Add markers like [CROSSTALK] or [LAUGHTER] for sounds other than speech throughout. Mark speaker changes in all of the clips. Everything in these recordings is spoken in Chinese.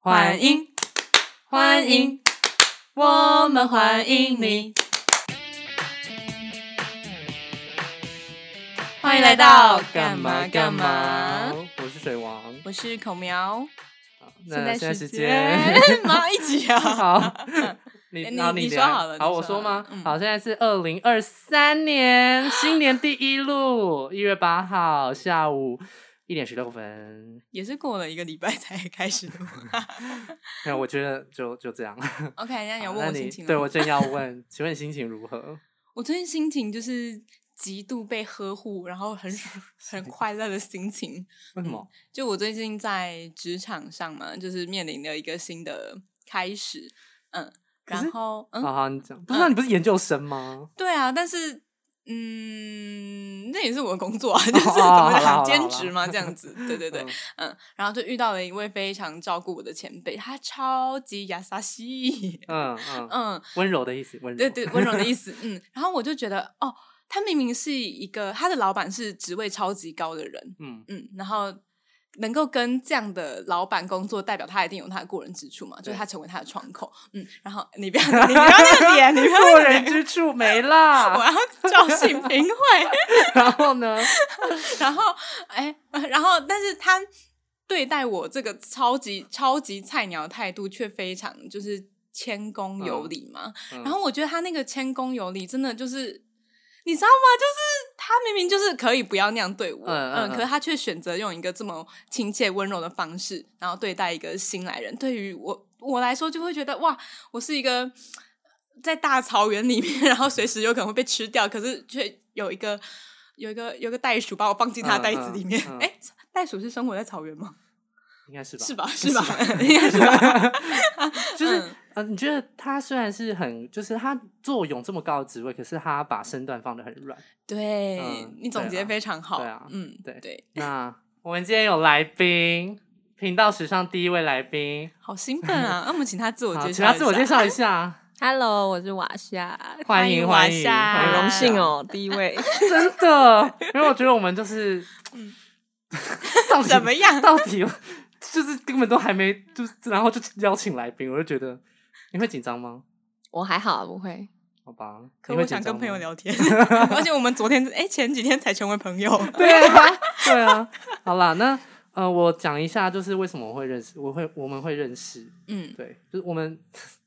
Speaker 1: 欢迎，欢迎，我们欢迎你！欢迎来到干嘛干嘛？？
Speaker 2: 我是水王。
Speaker 1: 我是孔苗，
Speaker 2: 好那现在时间
Speaker 1: 间， [LAUGHS] 妈一起啊！
Speaker 2: 好，你
Speaker 1: 哎你
Speaker 2: 然后
Speaker 1: 你
Speaker 2: 你
Speaker 1: 说
Speaker 2: 来
Speaker 1: 好了你
Speaker 2: 好，我
Speaker 1: 说好
Speaker 2: 说吗
Speaker 1: 了嗯？
Speaker 2: 好，现在是二零二三年新年第一路，一月八号下午一点十六分。
Speaker 1: [LAUGHS] 也是过了一个礼拜才开始录。 [LAUGHS]
Speaker 2: 那我觉得就就这样。
Speaker 1: OK，那你要
Speaker 2: 好
Speaker 1: 哎问
Speaker 2: 那
Speaker 1: 我心
Speaker 2: 你
Speaker 1: 情了
Speaker 2: 对
Speaker 1: 吗
Speaker 2: 我正要问，请问你心情如
Speaker 1: [LAUGHS]
Speaker 2: 何？
Speaker 1: 我最近心情就是极度被呵护，然后很爽很快乐的心情。
Speaker 2: 为什么？
Speaker 1: 就我最近在职场上嘛，就是面临了一个新的开始，嗯，
Speaker 2: 可是
Speaker 1: 然后嗯，
Speaker 2: 啊，你讲，不是啊，你不是研究生吗？
Speaker 1: 对啊，但是嗯，那也是我的
Speaker 2: [LAUGHS]
Speaker 1: 工作啊，就是
Speaker 2: 哦
Speaker 1: 怎
Speaker 2: 好
Speaker 1: 么
Speaker 2: 啦好啦
Speaker 1: 讲兼
Speaker 2: 好
Speaker 1: 职
Speaker 2: 啦
Speaker 1: 嘛，这样子，
Speaker 2: [LAUGHS]
Speaker 1: 对对对
Speaker 2: 嗯，
Speaker 1: 嗯，然后就遇到了一位非常照顾我的前辈，他超级亚萨西，
Speaker 2: 嗯嗯，
Speaker 1: [LAUGHS] 嗯，
Speaker 2: 温柔的意思，温柔。
Speaker 1: 对对，温柔的意思。嗯，然后我就觉得，哦，他明明是一个他的老板是职位超级高的人，
Speaker 2: [LAUGHS] 嗯，
Speaker 1: 嗯，然后能够跟这样的老板工作，代表他一定有他的过人之处嘛，就是
Speaker 2: 对
Speaker 1: 他成为他的窗口。嗯，然后你不要，你不要那个脸，你不要那
Speaker 2: 过
Speaker 1: 个
Speaker 2: [LAUGHS] 人
Speaker 1: 脸。
Speaker 2: 之处没
Speaker 1: [LAUGHS] 我 [LAUGHS]
Speaker 2: 啦。
Speaker 1: 要赵
Speaker 2: [LAUGHS]
Speaker 1: 信平会，
Speaker 2: 然后呢？
Speaker 1: [LAUGHS] 然后哎，然后但是他对待我这个超级超级菜鸟的态度，却非常就是谦恭有
Speaker 2: 嗯
Speaker 1: 礼嘛。
Speaker 2: 嗯
Speaker 1: 然后我觉得他那个谦恭有礼，真的就是，你知道吗？就是他明明就是可以不要那样对我，
Speaker 2: 嗯嗯
Speaker 1: 嗯，
Speaker 2: 嗯
Speaker 1: 可是他却选择用一个这么亲切温柔的方式，然后对待一个新来人。对于我我来说，就会觉得哇，我是一个在大草原里面， [LAUGHS] 然后随时有可能会被吃掉，可是却有一个有一个有一个袋鼠把我放进他的袋子里面。哎、 [LAUGHS]
Speaker 2: 嗯嗯嗯
Speaker 1: 袋鼠是生活在草原吗？
Speaker 2: 应该是吧？
Speaker 1: 是
Speaker 2: [LAUGHS]
Speaker 1: 吧？是吧？ [LAUGHS] 应该是吧？
Speaker 2: 就是
Speaker 1: 嗯
Speaker 2: 呃，你觉得他虽然是很，就是他坐拥这么高的职位，可是他把身段放得很软。
Speaker 1: 哎对、
Speaker 2: 嗯
Speaker 1: 你总
Speaker 2: 对
Speaker 1: 结
Speaker 2: 啦
Speaker 1: 非常好。
Speaker 2: 对啊
Speaker 1: 嗯，
Speaker 2: 对
Speaker 1: 对。
Speaker 2: 那我们今天有来宾，频道史上第一位来宾，
Speaker 1: 好兴奋
Speaker 2: [LAUGHS]
Speaker 1: 啊！那我们请他自我
Speaker 2: 好，
Speaker 1: 介绍一
Speaker 2: 请
Speaker 1: 下，
Speaker 2: 他自我介绍一
Speaker 1: [LAUGHS]
Speaker 2: 下。
Speaker 3: Hello，我是瓦夏，
Speaker 2: 欢迎欢
Speaker 1: 迎
Speaker 2: 迎，
Speaker 1: 华夏
Speaker 2: 欢迎
Speaker 3: 很荣幸
Speaker 2: 华夏，
Speaker 3: [LAUGHS] 哦，第一位。
Speaker 2: 真的，因为我觉得我们就是，
Speaker 1: [LAUGHS]
Speaker 2: 到底
Speaker 1: 怎么样？
Speaker 2: 到底就是根本都还没，就是然后就邀请来宾，我就觉得你会紧张吗？
Speaker 3: 我还好，啊不会。
Speaker 2: 好吧，
Speaker 1: 可
Speaker 2: 你会
Speaker 1: 我想
Speaker 2: 紧张
Speaker 1: 跟朋友
Speaker 2: 吗。
Speaker 1: 聊天，而且我们昨天哎、前几天才成为朋友，
Speaker 2: [LAUGHS]
Speaker 1: [LAUGHS]
Speaker 2: 对啊，对啊。好啦，那呃，我讲一下，就是为什么我会认识，我会我们会认识。
Speaker 1: 嗯， [LAUGHS]
Speaker 2: 对，就是我们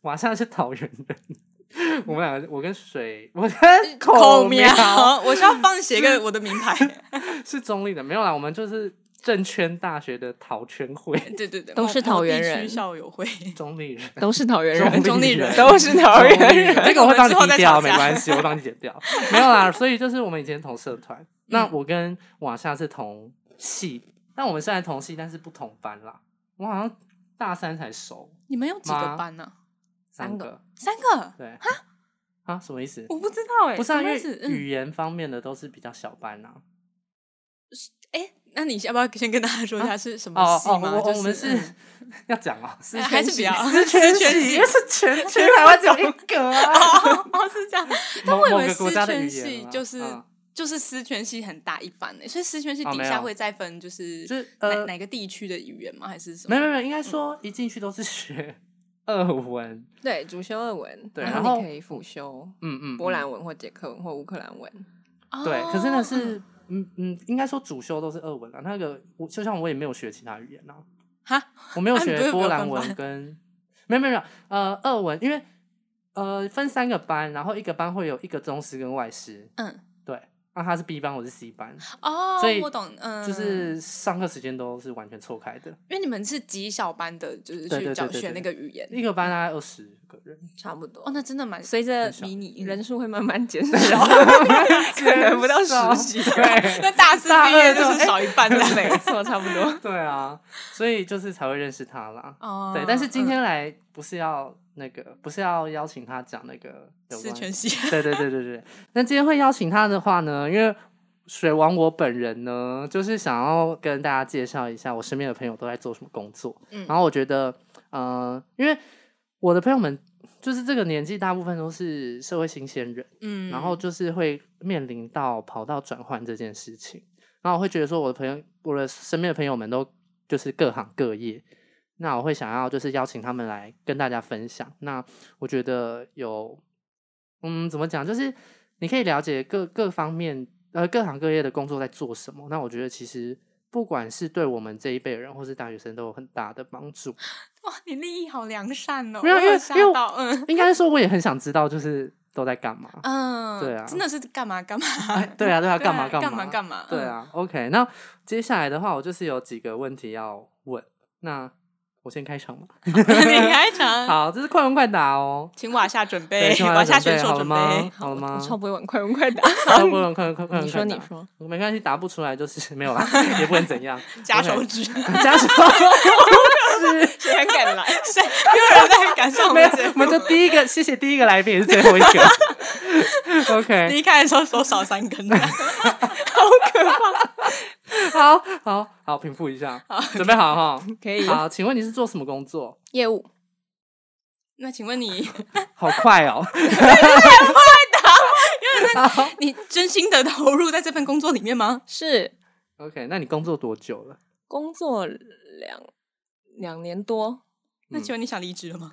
Speaker 2: 瓦夏是桃园人，我们两个，我跟水，我跟 [LAUGHS]
Speaker 1: 口
Speaker 2: 苗
Speaker 1: 苗， [LAUGHS] 我需要帮你写个我的
Speaker 2: [LAUGHS]
Speaker 1: 名牌，
Speaker 2: 是中立的，没有啦，我们就是证圈大学的桃圈会，
Speaker 1: 对对对，
Speaker 3: 都
Speaker 1: 某
Speaker 3: 是桃
Speaker 1: 某地
Speaker 3: 园人
Speaker 1: 区校友会，
Speaker 2: 中立人。
Speaker 3: [LAUGHS] 都是桃
Speaker 2: [LAUGHS]
Speaker 3: 园
Speaker 2: 中
Speaker 3: [LAUGHS] 人，
Speaker 1: 中立人
Speaker 3: 都是桃园 [LAUGHS] 人。
Speaker 2: 这个我会帮你
Speaker 1: 我们之后再
Speaker 2: 低掉，
Speaker 1: 吵
Speaker 2: 没
Speaker 1: 架
Speaker 2: 关系，我帮你剪
Speaker 1: [LAUGHS]
Speaker 2: 掉。没有啦，所以就是我们以前同社团，那
Speaker 1: 嗯
Speaker 2: 我跟瓦夏是同系，但我们虽然同系，但是不同班啦。我好像大三才熟，
Speaker 1: [LAUGHS] 你们有几个
Speaker 2: 妈
Speaker 1: 班呢、
Speaker 2: 三
Speaker 3: 三
Speaker 2: 个，
Speaker 1: 三个，
Speaker 2: 对啊什么意思？
Speaker 1: 我不知道哎、
Speaker 2: 不是啊，
Speaker 1: 什
Speaker 2: 因
Speaker 1: 么意
Speaker 2: 为
Speaker 1: 思嗯
Speaker 2: 语言方面的都是比较小班啊。
Speaker 1: 哎、那你要不要先跟大家说一下是什么
Speaker 2: 哦
Speaker 1: 系
Speaker 2: 哦，
Speaker 1: 吗？
Speaker 2: 我
Speaker 1: 就
Speaker 2: 我们是
Speaker 1: 嗯
Speaker 2: 要讲哦，
Speaker 1: 哎 [LAUGHS] 还是比较
Speaker 2: 私圈
Speaker 1: 私圈
Speaker 2: 系，
Speaker 1: 系
Speaker 2: 因为是 [LAUGHS] 全全台湾只有一个啊。
Speaker 1: [LAUGHS] 哦哦是这样，但
Speaker 2: 某
Speaker 1: 我以
Speaker 2: 某
Speaker 1: 为
Speaker 2: 个
Speaker 1: 私
Speaker 2: 国家的
Speaker 1: 圈
Speaker 2: 语
Speaker 1: 系
Speaker 2: 言啊
Speaker 1: 就是、
Speaker 2: 嗯
Speaker 1: 就是私圈系很大一班欸诶，所以私圈系
Speaker 2: 哦
Speaker 1: 底
Speaker 2: 没
Speaker 1: 下
Speaker 2: 有
Speaker 1: 会再分就是
Speaker 2: 就是
Speaker 1: 哪、
Speaker 2: 呃
Speaker 1: 哪个地区的语言吗？还是什
Speaker 2: 没
Speaker 1: 么？嗯
Speaker 2: 有没有没有，应该说一进去都是学 [LAUGHS] 俄文，
Speaker 3: 对，主修俄文，
Speaker 2: 对
Speaker 3: 然
Speaker 2: 然后
Speaker 3: 你可以辅修
Speaker 2: 嗯嗯，嗯
Speaker 3: 波兰文或捷克文或乌克兰文。
Speaker 1: 哦
Speaker 2: 对，可是那是嗯嗯，应该说主修都是俄文啊。那个我就像我也没有学其他语言啊，
Speaker 1: 哈，
Speaker 2: 我没有
Speaker 1: 啊你不
Speaker 2: 学
Speaker 1: 是没有
Speaker 2: 波兰
Speaker 1: 分
Speaker 2: 文
Speaker 1: 班
Speaker 2: 跟，没有没有没有呃俄文，因为呃分三个班，然后一个班会有一个中师跟外师，
Speaker 1: 嗯
Speaker 2: 对，那他是 B 班，我是 C 班，
Speaker 1: 哦，
Speaker 2: 所以
Speaker 1: 我懂，嗯，
Speaker 2: 就是上课时间都是完全错开的，
Speaker 1: 因为你们是极小班的，就是
Speaker 2: 对
Speaker 1: 去
Speaker 2: 对
Speaker 1: 教
Speaker 2: 对对
Speaker 1: 学那
Speaker 2: 对
Speaker 1: 个语言
Speaker 2: 一个班大概二十个
Speaker 1: [LAUGHS]
Speaker 2: 人，
Speaker 3: 差不多
Speaker 1: 哦，那真的蛮
Speaker 3: 随着
Speaker 2: 很小
Speaker 3: 迷
Speaker 1: 迷
Speaker 3: 你
Speaker 1: 你，
Speaker 3: 人
Speaker 1: 嗯
Speaker 3: 数会慢慢减少， [LAUGHS] 可能不到 [LAUGHS] 十几。
Speaker 2: 几对。
Speaker 1: 那大四
Speaker 2: 大
Speaker 1: 毕业
Speaker 2: 二
Speaker 1: 就
Speaker 2: 就是啊
Speaker 1: 少一半了
Speaker 3: 没错，差不多。
Speaker 2: 对啊，所以就是才会认识他啦。
Speaker 1: 哦
Speaker 2: 对，但是今
Speaker 1: 嗯
Speaker 2: 天来不是要那个，不是要邀请他讲那个有
Speaker 1: 嗯私
Speaker 2: 关
Speaker 1: 圈系
Speaker 2: 对对对对对。那今天会邀请他的话呢，因为水王我本人呢，就是想要跟大家介绍一下我身边的朋友都在做什么工作。
Speaker 1: 嗯
Speaker 2: 然后我觉得，呃，因为我的朋友们就是这个年纪，大部分都是社会新鲜人，
Speaker 1: 嗯，
Speaker 2: 然后就是会面临到跑道转换这件事情，然后我会觉得说，我的朋友，我的身边的朋友们都就是各行各业，那我会想要就是邀请他们来跟大家分享。那我觉得有，嗯，怎么讲，就是你可以了解各各方面，呃，各行各业的工作在做什么。那我觉得其实不管是对我们这一辈人，或是大学生，都有很大的帮助。
Speaker 1: 哇，你利益好良善哦！
Speaker 2: 没有
Speaker 1: 我
Speaker 2: 因为
Speaker 1: 吓
Speaker 2: 因为
Speaker 1: 到，嗯
Speaker 2: 应该说，我也很想知道，就是都在干嘛。
Speaker 1: 嗯，
Speaker 2: 对啊
Speaker 1: 真的是干嘛干嘛，
Speaker 2: 哎，对啊，对
Speaker 1: [LAUGHS]
Speaker 2: 啊，
Speaker 1: 对啊
Speaker 2: 干嘛
Speaker 1: 干
Speaker 2: 嘛
Speaker 1: 干嘛，
Speaker 2: 对
Speaker 1: 嗯，
Speaker 2: 啊，OK。那接下来的话，我就是有几个问题要问。那我先开场吧。
Speaker 1: 嗯 [LAUGHS] 你还讲，
Speaker 2: 好，这是快问快答哦。
Speaker 1: 请瓦夏准备
Speaker 2: 对，请
Speaker 1: 瓦夏
Speaker 2: 下
Speaker 1: 选手
Speaker 2: 好了
Speaker 1: 准
Speaker 2: 吗
Speaker 1: 备？，
Speaker 2: 好了吗
Speaker 3: 我？超不会玩快问快答。
Speaker 2: 快问快快快快问
Speaker 3: 你说，
Speaker 2: 快
Speaker 3: 你
Speaker 2: 答，
Speaker 3: 说，
Speaker 2: 没关系，答不出来就是没有啦，也不能怎样。
Speaker 1: 加
Speaker 2: OK
Speaker 1: 手指，
Speaker 3: [LAUGHS]
Speaker 2: 加手是
Speaker 3: 谁还敢 [LAUGHS] 来？
Speaker 1: 谁没有人在赶上我
Speaker 3: [LAUGHS]
Speaker 2: 没有
Speaker 1: 们节，
Speaker 2: 我们
Speaker 1: 目。
Speaker 2: 就第一个，谢谢第一个来宾也是最后一个。OK，
Speaker 1: 离开的时候手少三根，
Speaker 2: [LAUGHS] 好好好，平复一下，准备好哈。
Speaker 3: 可以
Speaker 2: 好，请问你是做什么工作？
Speaker 3: 业务
Speaker 1: 那请问你，
Speaker 2: 好快哦！
Speaker 1: 你真心的投入在这份工作里面吗？
Speaker 3: 是
Speaker 2: OK，那你工作多久了？
Speaker 3: 工作两两年多
Speaker 2: 嗯
Speaker 1: 那请问你想离职了吗？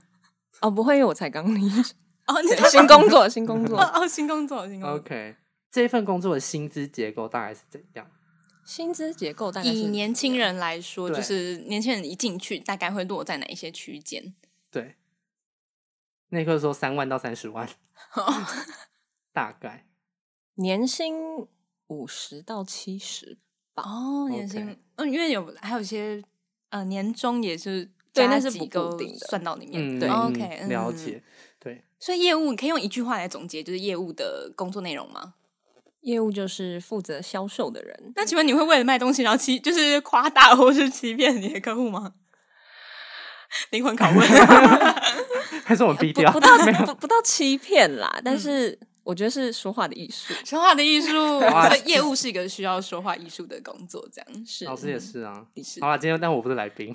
Speaker 3: 哦，不会，因为我才
Speaker 2: [LAUGHS]
Speaker 3: 刚离职，
Speaker 1: 哦，你
Speaker 3: 对新工作，新工
Speaker 1: 哦
Speaker 3: 作，
Speaker 1: 哦，新工作，新工作，
Speaker 2: OK，这份工作的薪资结构大概是怎样？
Speaker 3: 薪资结构大概
Speaker 1: 以
Speaker 3: 是
Speaker 1: 年轻人来说，
Speaker 2: 对
Speaker 1: 就是年轻人一进去，大概会落在哪一些区间？
Speaker 2: 对，那刻说三万到三十万，大概。
Speaker 3: 年薪五十到七十，
Speaker 1: 哦，年薪
Speaker 2: OK，
Speaker 1: 嗯，因为有还有一些呃，年终也是
Speaker 3: 对
Speaker 1: 加
Speaker 3: 那是
Speaker 1: 几
Speaker 3: 不固
Speaker 1: 个
Speaker 3: 定的
Speaker 1: 算到里面。
Speaker 2: 嗯，
Speaker 1: 对
Speaker 2: 嗯
Speaker 1: ，OK，嗯
Speaker 2: 了解。对，
Speaker 1: 所以业务你可以用一句话来总结，就是业务的工作内容吗？
Speaker 3: 业务就是负责销售的人，
Speaker 1: 那请问你会为了卖东西，然后欺就是夸大或是欺骗你的客户吗？灵魂拷问， [LAUGHS]
Speaker 2: 还是我们逼
Speaker 3: 不
Speaker 2: 掉
Speaker 3: 不？到不不到欺骗
Speaker 2: [LAUGHS]
Speaker 3: 啦，
Speaker 2: 嗯
Speaker 3: 但是我觉得是说话的艺术，
Speaker 1: 说话的艺
Speaker 3: [LAUGHS]
Speaker 1: 术，
Speaker 2: 哇
Speaker 1: 所以业务是一个需要说话艺术的工作，这
Speaker 3: [LAUGHS]
Speaker 1: 样
Speaker 3: 是
Speaker 2: 老师也是啊。
Speaker 1: 是
Speaker 2: 好啦，今天但我不是来宾，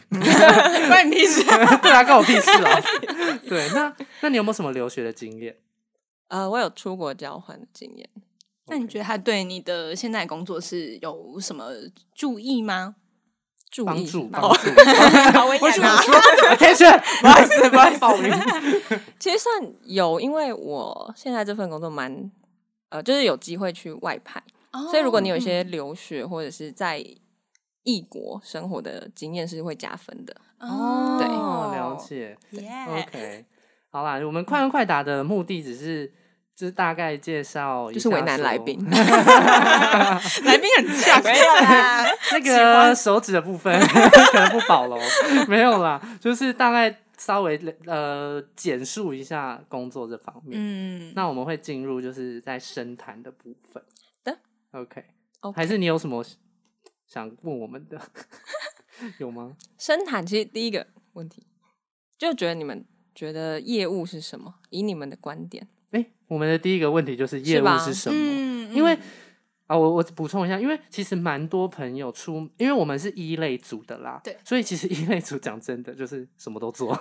Speaker 1: 关你屁事。
Speaker 3: [LAUGHS]
Speaker 2: 对啊，关我屁事哦。对，那那你有没有什么留学的经验？
Speaker 3: 呃，我有出国交换的经验，
Speaker 1: 那你觉得他对你的现在工作是有什么注意吗？
Speaker 3: [LAUGHS] 注
Speaker 2: 帮
Speaker 3: 意
Speaker 2: 助
Speaker 3: 吧
Speaker 2: 帮助？
Speaker 1: 好危
Speaker 2: 我想
Speaker 1: 险啊！
Speaker 2: 说 attention，不好意思，不好意思，报应。
Speaker 3: 其实算有，因为我现在这份工作蛮呃，就是有机会去外派，
Speaker 1: 哦
Speaker 3: 所以如果
Speaker 2: 哦嗯
Speaker 3: 你有一些留学或者是在异国生活的经验是会加分的。
Speaker 1: 哦，
Speaker 3: 对
Speaker 2: 哦，了解。
Speaker 1: 耶，
Speaker 2: OK，好啦，我们快问快答的目的只是就是大概介绍一
Speaker 3: 就
Speaker 2: 下
Speaker 3: 是
Speaker 2: 说，
Speaker 3: 为难来宾， [LAUGHS]
Speaker 1: 来宾很 [LAUGHS] 强，
Speaker 3: 没有啦 [LAUGHS]
Speaker 2: 那个手指的部分可能不保喽， [LAUGHS] 没有啦，就是大概稍微呃简述一下工作这方面。
Speaker 1: 嗯，
Speaker 2: 那我们会进入就是在深谈的部分。
Speaker 3: 的
Speaker 2: OK，
Speaker 3: OK
Speaker 2: 还是你有什么想问我们的？ [LAUGHS] 有吗？
Speaker 3: 深谈其实第一个问题，就觉得你们觉得业务是什么？以你们的
Speaker 2: [LAUGHS]
Speaker 3: 观点，
Speaker 2: 哎、我们的第一个问题就是业
Speaker 3: 是
Speaker 2: 务
Speaker 3: 吧
Speaker 2: 是什么？
Speaker 1: 嗯，
Speaker 2: 因为啊，我我补充一下，因为其实蛮多朋友出，因为我们是一类组的啦，
Speaker 1: 对
Speaker 2: 所以其实一类组讲真的就是什么都做，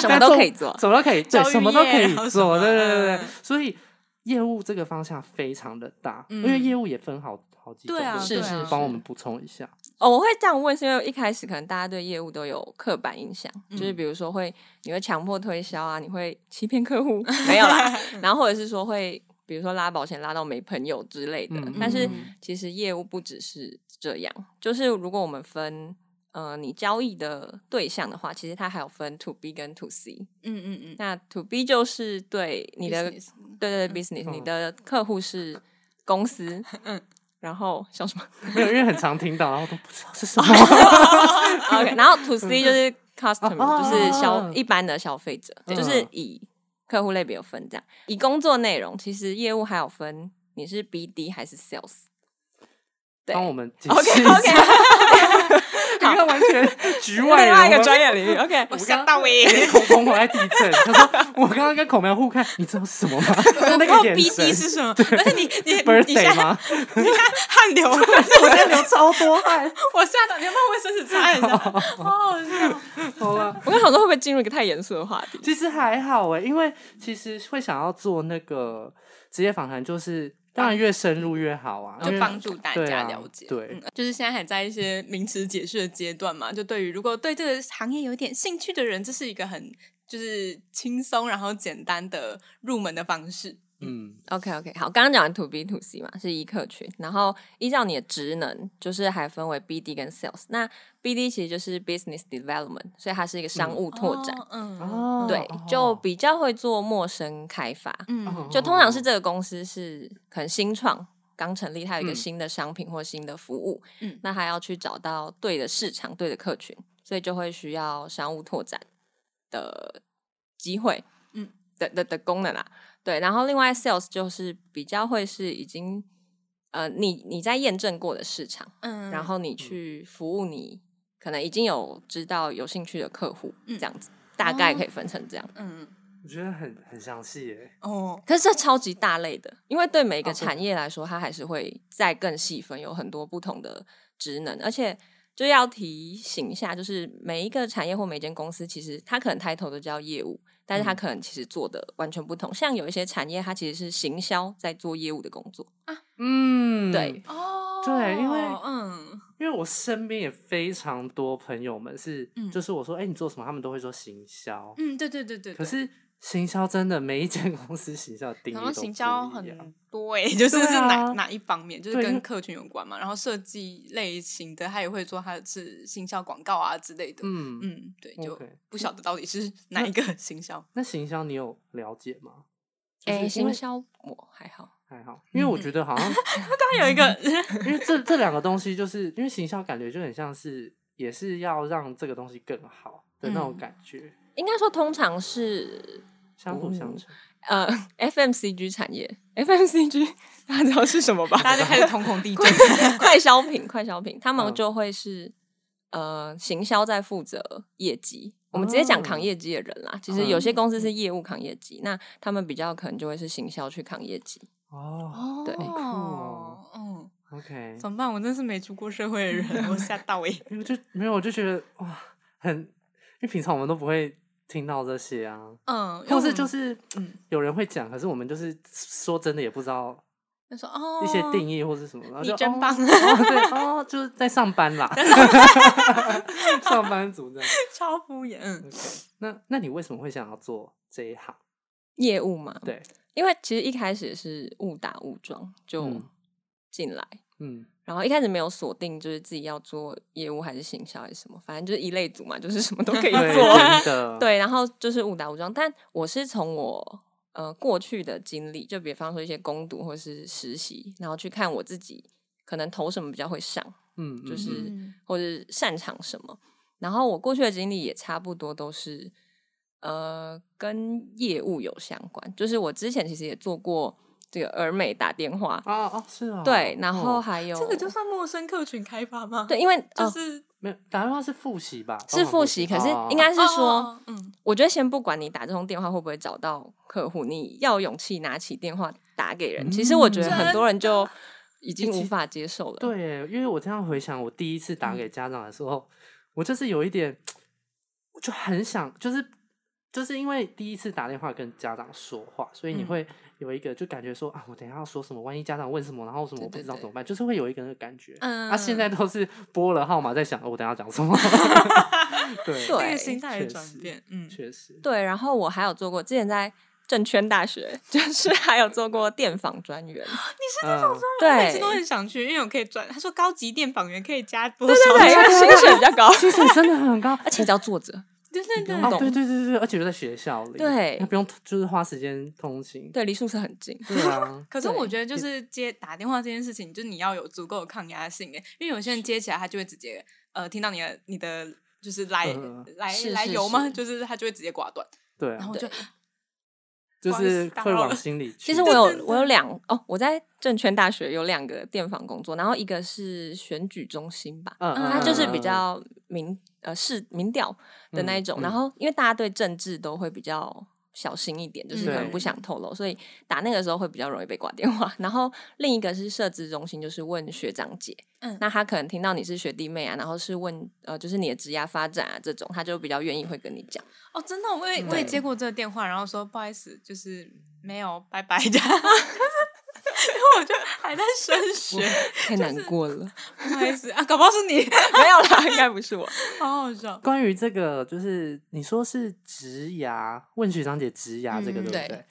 Speaker 3: 什么都可以做，
Speaker 2: 什么都可以，对，
Speaker 1: 教育
Speaker 2: 什么都可
Speaker 1: 业
Speaker 2: 以
Speaker 1: 然后什
Speaker 2: 做，
Speaker 1: 么
Speaker 2: 对对对对
Speaker 1: 嗯，
Speaker 2: 所以业务这个方向非常的大，
Speaker 1: 嗯
Speaker 2: 因为业务也分好好几种，
Speaker 1: 对啊
Speaker 2: 不
Speaker 3: 是
Speaker 2: 对
Speaker 3: 是
Speaker 2: 帮
Speaker 3: 是
Speaker 2: 我们补充一下，
Speaker 3: 哦，我会这样问，是因为一开始可能大家对业务都有刻板印象，
Speaker 2: 嗯
Speaker 3: 就是比如说会你会强迫推销啊，你会欺骗
Speaker 2: [LAUGHS]
Speaker 3: 客户，没有啦，然后或者是说会比如说拉保险拉到没朋友之类的。
Speaker 2: 嗯
Speaker 3: 但是
Speaker 1: 嗯
Speaker 3: 其实业务不只是这样，就是如果我们分呃你交易的对象的话，其实它还有分 to B 跟 to C。
Speaker 1: 嗯嗯嗯，
Speaker 3: 那 to B 就是对你的
Speaker 1: business
Speaker 3: 对对对 business，、你
Speaker 2: 嗯
Speaker 3: 的客户是公司，然后笑什么？
Speaker 2: 没有，因为很常听到，然后都不知道是什么，
Speaker 1: [LAUGHS]
Speaker 3: OK，然后 To C 就是 customer，、
Speaker 2: 哦
Speaker 3: 就是消
Speaker 2: 哦
Speaker 3: 一般的消费者，
Speaker 2: 嗯
Speaker 3: 就是以客户类别有分这样。以工作内容，其实业务还有分你是 BD 还是 Sales。对
Speaker 2: 帮我们解释
Speaker 3: OK
Speaker 2: 一下
Speaker 3: OK，
Speaker 2: 你看完全局外
Speaker 3: 另
Speaker 2: 人，
Speaker 3: 外一
Speaker 2: 我
Speaker 3: 个
Speaker 2: 们
Speaker 3: 专业领域 OK。
Speaker 1: 我吓到耶！
Speaker 2: 孔孔口在地震，他说我刚刚跟孔苗互看，你知道是什么
Speaker 1: [LAUGHS]
Speaker 2: 吗？那
Speaker 1: 我不
Speaker 2: 个
Speaker 1: 知道
Speaker 2: 眼神
Speaker 1: BD 哦是 [LAUGHS] 什么，而且你
Speaker 2: [LAUGHS]
Speaker 1: 你你现
Speaker 2: birthday
Speaker 1: 在
Speaker 2: 吗？
Speaker 1: 你现在 [LAUGHS] 汗 [LAUGHS] 流，
Speaker 2: 我在流超多汗。
Speaker 1: 我吓到，你要不要卫生纸擦一下？哦，
Speaker 2: [LAUGHS] 好了，
Speaker 3: 我刚想说会不会进入一个太严肃的话题？
Speaker 2: 欸其实还好哎、因为其实会想要做那个职业访谈，就是当然越深入越好啊，因
Speaker 1: 就
Speaker 2: 为
Speaker 1: 帮助大家了解。
Speaker 2: 对啊对
Speaker 1: 嗯，就是现在还在一些名词解释的阶段嘛。就对于如果对这个行业有点兴趣的人，这是一个很就是轻松然后简单的入门的方式。
Speaker 2: 嗯，
Speaker 3: OK OK，好，刚刚讲的 To B To C 嘛，是一客群，然后依照你的职能，就是还分为 BD 跟 Sales。那 BD 其实就是 Business Development，所以它是一个商务拓展，
Speaker 1: 哦，嗯，
Speaker 2: 哦，
Speaker 3: 对
Speaker 2: 哦，
Speaker 3: 就比较会做陌生开发。
Speaker 1: 嗯
Speaker 3: 就通常是这个公司是可能新创刚成立，它有一个新的商品或新的服务，
Speaker 1: 嗯
Speaker 3: 那它要去找到对的市场、对的客群，所以就会需要商务拓展的机会，
Speaker 1: 嗯，
Speaker 3: 的的的功能啦。对，然后另外 sales 就是比较会是已经呃，你你在验证过的市场，
Speaker 1: 嗯，
Speaker 3: 然后你去服务你可能已经有知道有兴趣的客户，
Speaker 1: 嗯
Speaker 3: 这样子大概可以分成这样。
Speaker 1: 嗯
Speaker 2: 我觉得很很详细欸耶，
Speaker 1: 哦，
Speaker 3: 可是这超级大类的，因为对每一个
Speaker 2: 哦对
Speaker 3: 产业来说，它还是会再更细分，有很多不同的职能，而且就要提醒一下，就是每一个产业或每间公司，其实它可能抬头都叫业务，但是它
Speaker 2: 嗯
Speaker 3: 可能其实做的完全不同。像有一些产业，它其实是行销在做业务的工作，
Speaker 2: 嗯，
Speaker 3: 对，
Speaker 1: 哦，
Speaker 2: 对因为
Speaker 1: 嗯
Speaker 2: 因为我身边也非常多朋友们是，
Speaker 1: 嗯
Speaker 2: 就是我说，哎、你做什么？他们都会说行销，
Speaker 1: 嗯，对对对对，
Speaker 2: 可
Speaker 1: 对
Speaker 2: 是行销真的每一间公司行销的定义
Speaker 1: 然
Speaker 2: 都
Speaker 1: 后行销
Speaker 2: 不一样
Speaker 1: 很多哎、 [LAUGHS] 就是
Speaker 2: 对
Speaker 1: 是哪、
Speaker 2: 啊
Speaker 1: 哪一方面，就是
Speaker 2: 对因
Speaker 1: 跟
Speaker 2: 为
Speaker 1: 客群有关嘛。然后设计类型的，他也会做他是行销广告啊之类的。嗯
Speaker 2: 嗯，
Speaker 1: 对，就
Speaker 2: OK
Speaker 1: 不晓得到底是哪一个行销。
Speaker 2: 那行销你有了解吗？就是
Speaker 3: 哎、
Speaker 2: 因
Speaker 3: 行
Speaker 2: 为
Speaker 3: 销我还好，
Speaker 2: 还好，因为
Speaker 1: 嗯
Speaker 2: 我觉得好像
Speaker 1: 他有一个，
Speaker 2: [LAUGHS] 因为
Speaker 1: [LAUGHS]
Speaker 2: 这这两个东西，就是因为行销感觉就很像是也是要让这个东西更好的那种
Speaker 1: 嗯
Speaker 2: 感觉，
Speaker 3: 应该说通常是
Speaker 2: 相辅相
Speaker 1: 哦
Speaker 3: 嗯
Speaker 2: 成。
Speaker 3: 呃 [LAUGHS] FMCG 产业，FMCG 大家知道是什么吧？
Speaker 1: [LAUGHS] 大家就开始瞳孔地
Speaker 2: [LAUGHS]
Speaker 1: 震。
Speaker 3: 快消品，快消品，他们
Speaker 2: 嗯
Speaker 3: 就会是、呃，行销在负责业绩。我们直接讲扛
Speaker 2: 哦
Speaker 3: 业绩的人啦，其实有些
Speaker 1: 嗯
Speaker 3: 公司是业务扛业绩，那他们比较可能就会是行销去扛业绩。
Speaker 2: 哦
Speaker 1: 哦
Speaker 3: 对
Speaker 2: 酷哦
Speaker 1: 嗯，
Speaker 2: ，OK，
Speaker 1: 怎么办？我真是没出过社会的人，我吓到哎、
Speaker 2: [LAUGHS] 因为就没有，我就觉得哇，很，因为平常我们都不会听到这些啊，
Speaker 1: 嗯，因为
Speaker 2: 或是
Speaker 1: 我
Speaker 2: 就
Speaker 1: 们
Speaker 2: 是
Speaker 1: 嗯
Speaker 2: 有人会讲，可是我们就是说真的也不知道
Speaker 1: 他说哦，
Speaker 2: 一些定义或是什么，然后
Speaker 1: 你
Speaker 2: 就
Speaker 1: 真
Speaker 2: 哦
Speaker 1: 棒
Speaker 2: 哦对哦，就是在上班啦， [LAUGHS] 上班族这样。
Speaker 1: 超敷衍。嗯
Speaker 2: OK，那那你为什么会想要做这一行？
Speaker 3: 业务嘛，
Speaker 2: 对，
Speaker 3: 因为其实一开始是误打误撞就
Speaker 2: 嗯
Speaker 3: 进来，
Speaker 2: 嗯，
Speaker 3: 然后一开始没有锁定就是自己要做业务还是行销还是什么，反正就是一类组嘛，就是什么都可以
Speaker 2: 对，
Speaker 3: 做。
Speaker 2: 真的，
Speaker 3: 对，然后就是误打误撞，但我是从我呃过去的经历，就比方说一些攻读或是实习，然后去看我自己可能投什么比较会上，
Speaker 2: 嗯，嗯，
Speaker 3: 就是
Speaker 2: 嗯
Speaker 1: 嗯
Speaker 3: 或者是擅长什么。然后我过去的经历也差不多都是呃跟业务有相关，就是我之前其实也做过这个儿美打电话，
Speaker 2: 哦哦，是哦，
Speaker 3: 对，然后
Speaker 2: 哦
Speaker 3: 还有、
Speaker 1: 这个就算陌生客群开发吗？
Speaker 3: 对，，因为
Speaker 1: 就
Speaker 3: 呃
Speaker 1: 是、
Speaker 2: 没有打电话是复习吧？
Speaker 3: 是
Speaker 2: 帮忙
Speaker 3: 复习，可是
Speaker 2: 哦
Speaker 3: 应该是
Speaker 1: 哦
Speaker 3: 说。
Speaker 1: 哦哦嗯，
Speaker 3: 我觉得先不管你打这通电话会不会找到客户，你要有勇气拿起电话打给人。其实我觉得很多人就已经无法接受了。，
Speaker 2: 嗯对耶，因为我这样回想，我第一次打给家长的时候，我就是有一点，我就很想，就是就是因为第一次打电话跟家长说话，所以你
Speaker 1: 嗯
Speaker 2: 会有一个就感觉说啊，我等一下要说什么，万一家长问什么，然后什么
Speaker 3: 对
Speaker 2: 我不
Speaker 3: 对
Speaker 2: 知道
Speaker 3: 对
Speaker 2: 怎么办，就是会有一个那个感觉。
Speaker 1: 嗯
Speaker 2: 啊，现在都是拨了号码在想，哦我等一下讲什么。对，
Speaker 3: 对
Speaker 1: 这个心态的
Speaker 2: 确
Speaker 1: 转
Speaker 2: 实
Speaker 1: 变，嗯，
Speaker 2: 确实，
Speaker 3: 对，然后我还有做过，之前在证券大学，就是还有做过电访专员。
Speaker 2: 嗯，
Speaker 1: 我每次
Speaker 3: 对，
Speaker 1: 都很想去，因为我可以赚。他说高级店访员可以加多少？
Speaker 3: 对对，因为薪水比较 [LAUGHS] 高，
Speaker 2: 薪水真的很高，
Speaker 3: 而且只要坐着。
Speaker 1: 对对对
Speaker 3: 你不用
Speaker 2: 哦，
Speaker 3: 懂
Speaker 2: 对对对对，而且就在学校里，
Speaker 3: 对
Speaker 2: 那不用就是花时间通勤，
Speaker 3: 对，离宿舍很近。
Speaker 2: 对啊，
Speaker 1: 可是我
Speaker 3: 对
Speaker 1: 觉得就是接打电话这件事情，就是你要有足够的抗压性诶，因为有些人接起来他就会直接呃听到你的你的就是来
Speaker 2: 嗯
Speaker 1: 来
Speaker 3: 是
Speaker 1: 来
Speaker 3: 是
Speaker 1: 由吗？
Speaker 3: 是
Speaker 1: 就是他就会直接挂断，
Speaker 2: 对
Speaker 1: 然
Speaker 2: 啊
Speaker 1: [LAUGHS] 后，我就
Speaker 2: 就
Speaker 1: 不好意思
Speaker 2: 是
Speaker 1: 打
Speaker 2: 会
Speaker 1: 扰
Speaker 2: 往
Speaker 1: 了
Speaker 2: 心里去。
Speaker 3: 其实我有我有两哦，我在证券大学有两个电访工作，然后一个是选举中心吧，
Speaker 2: 嗯，嗯，
Speaker 3: 它就是
Speaker 2: 嗯
Speaker 3: 比较民呃是民调的那一种，
Speaker 2: 嗯嗯
Speaker 3: 然后因为大家对政治都会比较小心一点，就
Speaker 1: 嗯
Speaker 3: 是可能不想透露，所以打那个时候会比较容易被挂电话。 [LAUGHS] 然后另一个是设置中心，就是问学长姐，
Speaker 1: 嗯
Speaker 3: 那他可能听到你是学弟妹啊，然后是问呃就是你的职业发展啊这种，他就比较愿意会跟你讲。
Speaker 1: 哦，真的，我也我也
Speaker 3: 对
Speaker 1: 接 [LAUGHS] 过这个电话，然后说不好意思，就是没有，拜拜的。我就还在升学，
Speaker 3: 太难过了，
Speaker 1: 不好意思啊，搞不好是你，
Speaker 3: [LAUGHS] 没有啦，应该不 [LAUGHS] 是我。
Speaker 1: 好好笑。
Speaker 2: 关于这个，就是你说是植牙，问学长姐植牙这个、对
Speaker 1: 嗯
Speaker 2: 不
Speaker 1: 对
Speaker 2: 对？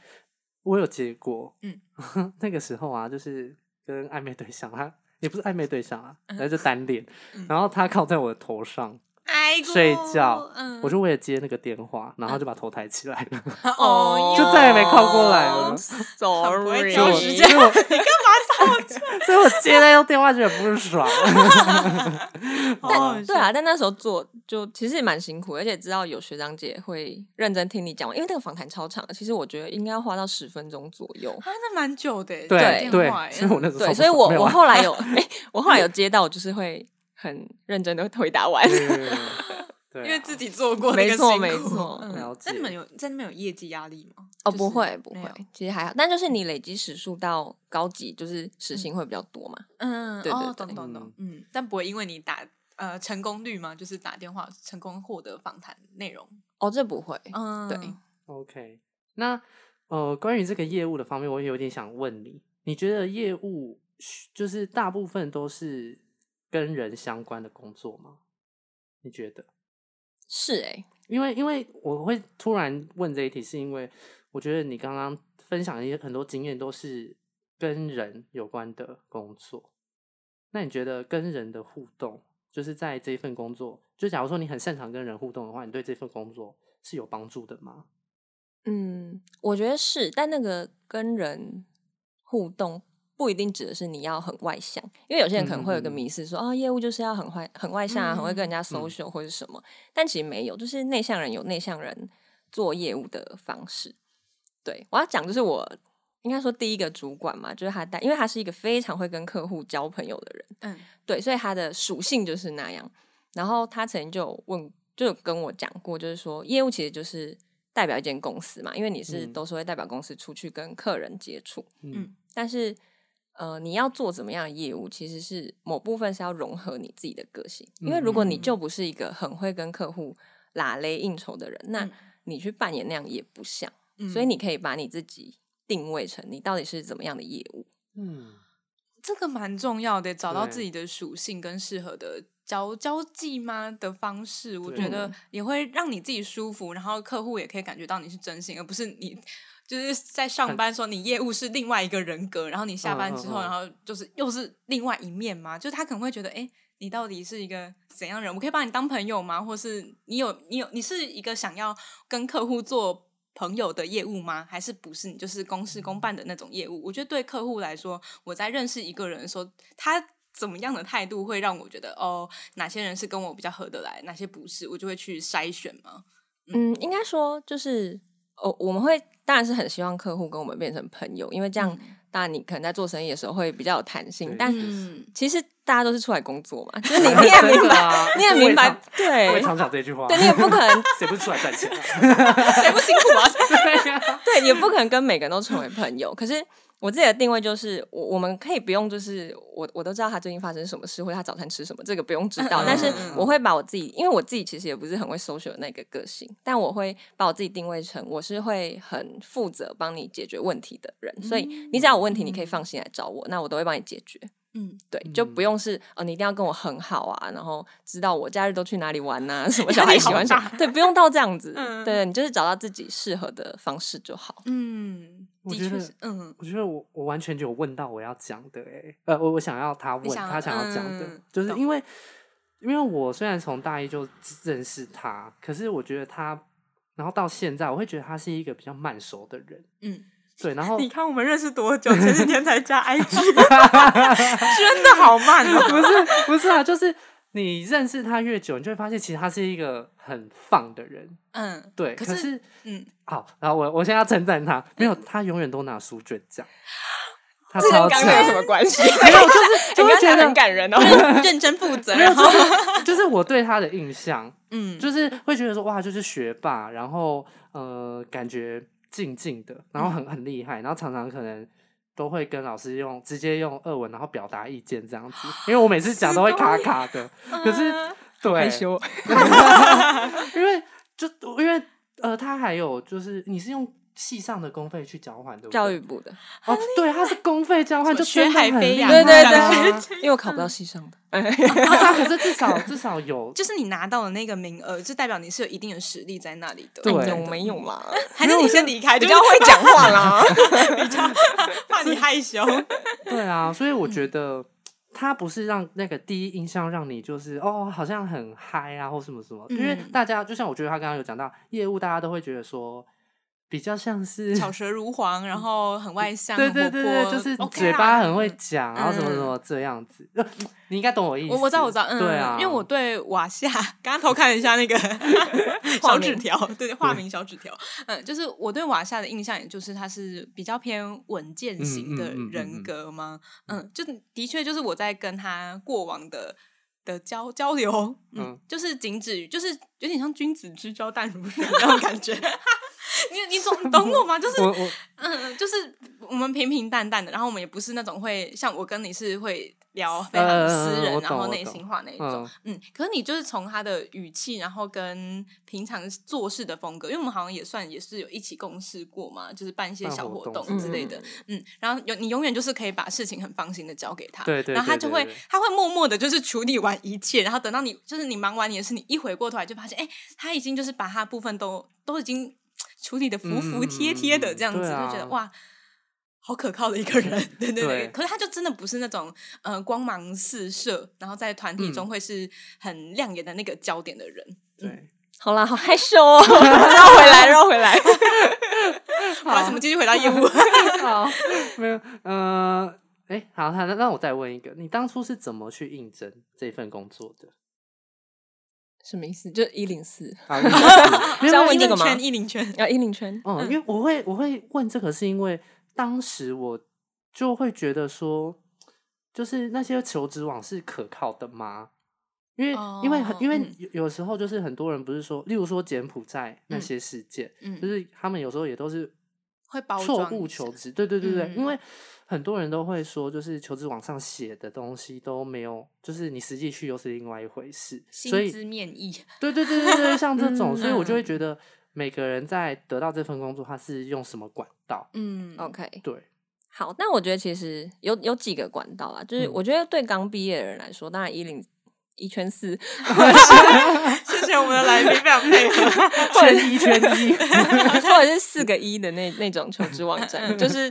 Speaker 2: 我有结果，
Speaker 1: 嗯，
Speaker 2: [LAUGHS] 那个时候啊，就是跟暧昧对象啊，也不是暧昧对象啊，然后就单恋，
Speaker 1: 嗯
Speaker 2: 然后他靠在我的头上
Speaker 1: 哎，
Speaker 2: 睡觉，
Speaker 1: 嗯
Speaker 2: 我就为了接那个电话，然后就把头抬起来了，
Speaker 1: 哦，
Speaker 2: 就再也没靠过来
Speaker 1: 哟
Speaker 2: 了。
Speaker 1: 很不
Speaker 2: 所
Speaker 1: 会
Speaker 3: Sorry，
Speaker 2: 以
Speaker 1: 挑
Speaker 2: 我，
Speaker 1: 时
Speaker 2: 所
Speaker 1: 间
Speaker 2: 以我， [LAUGHS] 所以我接那通电话觉得不是爽。
Speaker 1: 但
Speaker 3: 对，啊，但那时候做就其实也蛮辛苦，而且知道有学长姐会认真听你讲完，因为那个访谈超长的，其实我觉得应该要花到十分钟左
Speaker 2: [LAUGHS]
Speaker 3: 右。
Speaker 1: 他啊那蛮久的耶，欸
Speaker 2: 对
Speaker 1: 电
Speaker 2: 对
Speaker 1: 话，耶
Speaker 2: 所以我那时候
Speaker 3: 对，
Speaker 2: 受
Speaker 3: 所以
Speaker 2: 不
Speaker 3: 我
Speaker 2: 了
Speaker 3: 我
Speaker 2: 啊
Speaker 3: 后来
Speaker 2: [LAUGHS]
Speaker 3: 有，哎、我后来有接到，就是会很认真的回答完。
Speaker 2: 对对对对对，
Speaker 1: [LAUGHS] 因为自己做过那
Speaker 3: 没
Speaker 1: 个
Speaker 3: 错
Speaker 1: 辛苦，
Speaker 3: 没错
Speaker 1: 嗯
Speaker 2: 了解
Speaker 1: 那你们有在那边有业绩压力吗？就
Speaker 3: 哦， [LAUGHS]
Speaker 1: 是
Speaker 3: 不会不
Speaker 1: 没
Speaker 3: 会
Speaker 1: 有，
Speaker 3: 其实还好，但就是你累积时数到高级，就是时薪会比较多嘛。
Speaker 1: 嗯，
Speaker 3: 对对
Speaker 1: 哦，
Speaker 3: 对
Speaker 1: 懂懂懂，嗯，但不会因为你打呃成功率吗？就是打电话成功获得访谈内容，
Speaker 3: 哦，这不会，
Speaker 1: 嗯，
Speaker 3: 对
Speaker 2: OK，那呃，关于这个业务的方面，我有点想问你，你觉得业务需就是大部分都是跟人相关的工作吗？你觉得？
Speaker 3: 是哎、
Speaker 2: 因为因为我会突然问这一题，是因为我觉得你刚刚分享的一些很多经验都是跟人有关的工作。那你觉得跟人的互动，就是在这一份工作，就假如说你很擅长跟人互动的话，你对这份工作是有帮助的吗？
Speaker 3: 嗯，我觉得是，但那个跟人互动不一定指的是你要很外向，因为有些人可能会有一个
Speaker 2: 嗯嗯嗯嗯
Speaker 3: 迷思说，啊，业务就是要很外很外向啊，很会跟人家 social 或者什么，但其实没有，就是内向人有内向人做业务的方式。对，我要讲就是我应该说第一个主管嘛，就是他带，因为他是一个非常会跟客户交朋友的人。
Speaker 1: 嗯
Speaker 3: 对，所以他的属性就是那样。然后他曾经就有问，就有跟我讲过，就是说业务其实就是代表一间公司嘛，因为你是
Speaker 2: 嗯
Speaker 3: 都是会代表公司出去跟客人接触，
Speaker 1: 嗯
Speaker 3: 但是呃，你要做怎么样的业务，其实是某部分是要融合你自己的个性，因为如果你
Speaker 1: 嗯
Speaker 3: 就不是一个很会跟客户拉勒应酬的人，那
Speaker 1: 嗯
Speaker 3: 你去扮演那样也不像，
Speaker 1: 嗯
Speaker 3: 所以你可以把你自己定位成你到底是怎么样的业务。
Speaker 2: 嗯，
Speaker 1: 这个蛮重要的，找到
Speaker 2: 对
Speaker 1: 自己的属性跟适合的交交际吗的方式，我觉
Speaker 2: 对
Speaker 1: 得也会让你自己舒服，然后客户也可以感觉到你是真心，而不是你就是在上
Speaker 2: 很
Speaker 1: 班说你业务是另外一个人格，然后你下
Speaker 2: 嗯
Speaker 1: 班
Speaker 2: 嗯
Speaker 1: 之后，
Speaker 2: 嗯
Speaker 1: 然后就是又是另外一面嘛，就他可能会觉得，哎、你到底是一个怎样人？我可以把你当朋友吗？或是你有你有你是一个想要跟客户做朋友的业务吗？还是不是你就是公事公办的那种业务？我觉得对客户来说，我在认识一个人的时候，他怎么样的态度会让我觉得哦，哪些人是跟我比较合得来，哪些不是，我就会去筛选嘛。
Speaker 3: 嗯，应该说就是，哦，我们会当然是很希望客户跟我们变成朋友，因为这样，当然你可能在做生意的时候会比较有弹性
Speaker 2: 对，
Speaker 3: 但
Speaker 1: 嗯，
Speaker 3: 其实大家都是出来工作嘛，
Speaker 2: [LAUGHS]
Speaker 3: [LAUGHS] 就是你你也明白，
Speaker 2: 白
Speaker 3: 你也明白，
Speaker 2: 我也
Speaker 3: 对，
Speaker 2: 常讲这句话。
Speaker 3: 对你也不可能，
Speaker 2: [LAUGHS] 谁不是出来赚钱
Speaker 3: [LAUGHS]
Speaker 2: 啊？
Speaker 1: 谁不辛苦啊？
Speaker 2: [LAUGHS] 对啊，
Speaker 3: 对，你也不可能跟每个人都成为朋友。可是我自己的定位就是，我我们可以不用，就是我我都知道他最近发生什么事，或者他早餐吃什么，这个不用知道
Speaker 1: 嗯。
Speaker 3: 但是
Speaker 1: 嗯嗯
Speaker 3: 我会把我自己，因为我自己其实也不是很会 social 的那个个性，但我会把我自己定位成我是会很负责帮你解决问题的人。所以你只要有问题，你可以放心来找我，那我都会帮你解决。
Speaker 1: 嗯，
Speaker 3: 对，就
Speaker 2: 嗯
Speaker 3: 不用是哦，你一定要跟我很好啊，然后知道我假日都去哪里玩呐、什么小孩喜欢什
Speaker 1: 压力
Speaker 3: 么
Speaker 1: 好，
Speaker 3: 对，不用到这样子，
Speaker 1: 嗯
Speaker 3: 对，你就是找到自己适合的方式就好。
Speaker 1: 嗯，
Speaker 2: 我
Speaker 1: 的
Speaker 2: 觉
Speaker 1: 确
Speaker 2: 得
Speaker 1: 是，嗯，
Speaker 2: 我觉得我我完全就有问到我要讲的哎、呃，我我想要他问
Speaker 1: 你想要
Speaker 2: 他想要讲的，
Speaker 1: 嗯
Speaker 2: 就是
Speaker 1: 懂
Speaker 2: 因为因为我虽然从大一就认识他，可是我觉得他，然后到现在我会觉得他是一个比较慢熟的人，
Speaker 1: 嗯，
Speaker 2: 对，然后
Speaker 1: 你看我们认识多久？前几天才 [LAUGHS] 加 IG，真的好慢哦。
Speaker 2: 不是不是啊，就是你认识他越久，你就会发现其实他是一个很放的人，
Speaker 1: 嗯，
Speaker 2: 对，
Speaker 1: 可
Speaker 2: 可
Speaker 1: 是
Speaker 2: 是
Speaker 1: 嗯，
Speaker 2: 好，然后我我现在要称赞他，没有，他永远都拿书卷奖，他 [LAUGHS]
Speaker 3: 这
Speaker 2: 超
Speaker 3: 跟刚刚有
Speaker 2: 强
Speaker 3: 什。么关系？
Speaker 2: 没有，就是就
Speaker 3: 你
Speaker 2: 会
Speaker 3: 刚
Speaker 2: 觉
Speaker 3: 才
Speaker 2: 得
Speaker 3: 很感人哦。
Speaker 1: 认真负责，
Speaker 2: 没有，
Speaker 1: 然后
Speaker 2: 就是就是我对他的印象，
Speaker 1: 嗯，
Speaker 2: 就是会觉得说哇，就是学霸，然后呃，感觉静静的，然后很很厉害，然后常常可能。都会跟老师用直接用俄文，然后表达意见这样子，因为我每次讲都会卡卡的。可是对，
Speaker 3: 羞，
Speaker 2: 因为就因为呃，他还有就是你是用系上的公费去交换，对不对？
Speaker 3: 教育部的，
Speaker 2: 哦，对，它是公费交换，
Speaker 1: 什么
Speaker 2: 就
Speaker 1: 学
Speaker 2: 真的
Speaker 1: 海
Speaker 2: 很
Speaker 1: 飞
Speaker 2: 厉
Speaker 1: 扬
Speaker 2: 害
Speaker 3: 对对
Speaker 2: 啊
Speaker 3: 对，因为我考不到系上的，
Speaker 2: [LAUGHS] 啊可是至少至少有
Speaker 1: [LAUGHS] 就是你拿到的那个名额，就代表你是有一定的实力在那里的。
Speaker 2: 对
Speaker 3: 哎有没有嘛？
Speaker 1: 还是你先离开，
Speaker 3: 比较会讲话啦，
Speaker 1: 比较怕你害羞。 [LAUGHS]
Speaker 2: 对啊，所以我
Speaker 1: 嗯
Speaker 2: 觉得他不是让那个第一印象让你就是哦，好像很嗨啊或什么什么，因为
Speaker 1: 嗯
Speaker 2: 大家就像我觉得他刚刚有讲到业务，大家都会觉得说比较像是
Speaker 1: 巧舌如簧，然后很外向，
Speaker 2: 对对
Speaker 1: 很
Speaker 2: 对
Speaker 1: 活
Speaker 2: 对，
Speaker 1: 泼
Speaker 2: 就是
Speaker 1: OK
Speaker 2: 嘴
Speaker 1: 啦
Speaker 2: 巴很会
Speaker 1: 嗯
Speaker 2: 讲，啊然后什么什么这样子， [LAUGHS] 呃你应该懂我意思。
Speaker 1: 我我知道我知道，嗯，
Speaker 2: 对啊，
Speaker 1: 因为我对瓦夏刚刚偷看了一
Speaker 2: [LAUGHS]
Speaker 1: 下那个小纸条，对对，化名小纸条，嗯，就是我对瓦夏的印象，也就是他是比较偏稳健型的
Speaker 2: 嗯嗯嗯嗯
Speaker 1: 人格吗？嗯就的确就是我在跟他过往的。的交交流，嗯，
Speaker 2: 嗯
Speaker 1: 就是仅止于，就是有点像君子之交淡如水那种感觉。 [LAUGHS] 你你懂懂我吗？就是
Speaker 2: 我我
Speaker 1: 嗯，就是我们平平淡淡的，然后我们也不是那种会像我跟你是会聊非
Speaker 2: 呃
Speaker 1: 常私
Speaker 2: 我
Speaker 1: 人，
Speaker 2: 懂
Speaker 1: 然后
Speaker 2: 我
Speaker 1: 内
Speaker 2: 懂
Speaker 1: 心话 [LAUGHS] 那一种。
Speaker 2: 嗯
Speaker 1: 嗯，可是你就是从他的语气，然后跟平常做事的风格，因为我们好像也算也是有一起共事过嘛，就是办一些
Speaker 2: 办
Speaker 1: 小
Speaker 2: 活
Speaker 1: 活
Speaker 2: 动
Speaker 1: 动之类
Speaker 3: 嗯
Speaker 1: 的。嗯然后有你永远就是可以把事情很放心的交给他，
Speaker 2: 对对
Speaker 1: 然后他
Speaker 2: 对
Speaker 1: 就
Speaker 2: 对
Speaker 1: 会
Speaker 2: 对
Speaker 1: 他会默默的就是处理完一切，然后等到你就是你忙完你的事，你一回过头来就发现，哎，他已经就是把他部分都都已经处理的服服帖帖的这样
Speaker 2: 嗯嗯嗯
Speaker 1: 子，
Speaker 2: 对啊
Speaker 1: 就觉得哇。好可靠的一个人，对对
Speaker 2: 对
Speaker 1: 可是他就真的不是那种呃光芒四射，然后在团体
Speaker 2: 嗯
Speaker 1: 中会是很亮眼的那个焦点的人。
Speaker 2: 对，
Speaker 3: [LAUGHS] 好啦，好害羞哦，绕回来，绕回 [LAUGHS] 来，
Speaker 1: 好，我怎么继续回到业
Speaker 2: [LAUGHS]
Speaker 1: 务？
Speaker 2: 好， [LAUGHS] 没有，呃，哎，好，那那我再问一个，你当初是怎么去应征这份工作的？
Speaker 3: 什么意思？就一零四
Speaker 2: 啊，
Speaker 1: [LAUGHS]
Speaker 2: 因为没有
Speaker 3: 这样
Speaker 2: 没有
Speaker 3: 问
Speaker 1: 一
Speaker 3: 这个
Speaker 1: 零
Speaker 3: 吗
Speaker 1: 圈，一零圈。
Speaker 3: 啊要一零圈，
Speaker 2: 哦，因为我会我会问这个，是因为当时我就会觉得说，就是那些求职网是可靠的吗？因为、因为很因为
Speaker 1: 哦嗯
Speaker 2: 有有时候就是很多人不是说，例如说柬埔寨那
Speaker 1: 嗯
Speaker 2: 些事件，就
Speaker 1: 嗯，
Speaker 2: 是他们有时候也都是
Speaker 1: 会包
Speaker 2: 错
Speaker 1: 装
Speaker 2: 误
Speaker 1: 一
Speaker 2: 求
Speaker 1: 下
Speaker 2: 职，对对对对，
Speaker 1: 嗯
Speaker 2: 因为很多人都会说，就是求职网上写的东西都没有，就是你实际去又是另外一回事，所
Speaker 1: 薪
Speaker 2: 以
Speaker 1: 资面议。
Speaker 2: 对对对对对，像这种，所以我就会
Speaker 1: 嗯
Speaker 2: 觉得每个人在得到这份工作，他是用什么管道？
Speaker 1: 嗯
Speaker 2: 哦
Speaker 1: [LAUGHS]
Speaker 3: OK，
Speaker 2: 对，
Speaker 3: 好，那我觉得其实有有几个管道啦，就是
Speaker 2: 嗯
Speaker 3: 我觉得对刚毕业的人来说，当然一零一圈四，
Speaker 1: 谢谢我们的来宾，非常配合。
Speaker 2: [LAUGHS]
Speaker 3: [LAUGHS]
Speaker 2: 圈一圈一，
Speaker 3: 或者是四个一的那那种求职网站，就是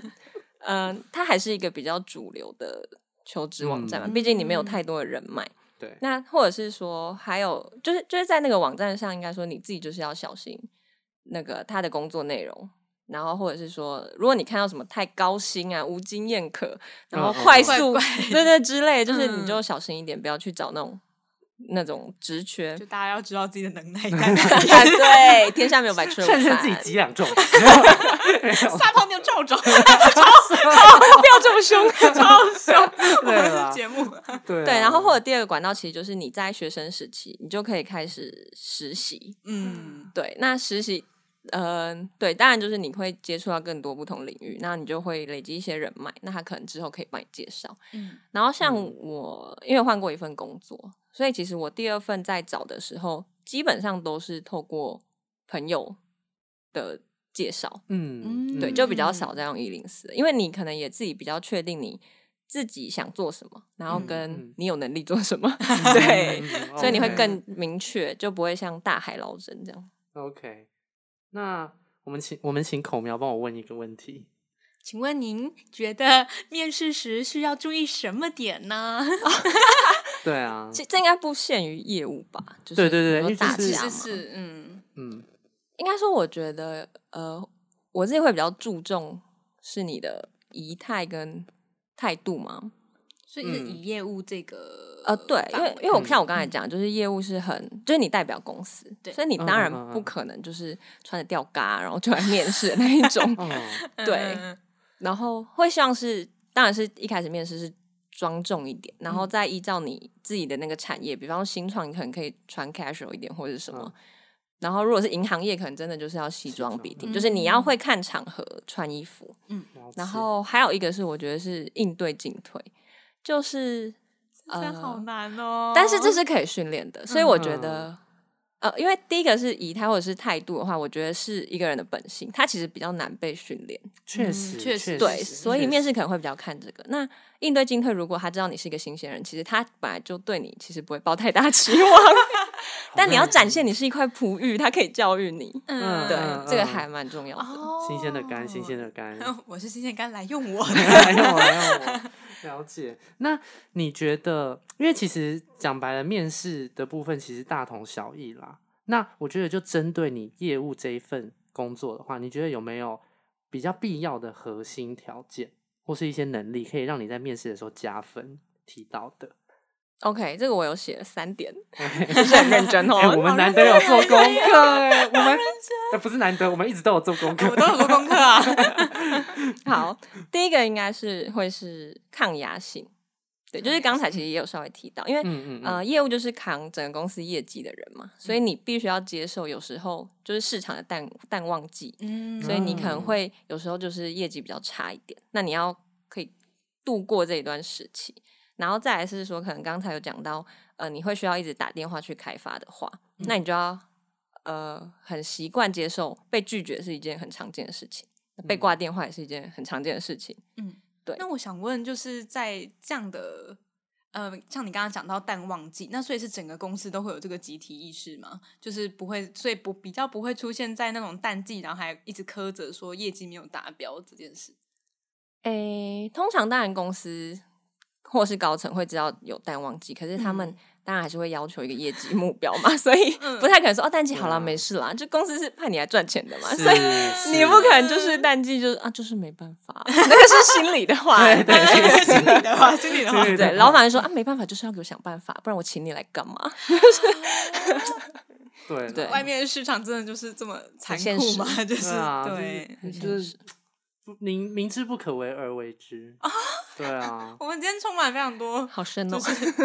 Speaker 3: 嗯、呃它还是一个比较主流的求职网站嘛，
Speaker 1: 嗯
Speaker 3: 毕竟你没有太多的人脉。
Speaker 2: 对，
Speaker 3: 那或者是说，还有就是就是在那个网站上，应该说你自己就是要小心那个他的工作内容。然后，或者是说，如果你看到什么太高薪啊、无经验可，然后
Speaker 2: 嗯嗯
Speaker 3: 快
Speaker 2: 嗯
Speaker 3: 速，
Speaker 1: 怪
Speaker 3: 对对之类，就是
Speaker 1: 嗯
Speaker 3: 你就小心一点，不要去找那种那种职缺
Speaker 1: 就。大家要知道自己的能耐在哪里。
Speaker 3: [LAUGHS] [LAUGHS] 对，天下没有白吃的
Speaker 2: 趁
Speaker 3: 午
Speaker 2: 趁
Speaker 3: 餐
Speaker 2: 自己几两
Speaker 1: [LAUGHS]
Speaker 2: 重，
Speaker 1: 撒泡尿照
Speaker 3: [LAUGHS]
Speaker 1: 照，
Speaker 3: 不要这么凶，
Speaker 1: [LAUGHS]
Speaker 3: [LAUGHS]
Speaker 1: 超凶。
Speaker 2: 对啦
Speaker 1: 这节目
Speaker 2: 对
Speaker 3: 对，
Speaker 2: 啊
Speaker 3: 然后或者第二个管道其实就是你在学生时期，你就可以开始实习。
Speaker 1: 嗯，
Speaker 3: 对，那实习，呃，对，当然就是你会接触到更多不同领域，那你就会累积一些人脉，那他可能之后可以帮你介绍。
Speaker 1: 嗯，
Speaker 3: 然后像我，因为换过一份工作，所以其实我第二份在找的时候，基本上都是透过朋友的介绍，
Speaker 2: 嗯，
Speaker 1: 嗯
Speaker 3: 对，
Speaker 2: 嗯
Speaker 3: 就比较少在用一零四，因为你可能也自己比较确定你自己想做什么，然后
Speaker 1: 嗯
Speaker 3: 跟
Speaker 2: 嗯
Speaker 3: 你有能力做什么，
Speaker 2: 嗯
Speaker 3: 对，
Speaker 2: 嗯嗯
Speaker 3: 所以你会
Speaker 2: OK
Speaker 3: 更明确，就不会像大海捞针这样。
Speaker 2: OK。那我们请我们请口苗帮我问一个问题，
Speaker 1: 请问您觉得面试时需要注意什么点呢？
Speaker 2: 对啊，
Speaker 3: 这这应该不限于业务吧？ [LAUGHS] 就是啊
Speaker 2: 对对对
Speaker 3: 比如说
Speaker 2: 因为
Speaker 3: 打
Speaker 2: 就是
Speaker 3: 架嘛，
Speaker 1: 是，嗯
Speaker 2: 嗯
Speaker 3: 应该说我觉得呃，我自己会比较注重是你的仪态跟态度嘛。
Speaker 1: 所以是
Speaker 2: 嗯
Speaker 1: 以业务这个
Speaker 3: 呃，对，因
Speaker 1: 范
Speaker 3: 为
Speaker 1: 围嗯
Speaker 3: 因为我像我刚才讲，就是业务是很，就是你代表公司，
Speaker 1: 对
Speaker 3: 所以你
Speaker 2: 嗯
Speaker 3: 当然
Speaker 2: 嗯嗯嗯，
Speaker 3: 不可能就是穿着吊嘎然后就来面试的那一种
Speaker 1: [LAUGHS]
Speaker 2: 哦，
Speaker 3: 对
Speaker 1: 嗯
Speaker 3: 然后会希望是，当然是一开始面试是庄重一点，然后
Speaker 1: 嗯
Speaker 3: 再依照你自己的那个产业，比方说新创，你可能可以穿 casual 一点或者是什么。
Speaker 2: 嗯
Speaker 3: 然后，如果是银行业，可能真的就是要西装笔挺，
Speaker 1: 西装
Speaker 3: 就是你要会看场合穿衣服。
Speaker 2: 了
Speaker 3: 然
Speaker 2: 解
Speaker 3: 后还有一个是，我觉得是应对进退，就是
Speaker 1: 这好
Speaker 3: 呃，
Speaker 1: 难
Speaker 2: 嗯
Speaker 1: 哦。
Speaker 3: 但是这是可以训练的，所以我觉得呃，因为第一个是仪态或者是态度的话，我觉得是一个人的本性，他其实比较难被训练。
Speaker 2: 确
Speaker 1: 嗯
Speaker 2: 实，
Speaker 1: 确实
Speaker 2: 实，
Speaker 3: 对，
Speaker 2: 确
Speaker 3: 所以面
Speaker 2: 实
Speaker 3: 试可能会比较看这个。那应对进退，如果他知道你是一个新鲜人，其实他本来就对你其实不会抱太大期
Speaker 2: [LAUGHS]
Speaker 3: 望， [LAUGHS] 但你要展现你是一块璞玉，他可以教育你。
Speaker 2: 嗯
Speaker 3: 对，
Speaker 2: 嗯
Speaker 3: 这个
Speaker 2: 嗯
Speaker 3: 还蛮重要的。
Speaker 1: 哦
Speaker 2: 新鲜的肝，新鲜。的肝，
Speaker 1: [LAUGHS] 我是新鲜肝，来用我。
Speaker 3: [LAUGHS]
Speaker 2: 还有我，还有我。哎了解。那你觉得，因为其实讲白了，面试的部分其实大同小异啦。那我觉得，就针对你业务这一份工作的话，你觉得有没有比较必要的核心条件，或是一些能力，可以让你在面试的时候加分提到的？
Speaker 3: OK，这个我有写了三点，就是 [LAUGHS] 很认真哦。
Speaker 2: 哎、我们难得有做功课、哎，我们、呃不是难得，我们一直都有做功课
Speaker 1: 我。都有做功课
Speaker 3: [LAUGHS]
Speaker 1: 啊，
Speaker 3: 好，第一个应该是会是抗压性，对，就是刚才其实也有稍微提到，因为、
Speaker 2: 嗯嗯嗯，
Speaker 3: 呃，业务就是扛整个公司业绩的人嘛，所以你必须要接受有时候就是市场的淡淡旺季，
Speaker 1: 嗯
Speaker 3: 所以你可能
Speaker 2: 嗯
Speaker 3: 会有时候就是业绩比较差一点，那你要可以度过这一段时期。然后再来是说，可能刚才有讲到，呃，你会需要一直打电话去开发的话，
Speaker 2: 嗯
Speaker 3: 那你就要呃很习惯接受被拒绝是一件很常见的事情，
Speaker 2: 嗯
Speaker 3: 被挂电话也是一件很常见的事情。
Speaker 1: 那我想问，就是在这样的，呃，像你刚刚讲到淡旺季，那所以是整个公司都会有这个集体意识吗？就是不会，所以不比较不会出现在那种淡季，然后还一直苛责说业绩没有达标这件事。
Speaker 3: 诶、通常当然公司或是高层会知道有淡旺季，可是他们
Speaker 1: 嗯
Speaker 3: 当然还是会要求一个业绩目标嘛， [LAUGHS] 所以
Speaker 1: 嗯
Speaker 3: 不太可能说哦淡季好
Speaker 2: 对啊
Speaker 3: 了没事啦，就公司是派你来赚钱的嘛，
Speaker 2: 是
Speaker 3: 所以
Speaker 2: 是
Speaker 3: 你不可能就是淡季就是啊就是没办法， [LAUGHS] 那个是心里的话，
Speaker 2: 哎对
Speaker 3: [LAUGHS]
Speaker 2: 对是
Speaker 1: 心里的话，心里的话，
Speaker 2: 对
Speaker 3: 对，老板说啊没办法就是要给我想办法，不然我请你来干嘛？
Speaker 2: 对啦
Speaker 3: 对
Speaker 1: [LAUGHS] 外面的市场真的就是这么残
Speaker 3: 现
Speaker 1: 酷
Speaker 3: 实
Speaker 1: 吗？ [LAUGHS] 就是
Speaker 2: 对啊，
Speaker 1: 对。
Speaker 2: 就是
Speaker 3: 很
Speaker 2: 就
Speaker 3: 现
Speaker 2: 是不明明知不可为而为之，对啊，
Speaker 1: [LAUGHS] 我们今天充满非常
Speaker 2: [LAUGHS]
Speaker 1: 多
Speaker 3: 好深哦，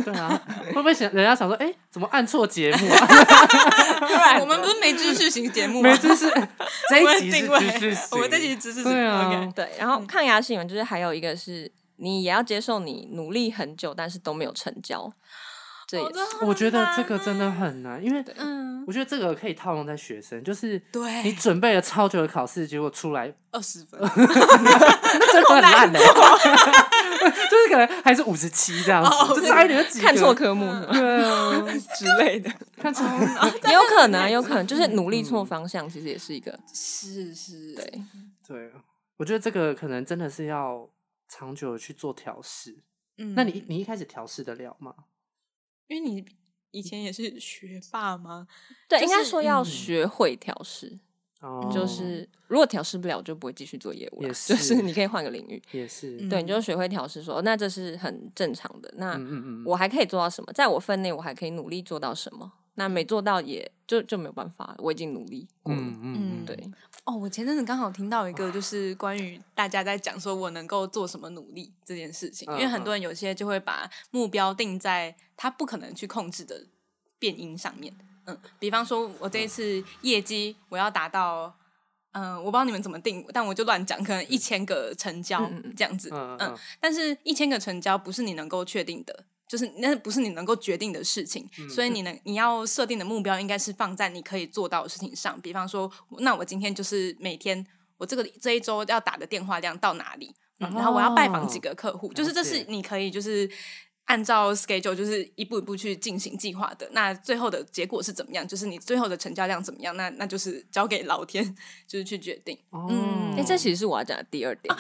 Speaker 2: 对啊，会不会想人家想说，哎、怎么按错节目
Speaker 1: [LAUGHS]
Speaker 2: 啊？
Speaker 1: 我们不是没知识型
Speaker 2: [LAUGHS]
Speaker 1: 节目吗？
Speaker 2: 没
Speaker 1: [LAUGHS]
Speaker 2: 知识，这
Speaker 1: 我
Speaker 2: 一
Speaker 1: 们
Speaker 2: 集
Speaker 1: 定
Speaker 2: 是
Speaker 1: 位
Speaker 2: 知识型，
Speaker 1: 我们这集是知识型
Speaker 2: 对啊
Speaker 1: OK
Speaker 3: 嗯对，然后抗压性嘛，就是还有一个是你也要接受你努力很久，但是都没有成交，这也
Speaker 2: 哦
Speaker 1: 好的啊
Speaker 3: 是
Speaker 2: 我觉得这个真的很难，因为
Speaker 1: 嗯，
Speaker 2: 我觉得这个可以套用在学生，就是
Speaker 1: 对
Speaker 2: 你准备了超久的考试，结果出来
Speaker 1: [LAUGHS] 二十
Speaker 2: [LAUGHS]
Speaker 1: 分，
Speaker 2: 那真的很烂的、 [LAUGHS] 就是可能还是五十七这样子，
Speaker 1: 哦
Speaker 2: 就差一点就及格
Speaker 3: 看错科目是吗
Speaker 2: 对啊，
Speaker 3: [LAUGHS] 之类的，
Speaker 2: 看错。 [LAUGHS] 嗯
Speaker 3: 也有可能啊，有可能就是努力错方向，其实也是一个
Speaker 1: 是是，
Speaker 3: 对。
Speaker 2: 对，我觉得这个可能真的是要长久的去做调试。
Speaker 1: 嗯
Speaker 2: 那你你一开始调试得了吗？
Speaker 1: 因为你以前也是学霸吗？
Speaker 3: 对，
Speaker 1: 就
Speaker 3: 应该
Speaker 1: 是
Speaker 3: 说要
Speaker 2: 嗯
Speaker 3: 学会调试，
Speaker 2: 哦
Speaker 3: 就是如果调试不了，就不会继续做业务 [LAUGHS]
Speaker 2: 也
Speaker 3: 了。就是是你可以换个领域，
Speaker 2: 也是，
Speaker 1: 嗯
Speaker 3: 对，你就学会调试说，那这是很正常的。那
Speaker 2: 嗯嗯嗯，
Speaker 3: 我还可以做到什么？在我分内，我还可以努力做到什么？那没做到也就就没有办法，我已经努力过了。
Speaker 2: 嗯
Speaker 1: 嗯
Speaker 3: 对，
Speaker 1: 哦，我前阵子刚好听到一个，就是关于大家在讲说我能够做什么努力这件事情，因为
Speaker 2: 嗯
Speaker 1: 很多
Speaker 2: 嗯
Speaker 1: 人有些就会把目标定在他不可能去控制的变因上面。嗯，比方说我这一次业绩我要达到。嗯、我不知道你们怎么定，但我就乱讲，可能一千个成交
Speaker 3: 嗯嗯嗯
Speaker 1: 这样子。
Speaker 2: 嗯
Speaker 1: 嗯，但是一千个成交不是你能够确定的，就是那不是你能够决定的事情，
Speaker 3: 嗯
Speaker 1: 所以你能你要设定的目标应该是放在你可以做到的事情上。比方说，那我今天就是每天我这个这一周要打的电话量到哪里，嗯然后我要拜访
Speaker 3: 哦
Speaker 1: 几个客户，就是这
Speaker 2: 了解
Speaker 1: 是你可以就是。按照 schedule 就是一步一步去进行计划的，那最后的结果是怎么样？就是你最后的成交量怎么样？那那就是交给老天， [LAUGHS] 就是去决
Speaker 3: [LAUGHS]
Speaker 1: 定。
Speaker 2: 哦
Speaker 1: 嗯
Speaker 3: 哎、这其实是我要讲的第二点，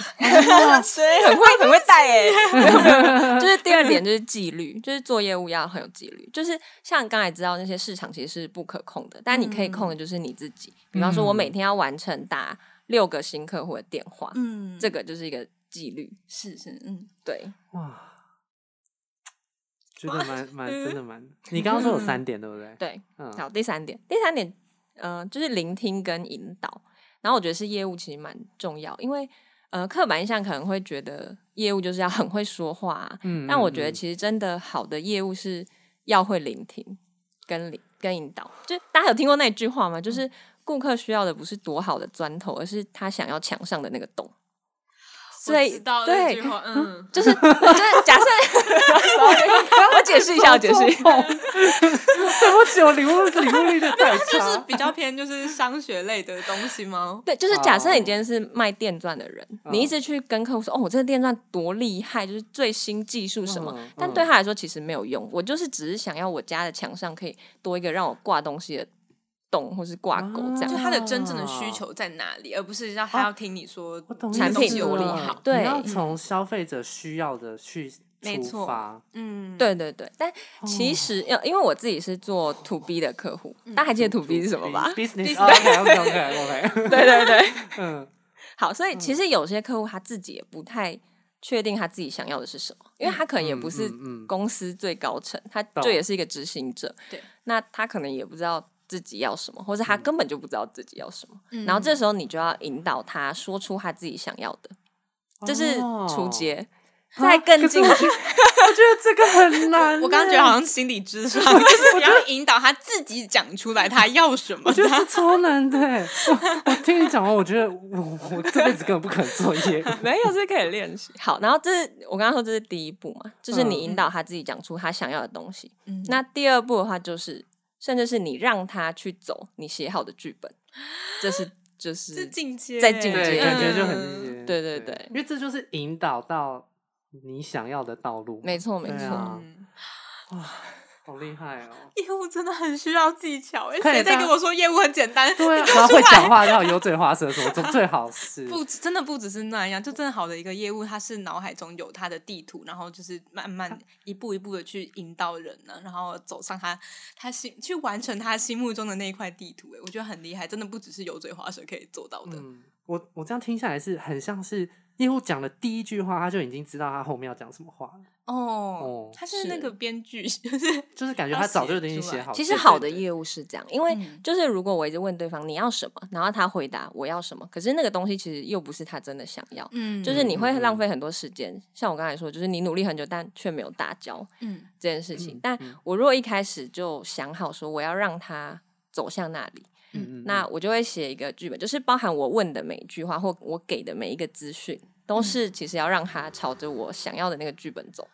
Speaker 1: 谁 [LAUGHS]
Speaker 3: 很会很会带哎、就是第二点就是纪律，就是做业务要很有纪律。就是像刚才知道那些市场其实是不可控的，但你可以控的就是你自己。比方说，我每天要完成打六个新客户的电话，
Speaker 1: 嗯，
Speaker 3: 这
Speaker 1: 个
Speaker 3: 个就是一个纪律。
Speaker 1: 是是嗯，
Speaker 3: 对，
Speaker 2: 哇。觉得
Speaker 3: [LAUGHS]
Speaker 2: 蛮蛮真的蛮，你刚刚说有三点对不对？
Speaker 3: 嗯对，
Speaker 2: 嗯，
Speaker 3: 好，第三点，第三点，呃，就是聆听跟引导。然后我觉得是业务其实蛮重要，因为呃，刻板印象可能会觉得业务就是要很会说话、啊，
Speaker 2: 嗯
Speaker 3: 但我觉得
Speaker 2: 嗯
Speaker 3: 其实真的好的业务是要会聆听跟聆跟引导。就大家有听过那句话吗？
Speaker 2: 嗯
Speaker 3: 就是顾客需要的不是多好的砖头，而是他想要墙上的那个洞。最
Speaker 1: 知道这
Speaker 3: 对
Speaker 1: 句话，嗯，
Speaker 3: 就是 [LAUGHS] 就是
Speaker 2: [LAUGHS]
Speaker 3: 假设，我解释一下，我解释一下，
Speaker 2: 对不起，我领悟领悟力的太
Speaker 1: 就
Speaker 2: 差
Speaker 1: 是。比较偏就是商学类的东西吗？
Speaker 3: [LAUGHS] 对，就是假设你
Speaker 2: 哦
Speaker 3: 今天是卖电钻的人，
Speaker 2: 嗯
Speaker 3: 你一直去跟客户说，哦，我这个电钻多厉害，就是最新技术什么，
Speaker 2: 嗯
Speaker 3: 但
Speaker 2: 嗯
Speaker 3: 对他来说其实没有用。我就是只是想要我家的墙上可以多一个让我挂东西的洞，或是挂钩这
Speaker 2: 啊
Speaker 1: 就
Speaker 3: 样。
Speaker 1: 他的真正的需求在哪里，而不是让他要听你说
Speaker 2: 我懂
Speaker 3: 产
Speaker 1: 哦你的东
Speaker 3: 品
Speaker 1: 西
Speaker 2: 有
Speaker 1: 有
Speaker 3: 力
Speaker 1: 多
Speaker 3: 了
Speaker 1: 好。
Speaker 3: 对嗯
Speaker 2: 你要从消费者需要的去
Speaker 1: 没
Speaker 2: 出
Speaker 1: 错
Speaker 2: 发。
Speaker 1: 嗯，
Speaker 3: 对对对，但其
Speaker 2: 哦嗯
Speaker 3: 实要因为我自己是做 to B 的客户，大家还记得 to B 是什么吧？
Speaker 2: ？business
Speaker 1: Business-
Speaker 2: OK OK OK OK，
Speaker 3: 对对对，
Speaker 2: 嗯，
Speaker 3: 好，所以其实有些客户他自己也不太确定他自己想要的是什么，因为他可 [LAUGHS] 能也不是
Speaker 2: 嗯嗯嗯
Speaker 3: 公司最高层，他
Speaker 2: 懂
Speaker 3: 就也是一个执行者。
Speaker 1: 对，
Speaker 3: 那他可能也不知道自己要什么，或者
Speaker 2: 嗯
Speaker 3: 他根本就不知道自己要什么。
Speaker 1: 嗯
Speaker 3: 然后这时候你就要引导他说出他自己想要的，
Speaker 2: 嗯
Speaker 3: 这是初
Speaker 2: 哦。
Speaker 3: 阶。
Speaker 2: 啊
Speaker 3: 再更
Speaker 2: 可是
Speaker 3: 进
Speaker 2: 我
Speaker 3: 去
Speaker 2: 觉，得我觉得这个
Speaker 1: [LAUGHS]
Speaker 2: 很难欸。
Speaker 1: 我刚刚觉得好像心理智 [LAUGHS] 商，就是你要引导他自己讲出来他要什么
Speaker 2: 我。觉得是超难的欸。我我听你讲完，我觉得我我这辈子根本不可能做
Speaker 3: [LAUGHS]
Speaker 2: 业务。
Speaker 3: 没有是可以练习。嗯好，然后这是我刚刚说这是第一步嘛，就是你引导他自己讲出他想要的东西。
Speaker 1: 嗯
Speaker 3: 那第二步的话，就是甚至是你让他去走你写好的剧本，这 [LAUGHS] 是就
Speaker 1: 是
Speaker 3: 是
Speaker 1: 进阶，
Speaker 3: 在进阶
Speaker 2: 对，感觉就很
Speaker 1: 嗯
Speaker 2: 理解
Speaker 3: 对对对
Speaker 2: 因为这就是引导到你想要的道路。
Speaker 3: 没错没
Speaker 2: 对
Speaker 3: 错。
Speaker 2: 啊
Speaker 1: 嗯
Speaker 2: 好厉害
Speaker 1: [LAUGHS]
Speaker 2: 哦！
Speaker 1: 业务真的很需要技巧，哎，
Speaker 2: 快
Speaker 1: 谁
Speaker 2: 点
Speaker 1: 在
Speaker 2: 大
Speaker 1: 跟我说业务很简单？
Speaker 2: 对啊，然后会讲话，要油嘴滑舌什么，总最好是
Speaker 1: 不，真的不只是那样，就真的好的一个业务，他是脑海中有他的地图，然后就是慢慢一步一步的去引导人呢，然后走上他他心去完成他心目中的那一块地图。哎，我觉得很厉害，真的不只是油嘴滑舌可以做到的。
Speaker 2: 嗯，我我这样听下来是很像是业务讲的第一句话，他就已经知道他后面要讲什么话了，哦
Speaker 1: 哦，他是那
Speaker 3: 是
Speaker 1: 个编剧， [LAUGHS] 就是
Speaker 2: 就是感觉
Speaker 1: 要
Speaker 2: 他早就已
Speaker 1: 写
Speaker 2: 经
Speaker 1: 出
Speaker 2: 写
Speaker 1: 来
Speaker 2: 好。
Speaker 3: 其实好的
Speaker 2: 业
Speaker 3: 业务是这样，因为
Speaker 1: 嗯
Speaker 3: 就是如果我一直问对方你要什么，然后他回答我要什么，可是那个东西其实又不是他真的想要，
Speaker 1: 嗯
Speaker 3: 就是你
Speaker 2: 嗯
Speaker 3: 会
Speaker 2: 嗯
Speaker 3: 浪费很多时间。像我刚才说，就是你努力很久，但却没有打交
Speaker 1: 嗯
Speaker 3: 这件事情
Speaker 2: 嗯。
Speaker 3: 但
Speaker 2: 嗯
Speaker 3: 我如果一开始就想好说我要让他走向那里，
Speaker 2: 嗯嗯
Speaker 3: 那
Speaker 2: 嗯
Speaker 3: 我就会写一个剧本，就是包含我问的每一句话或我给的每一个资讯，都是其实要让他朝着我想要的那个剧本走。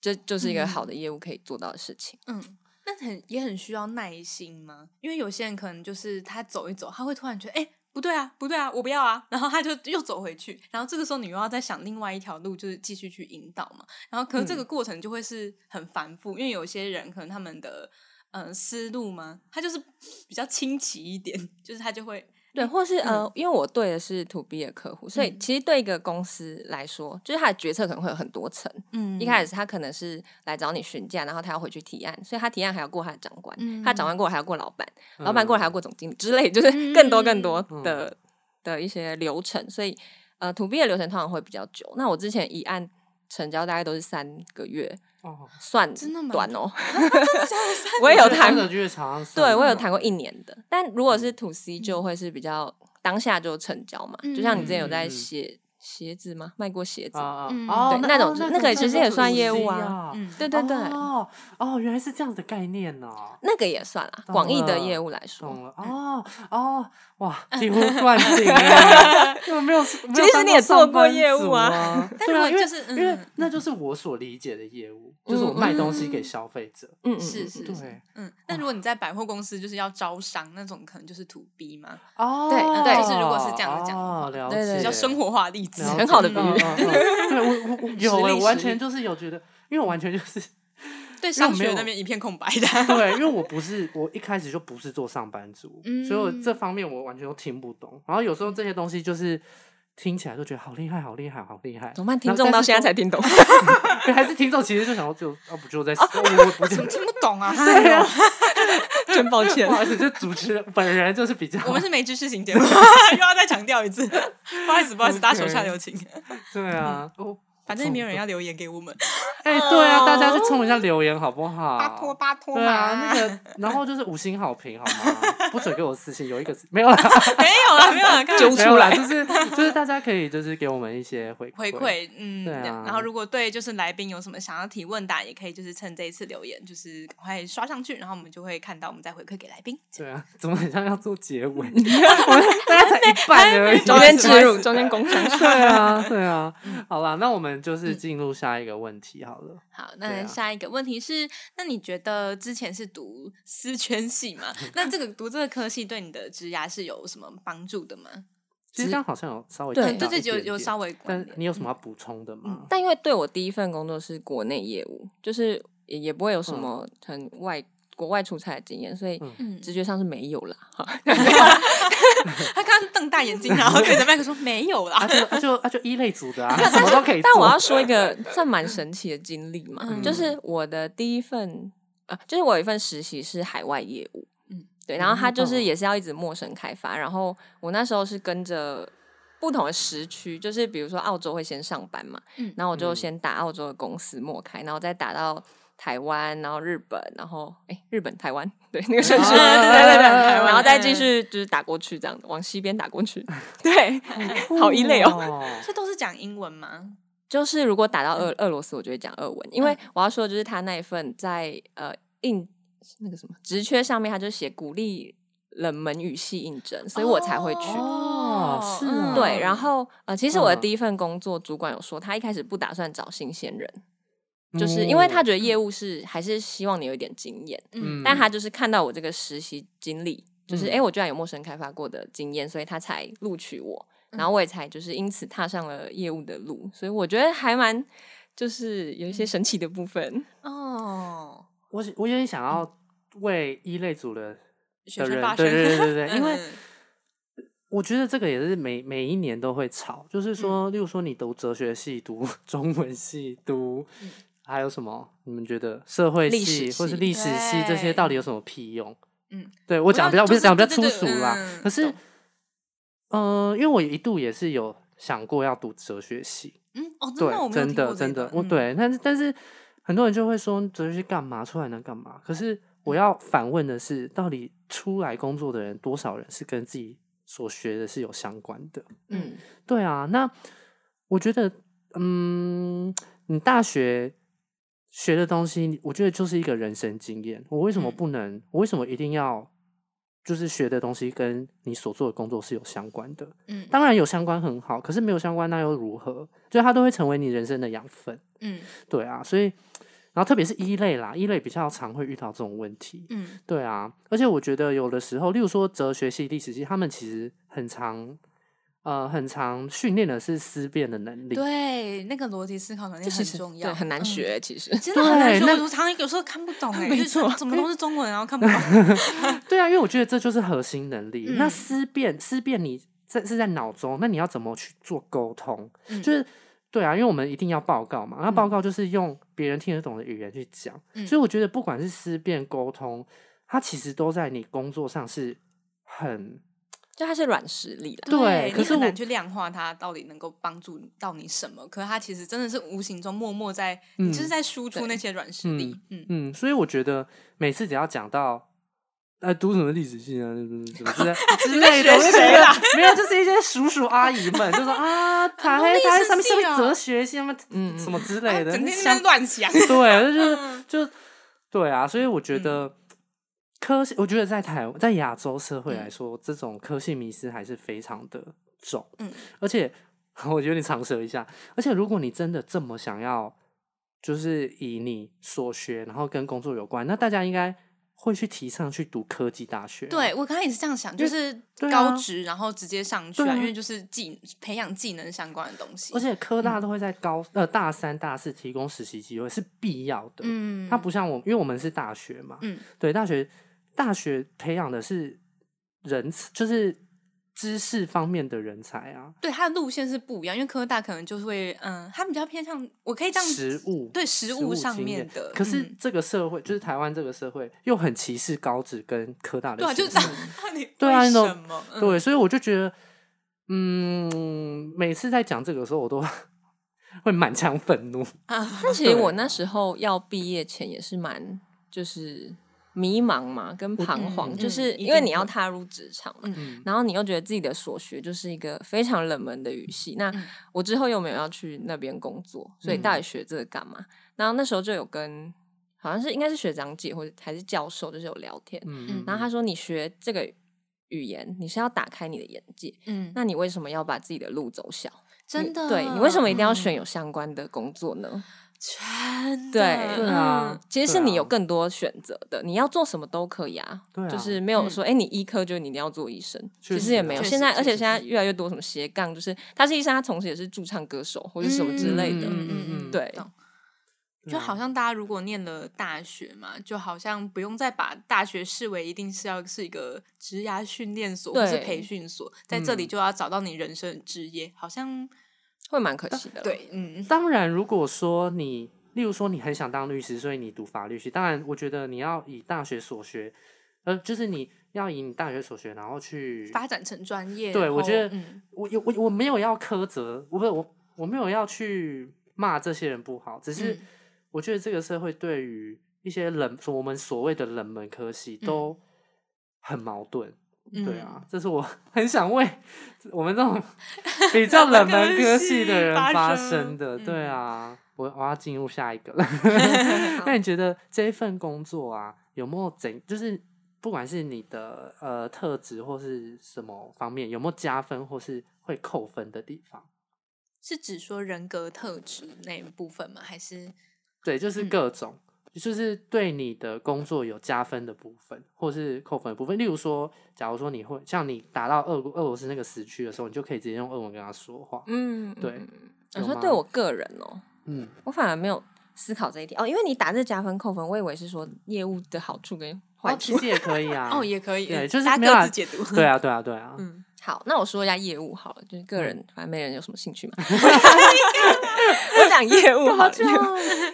Speaker 3: 这就是一个好的业务可以做到的事情。
Speaker 1: 嗯，那很也很需要耐心吗？因为有些人可能就是他走一走，他会突然觉得，哎、不对啊，不对啊，我不要啊，然后他就又走回去，然后这个时候你又要再想另外一条路，就是继续去引导嘛。然后，可是
Speaker 3: 嗯
Speaker 1: 这个过程就会是很繁复，因为有些人可能他们的嗯、呃思路嘛，他就是比较清奇一点，就是他就会
Speaker 3: 对，或是呃，因为我对的是 to B 的客户，所以
Speaker 1: 嗯
Speaker 3: 其实对一个公司来说，就是他的决策可能会有很多层。
Speaker 1: 嗯
Speaker 3: 一开始他可能是来找你询价，然后他要回去提案，所以他提案还要过他的长官，
Speaker 1: 嗯
Speaker 3: 他长官过了还要过老板，
Speaker 2: 嗯
Speaker 3: 老板过了还要过总经理之类，就是更多更多的、的一些流程。所以呃，to B 的流程通常会比较久。那我之前一案成交大概都是三个月，
Speaker 2: 哦，
Speaker 3: 算
Speaker 1: 真的吗
Speaker 3: 短
Speaker 1: [LAUGHS]
Speaker 3: 哦， [LAUGHS] 我也有谈
Speaker 2: 这个就是常常
Speaker 3: 对我
Speaker 2: 算
Speaker 3: 有
Speaker 2: 哦嗯
Speaker 3: 谈过一年的，但如果是 to
Speaker 1: 嗯
Speaker 3: C 就会是比较当下就成交嘛，就像你之前有
Speaker 2: 嗯嗯
Speaker 3: 在
Speaker 2: 嗯
Speaker 3: 写鞋子吗？卖过鞋子，
Speaker 2: 啊啊
Speaker 1: 嗯
Speaker 2: 哦
Speaker 3: 对那种
Speaker 2: 哦
Speaker 3: 就
Speaker 2: 那
Speaker 3: 那个其实也算业务啊
Speaker 2: 啊
Speaker 1: 嗯
Speaker 3: 对对对，
Speaker 2: 哦哦，原来是这样子的概念哦。
Speaker 3: 那个也算啦，
Speaker 2: 懂
Speaker 3: 广义的
Speaker 2: 了
Speaker 3: 业务来说，
Speaker 2: 懂了哦哦哇，几乎灌顶哎！因为没有，没有
Speaker 3: 其实
Speaker 2: 当
Speaker 3: 你也
Speaker 2: 上
Speaker 3: 做过
Speaker 2: 班
Speaker 3: 业务
Speaker 2: 族
Speaker 3: 啊
Speaker 2: 啊，
Speaker 1: 但
Speaker 2: 对
Speaker 1: 如
Speaker 2: 啊，
Speaker 1: 果
Speaker 2: 因为
Speaker 1: 就是
Speaker 2: 因为
Speaker 1: 嗯
Speaker 2: 那就是我所理解的业务，就是我
Speaker 3: 嗯
Speaker 2: 卖东西
Speaker 1: 嗯
Speaker 2: 给消费者。
Speaker 3: 嗯嗯，
Speaker 1: 是
Speaker 3: 嗯哦
Speaker 1: 是是
Speaker 2: 对
Speaker 1: 嗯，那如果你在百货公司就是要招商那种，可能就是 to B 嘛，
Speaker 2: 哦，
Speaker 3: 对嗯对
Speaker 1: 就是如果是这样子讲的话
Speaker 2: 哦、了
Speaker 3: 对对
Speaker 2: 解，
Speaker 1: 比较生
Speaker 2: 活
Speaker 1: 活化例子，嗯
Speaker 3: 很好的比喻
Speaker 2: 嗯 [LAUGHS] 对我我我有
Speaker 1: 实力
Speaker 2: 欸我完
Speaker 1: 实力
Speaker 2: 全就是有觉得，因为我完全就是
Speaker 1: 对
Speaker 2: 因为我
Speaker 1: 商
Speaker 2: 没
Speaker 1: 学
Speaker 2: 有
Speaker 1: 那边一片空白的。
Speaker 2: [LAUGHS] 对，因为我不是我一开始就不是做上班族，
Speaker 1: 嗯
Speaker 2: 所以我这方面我完全都听不懂。然后有时候这些东西就是听起来就觉得好厉害，好厉害，好厉害。
Speaker 3: 怎么办？
Speaker 2: 然
Speaker 3: 听
Speaker 2: 后
Speaker 3: 众到
Speaker 2: 但是
Speaker 3: 现在才
Speaker 2: 都
Speaker 3: 听
Speaker 2: [LAUGHS]
Speaker 3: 懂，[LAUGHS]
Speaker 2: 对还是听众，其实就想要就啊不就在我我不就
Speaker 1: [LAUGHS] 怎么听不懂
Speaker 2: [LAUGHS]
Speaker 1: 哦啊？
Speaker 3: 真抱歉
Speaker 2: 不。好意思，就主持人本人就是比较
Speaker 1: 我们是没知识型节 [LAUGHS] 目，又要再强调一次，不好意思，不好意思，大家手下留情。
Speaker 2: 对啊，我
Speaker 1: 嗯反正也没有人要留言给我们，
Speaker 2: 哎、对啊，大家去冲一下留言好不好？
Speaker 1: 拜托拜托
Speaker 2: 对啊，
Speaker 1: 嘛
Speaker 2: 那个，然后就是五星好评好吗？ [LAUGHS] 不准给我私信，有一个是没有啦，
Speaker 1: [LAUGHS] 没有了，没有啊
Speaker 2: [LAUGHS]
Speaker 1: 了，
Speaker 3: 揪
Speaker 2: 没
Speaker 3: 出
Speaker 2: 有啦，
Speaker 3: 来
Speaker 2: 就是就是大家可以就是给我们一些回
Speaker 1: 回
Speaker 2: 馈，
Speaker 1: 馈，嗯，
Speaker 2: 对啊
Speaker 1: 然后如果对就是来宾有什么想要提问的，也可以就是趁这一次留言，就是赶快刷上去，然后我们就会看到，我们再回馈给来宾。
Speaker 2: 对啊，怎么很像要做结尾？我们大家才一半而已，
Speaker 3: 中间植
Speaker 1: 不
Speaker 3: 入，
Speaker 1: 好意思
Speaker 3: 中间工商。
Speaker 2: 对啊，对啊，好啦，那我们就是进入下一个问题好了。
Speaker 1: 好，
Speaker 2: 对
Speaker 1: 那
Speaker 2: 啊
Speaker 1: 下一个问题是，那你觉得之前是读私圈系嘛？那这个读这个科系对你的职涯是有什么帮助的吗？
Speaker 2: 其实刚刚好像有稍微
Speaker 3: 对
Speaker 2: 讲
Speaker 1: 嗯
Speaker 2: 到
Speaker 1: 对
Speaker 2: 一
Speaker 1: 对，有
Speaker 2: 点
Speaker 1: 有
Speaker 2: 点
Speaker 1: 稍微关
Speaker 2: 但
Speaker 1: 联。
Speaker 2: 你有什么
Speaker 1: 嗯
Speaker 2: 要补充的吗？
Speaker 3: 但因为对我第一份工作是国内业务，就是也也不会有什么很外国外出差的经验，所以
Speaker 1: 嗯
Speaker 3: 直觉上是没有啦。
Speaker 1: 他刚刚瞪大眼睛，然后对着麦
Speaker 3: [LAUGHS]
Speaker 1: 克说没有
Speaker 2: 啊
Speaker 1: 啦。
Speaker 2: 就啊就啊就一类组的啊，什么都可以做。
Speaker 3: 但我要说一个算蛮神奇的经历嘛，
Speaker 1: 嗯
Speaker 3: 就是我的第一份啊，就是我有一份实习是海外业务，
Speaker 1: 嗯
Speaker 3: 嗯，对，然后他就
Speaker 2: 哦
Speaker 3: 是也是要一直陌生开发，然后我那时候是跟着。不同的时区，就是比如说澳洲会先上班嘛，
Speaker 1: 嗯
Speaker 3: 然后我就
Speaker 2: 嗯
Speaker 3: 先打澳洲的公司默开，然后再打到台湾，然后日本，然后哎、日本台湾，对那个顺序，
Speaker 1: 啊对对对台湾
Speaker 3: 然后再继
Speaker 1: 嗯
Speaker 3: 续就是打过去，这样往西边打过去，对，
Speaker 2: 哦
Speaker 3: 好一类哦
Speaker 1: 这都是讲英文吗？
Speaker 3: 就是如果打到
Speaker 2: 嗯
Speaker 3: 俄俄罗斯，我就会讲俄文，因为我要说的就是他那一份在呃应那个什么职缺上面，他就写鼓励冷门语系应征，所以我才会去。
Speaker 2: 哦是
Speaker 1: 嗯
Speaker 2: 啊
Speaker 3: 对，然后呃，其实我的
Speaker 2: 嗯
Speaker 3: 第一份工作，主管有说他一开始不打算找新鲜人，就是因为他觉得业务是还是希望你有一点经验，
Speaker 1: 嗯
Speaker 2: 嗯
Speaker 3: 但他就是看到我这个实习经历，就是
Speaker 2: 嗯
Speaker 3: 哎、诶我居然有陌生开发过的经验，所以他才录取我，然
Speaker 1: 嗯
Speaker 3: 后我也才就是因此踏上了业务的路，所以我觉得还蛮就是有一
Speaker 1: 嗯
Speaker 3: 些神奇的部分。
Speaker 1: 哦，
Speaker 2: 我我有点想要为一类组的
Speaker 1: 学
Speaker 2: 的
Speaker 1: 生
Speaker 2: 人
Speaker 1: 发，
Speaker 2: 对
Speaker 1: 声
Speaker 2: 对对对
Speaker 1: [LAUGHS]
Speaker 2: 对，因为
Speaker 1: 嗯
Speaker 2: 我觉得这个也是每每一年都会吵，
Speaker 1: 嗯
Speaker 2: 就是说，例如说你读哲学系、读 [LAUGHS] 中文系、读
Speaker 1: 嗯
Speaker 2: 还有什么？你们觉得社会
Speaker 3: 历史
Speaker 2: 系或是
Speaker 3: 系
Speaker 2: 历史系这些
Speaker 1: 对
Speaker 2: 到底有什么屁用？
Speaker 1: 嗯，
Speaker 2: 对
Speaker 1: 我
Speaker 2: 我讲比较
Speaker 1: 要就
Speaker 2: 不
Speaker 1: 是
Speaker 2: 是讲比较
Speaker 1: 对
Speaker 2: 粗
Speaker 1: 对
Speaker 2: 俗
Speaker 1: 对
Speaker 2: 啦，
Speaker 1: 嗯
Speaker 2: 可是
Speaker 1: 懂，
Speaker 2: 呃，因为我一度也是有想过要读哲学系，
Speaker 1: 嗯，哦，真
Speaker 2: 对
Speaker 1: 的，我，没有
Speaker 2: 真
Speaker 1: 听过
Speaker 2: 的
Speaker 1: 这嗯
Speaker 2: 真的
Speaker 1: 一，
Speaker 2: 我
Speaker 1: 段，
Speaker 2: 对，但是但是很多人就会说哲学系干嘛，出来能干嘛？可是
Speaker 1: 嗯
Speaker 2: 我要反问的是，到底出来工作的人多少人是跟自己所学的是有相关的？
Speaker 1: 嗯
Speaker 3: 嗯，
Speaker 2: 对啊，那我觉得，嗯，你大学学的东西，我觉得就是一个人生经验。我为什么
Speaker 1: 嗯
Speaker 2: 不能？我为什么一定要？就是学的东西跟你所做的工作是有相关的，
Speaker 1: 嗯
Speaker 2: 当然有相关很好，可是没有相关那又如何？就它都会成为你人生的养分。
Speaker 1: 嗯
Speaker 2: 对啊，所以，然后特别是一类啦，一类比较常会遇到这种问题。
Speaker 1: 嗯
Speaker 2: 对啊，而且我觉得有的时候，例如说哲学系、历史系，他们其实很常，呃，很常训练的是思辨的能力。
Speaker 1: 对，那个逻辑思考能力
Speaker 3: 这其
Speaker 1: 很
Speaker 3: 实
Speaker 1: 重
Speaker 3: 对
Speaker 1: 要，
Speaker 3: 很难
Speaker 1: 嗯。
Speaker 3: 学，其实。
Speaker 1: 真的很难
Speaker 2: 对
Speaker 1: 学，我
Speaker 2: 那
Speaker 1: 常常有时候看不懂哎、
Speaker 3: 没
Speaker 1: 就是
Speaker 3: 错
Speaker 1: 怎么都是中文，然后看不懂。
Speaker 2: 对啊，因为我觉得这就是核心能力。那
Speaker 1: 嗯
Speaker 2: 思辨，思辨你在是在脑中，那你要怎么去做沟通？
Speaker 1: 嗯
Speaker 2: 就是对啊，因为我们一定要报告嘛，那报告就是用别人听得懂的语言去讲。
Speaker 1: 嗯
Speaker 2: 所以我觉得不管是思辨、沟通，它其实都在你工作上是很
Speaker 3: 就它是软实力啦，
Speaker 2: 对可
Speaker 1: 你
Speaker 2: 是
Speaker 1: 很
Speaker 2: 我
Speaker 1: 难去量化它到底能够帮助到你什么，可是它其实真的是无形中默默在，你就是
Speaker 2: 嗯
Speaker 1: 在输出
Speaker 3: 对
Speaker 1: 那些软实力。嗯，
Speaker 2: 嗯，所以我觉得每次只要讲到。呃，读什么历史系啊，什么什么
Speaker 1: [LAUGHS]
Speaker 2: 之类之类的，
Speaker 1: 学
Speaker 2: 我就觉
Speaker 1: 谁
Speaker 2: 得
Speaker 1: 啦
Speaker 2: 没有，就是一些叔叔阿姨们就说啊，台
Speaker 1: 历
Speaker 2: 台
Speaker 1: 史
Speaker 2: 上面
Speaker 1: 系
Speaker 2: 是不是
Speaker 1: 哦
Speaker 2: 哲学系，什么
Speaker 3: 嗯嗯
Speaker 2: 什么之
Speaker 1: 啊
Speaker 2: 类的，
Speaker 1: 整
Speaker 2: 那
Speaker 1: 天在那
Speaker 2: 相
Speaker 1: 边
Speaker 2: [LAUGHS]
Speaker 1: 乱想。
Speaker 2: 对，就就是
Speaker 1: 嗯
Speaker 2: 就对啊，所以我觉得科系，我觉得在台在亚洲社会来
Speaker 1: 嗯
Speaker 2: 说，这种科系迷思还是非常的重。
Speaker 1: 嗯，
Speaker 2: 而且 [LAUGHS] 我有点长舌一下，而且如果你真的这么想要，就是以你所学，然后跟工作有关，那大家应该会去提倡去读科技大学。
Speaker 1: 对，我刚才也是这样想，就
Speaker 2: 因为
Speaker 1: 是
Speaker 2: 对
Speaker 1: 高
Speaker 2: 啊
Speaker 1: 职、然后直接上去、啊，
Speaker 2: 对啊
Speaker 1: 因为就是技培养技能相关的东西。
Speaker 2: 而且科
Speaker 1: 嗯
Speaker 2: 大都会在高、呃大三、大四提供实习机会是必要的。
Speaker 1: 嗯，
Speaker 2: 它不像我，因为我们是大学嘛，
Speaker 1: 嗯
Speaker 2: 对，大学大学培养的是人才，就是知识方面的人才啊，
Speaker 1: 对它的路线是不一样，因为科大可能就是会，嗯，它比较偏向，我可以这样
Speaker 2: 食物
Speaker 1: 对食物上
Speaker 2: 经
Speaker 1: 面
Speaker 2: 验
Speaker 1: 的
Speaker 2: 可是
Speaker 1: 嗯
Speaker 2: 这个社会，就是台湾这个社会又很歧视高职跟科大的
Speaker 1: 对啊，就
Speaker 2: 学
Speaker 1: 是
Speaker 2: 生，
Speaker 1: [LAUGHS] 那你
Speaker 2: 对啊
Speaker 1: 为
Speaker 2: 那种
Speaker 1: 什么？嗯
Speaker 2: 对，所以我就觉得，嗯，每次在讲这个的时候，我都 [LAUGHS] 会满腔愤怒。
Speaker 1: 啊，
Speaker 3: 但其实
Speaker 2: 对
Speaker 3: 我那时候要毕业前也是蛮就是迷茫嘛，跟彷
Speaker 1: 嗯
Speaker 3: 徨，
Speaker 1: 嗯
Speaker 3: 就是
Speaker 1: 一
Speaker 3: 因为
Speaker 1: 定
Speaker 3: 你要
Speaker 1: 会
Speaker 3: 踏入职场嘛，
Speaker 2: 嗯，
Speaker 3: 然后你又觉得自己的所学就是一个非常冷门的语系，那
Speaker 1: 嗯
Speaker 3: 我之后又没有要去那边工作，所以
Speaker 2: 嗯
Speaker 3: 到底学这个干嘛？然后那时候就有跟好像是应该是学长姐或者还是教授，就是有聊天，
Speaker 2: 嗯
Speaker 3: 然后他说你学这个语言，你是要打开你的眼界，
Speaker 2: [LAUGHS]
Speaker 1: 嗯，
Speaker 3: 那你为什么要把自己的路走小？
Speaker 1: 真
Speaker 3: 你
Speaker 1: 的，
Speaker 3: 对你为什么一定要
Speaker 1: 嗯？
Speaker 3: 选有相关的工作呢？
Speaker 1: 真的，
Speaker 3: 对
Speaker 2: [LAUGHS] 对啊，
Speaker 3: 其实是
Speaker 2: 对
Speaker 3: 你
Speaker 2: 啊
Speaker 3: 有更多选择的，你要做什么都可以啊，
Speaker 2: 对啊
Speaker 3: 就是没有
Speaker 1: 嗯
Speaker 3: 说哎、诶你医科就你一定要做医生，
Speaker 2: 确
Speaker 3: 其
Speaker 2: 实
Speaker 3: 实也
Speaker 2: 啊
Speaker 3: 没有。
Speaker 1: 确
Speaker 3: 现
Speaker 1: 实
Speaker 3: 在，
Speaker 1: 确
Speaker 3: 而且
Speaker 1: 实
Speaker 3: 现在越来越多什么斜杠，就是他是医生，他同时也是驻唱歌手或者什么之类的。
Speaker 2: 嗯
Speaker 3: 对
Speaker 1: 懂
Speaker 2: 对
Speaker 1: 就
Speaker 2: 啊
Speaker 1: 好像大家如果念了大学嘛，就好像不用再把大学视为一定是要是一个职涯训练所或是
Speaker 3: 对
Speaker 1: 培训所，在这里
Speaker 2: 嗯
Speaker 1: 就要找到你人生的职业，好像
Speaker 3: 会蛮可惜的。，
Speaker 1: 对，嗯，
Speaker 2: 当然，如果说你，例如说你很想当律师，所以你读法律系，当然，我觉得你要以大学所学，呃，就是你要以你大学所学，然后去
Speaker 1: 发展成专业。
Speaker 2: 对
Speaker 1: 然
Speaker 2: 我觉
Speaker 1: 后
Speaker 2: 得
Speaker 1: 嗯
Speaker 2: 我有我我没有要苛责，我不是我我没有要去骂这些人不好，只是
Speaker 1: 嗯
Speaker 2: 我觉得这个社会对于一些冷所我们所谓的冷门科系
Speaker 1: 嗯
Speaker 2: 都很矛盾，对啊，，这是我很想为我们这 [LAUGHS] 种比较冷门科系的人发生的，
Speaker 1: 冷门科系发生
Speaker 2: 对啊，我我要进入下一个 [LAUGHS] 了。那你觉得这一份工作啊，有没有怎就是不管是你的呃特质或是什么方面，有没有加分或是会扣分的地方？
Speaker 1: 是指说人格特质那一部分吗？还是
Speaker 2: 对，就是
Speaker 1: 嗯
Speaker 2: 各种，就是对你的工作有加分的部分，或是扣分的部分。例如说，假如说你会像你打到俄俄罗斯那个时区的时候，你就可以直接用俄文跟他说话。
Speaker 3: 嗯，
Speaker 2: 对
Speaker 3: 嗯。
Speaker 2: 有
Speaker 3: 我说
Speaker 2: 吗
Speaker 3: 对我个人哦、
Speaker 2: 嗯，
Speaker 3: 我反而没有思考这一点哦，因为你打这加分扣分，我以为是说业务的好处跟坏
Speaker 2: 哦，
Speaker 3: 处。
Speaker 2: 其实也可以啊。
Speaker 1: [LAUGHS] 哦，也可以，
Speaker 2: 对
Speaker 1: 嗯
Speaker 2: 就是
Speaker 1: 大
Speaker 2: 没有
Speaker 1: 家
Speaker 2: 啊
Speaker 1: 各自解读。
Speaker 2: 对啊，对啊，对啊。
Speaker 1: 嗯，
Speaker 3: 好，那我说一下业务好了，就是
Speaker 2: 嗯
Speaker 3: 个人，反正没人有什么兴趣嘛。 [LAUGHS] 我讲业务好了，业务
Speaker 2: 干嘛
Speaker 3: 就是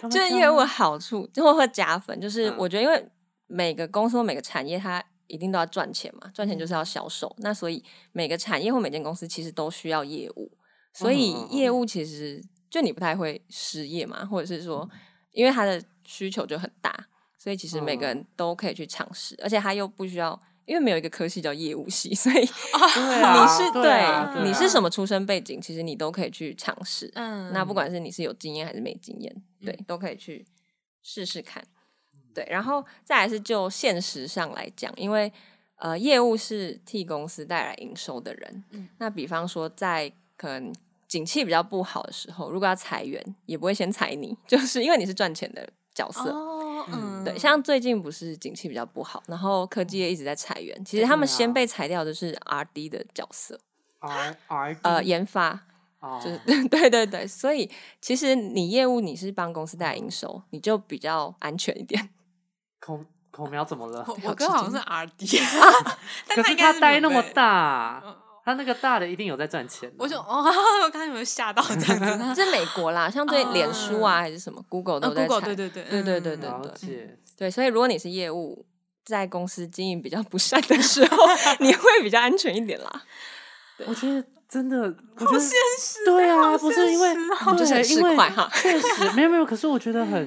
Speaker 2: 哦这
Speaker 3: 业
Speaker 2: 样
Speaker 3: 务好处就会会加分，就是
Speaker 2: 嗯
Speaker 3: 我觉得因为每个公司或每个产业它一定都要赚钱嘛，赚钱
Speaker 2: 嗯
Speaker 3: 就是要销售，那所以每个产业或每间公司其实都需要业务，所以
Speaker 2: 嗯嗯嗯
Speaker 3: 业务其实就你不太会失业嘛，或者是说
Speaker 2: 嗯
Speaker 3: 因为它的需求就很大，所以其实
Speaker 2: 嗯
Speaker 3: 每个人都可以去尝试，而且它又不需要。因为没有一个科系叫业务系，所以
Speaker 2: 对
Speaker 3: 你
Speaker 2: 啊
Speaker 3: 是
Speaker 2: 对啊对
Speaker 3: 你
Speaker 2: 啊
Speaker 3: 是什么出身背景，其实你都可以去尝试。
Speaker 1: 嗯
Speaker 3: 那不管是你是有经验还是没经验，对，
Speaker 1: 嗯
Speaker 3: 都可以去试试看。对，然后再来是就现实上来讲，因为呃，业务是替公司带来营收的人。
Speaker 1: 嗯
Speaker 3: 那比方说，在可能景气比较不好的时候，如果要裁员，也不会先裁你， [LAUGHS] 就是因为你是赚钱的角色。
Speaker 1: 哦，
Speaker 2: 嗯
Speaker 1: 嗯，
Speaker 3: 对，像最近不是景气比较不好，然后科技业一直在裁员，其实
Speaker 2: 对
Speaker 3: 他们
Speaker 2: 啊
Speaker 3: 先被裁掉的是 R D 的角色，
Speaker 2: R R
Speaker 1: 嗯
Speaker 3: 呃，研发，
Speaker 2: 哦
Speaker 1: 哦
Speaker 3: 就是 [LAUGHS] 对对对，所以其实你业务你是帮公司带来营收，你就比较安全一点。 [LAUGHS]
Speaker 2: 孔孔苗怎么了？
Speaker 1: 我
Speaker 3: 好
Speaker 1: 哦我哥
Speaker 3: 吃
Speaker 1: 好像
Speaker 3: 惊
Speaker 1: 是 R
Speaker 3: [LAUGHS]
Speaker 1: D，但
Speaker 2: 可是
Speaker 1: 应该
Speaker 2: 他
Speaker 1: 是
Speaker 2: 呆
Speaker 1: 没
Speaker 2: 那么
Speaker 1: 被
Speaker 2: 大，他那个大的一定有在赚钱啊。
Speaker 1: 我就哦， [LAUGHS] 我刚才有没有吓到这
Speaker 3: [LAUGHS]
Speaker 1: 样子？
Speaker 3: 这美国啦，像对脸书啊还是什么 Google
Speaker 1: 呃
Speaker 3: 都在裁、
Speaker 1: ，Google 对对对
Speaker 3: 对对对
Speaker 1: 嗯
Speaker 3: 对
Speaker 2: 了解，
Speaker 3: 对所以如果你是业务，在公司经营比较不善的时
Speaker 1: [LAUGHS]
Speaker 3: 候，你会比较安全一点啦。
Speaker 2: 我觉得真
Speaker 1: [LAUGHS]
Speaker 2: 的，我觉得对啊，不是因为
Speaker 3: 你就
Speaker 2: 对
Speaker 3: 是很
Speaker 2: 因为
Speaker 3: 市侩哈
Speaker 2: 确实没有没有，可是我觉得
Speaker 1: 嗯
Speaker 2: 很，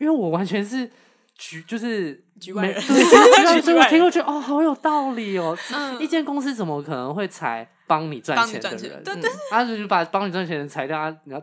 Speaker 2: 因为我完全是局就是
Speaker 1: 局外
Speaker 2: 没
Speaker 1: 人
Speaker 2: 对局外人，
Speaker 1: [LAUGHS] 局
Speaker 2: 所以我
Speaker 1: 外
Speaker 2: 听
Speaker 1: 人
Speaker 2: 过觉得哦，好有道理哦。
Speaker 1: 嗯
Speaker 2: 一间公司怎么可能会裁帮你赚
Speaker 1: 帮你
Speaker 2: 钱的
Speaker 1: 赚钱
Speaker 2: 人？
Speaker 1: 对
Speaker 2: 嗯啊，就是把帮你赚钱的人裁掉啊，你要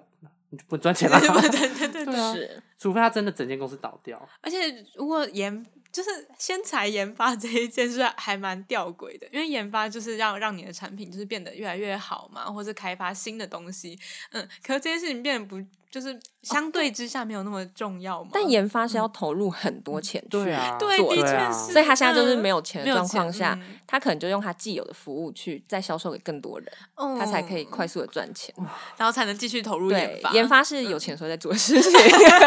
Speaker 2: 你就不赚钱了，
Speaker 1: 对
Speaker 2: [LAUGHS]
Speaker 1: 对对对，
Speaker 2: 对啊
Speaker 3: 是，
Speaker 2: 除非他真的整间公司倒掉。
Speaker 1: 而且如果研就是先才研发这一件事还蛮吊诡的，因为研发就是让让你的产品就是变得越来越好嘛，或是开发新的东西，嗯，可是这件事情变得不就是相对之下没有那么重要嘛？
Speaker 3: 哦但研发是要投入很多钱去，
Speaker 2: 对啊，
Speaker 1: 哦嗯对，
Speaker 3: 做
Speaker 1: 的
Speaker 3: 的
Speaker 1: 确
Speaker 2: 对啊
Speaker 1: 是，
Speaker 3: 所以他现在就是
Speaker 1: 嗯
Speaker 3: 没有钱
Speaker 1: 没
Speaker 3: 的
Speaker 1: 有
Speaker 3: 状况
Speaker 1: 钱
Speaker 3: 下，
Speaker 1: 嗯
Speaker 3: 他可能就用他既有的服务去再销售给更多人，他才可以快速的赚钱。
Speaker 1: 嗯然后才能继续投入
Speaker 3: 对
Speaker 1: 哦研发。，嗯
Speaker 3: 研发是有钱时候在做的事情。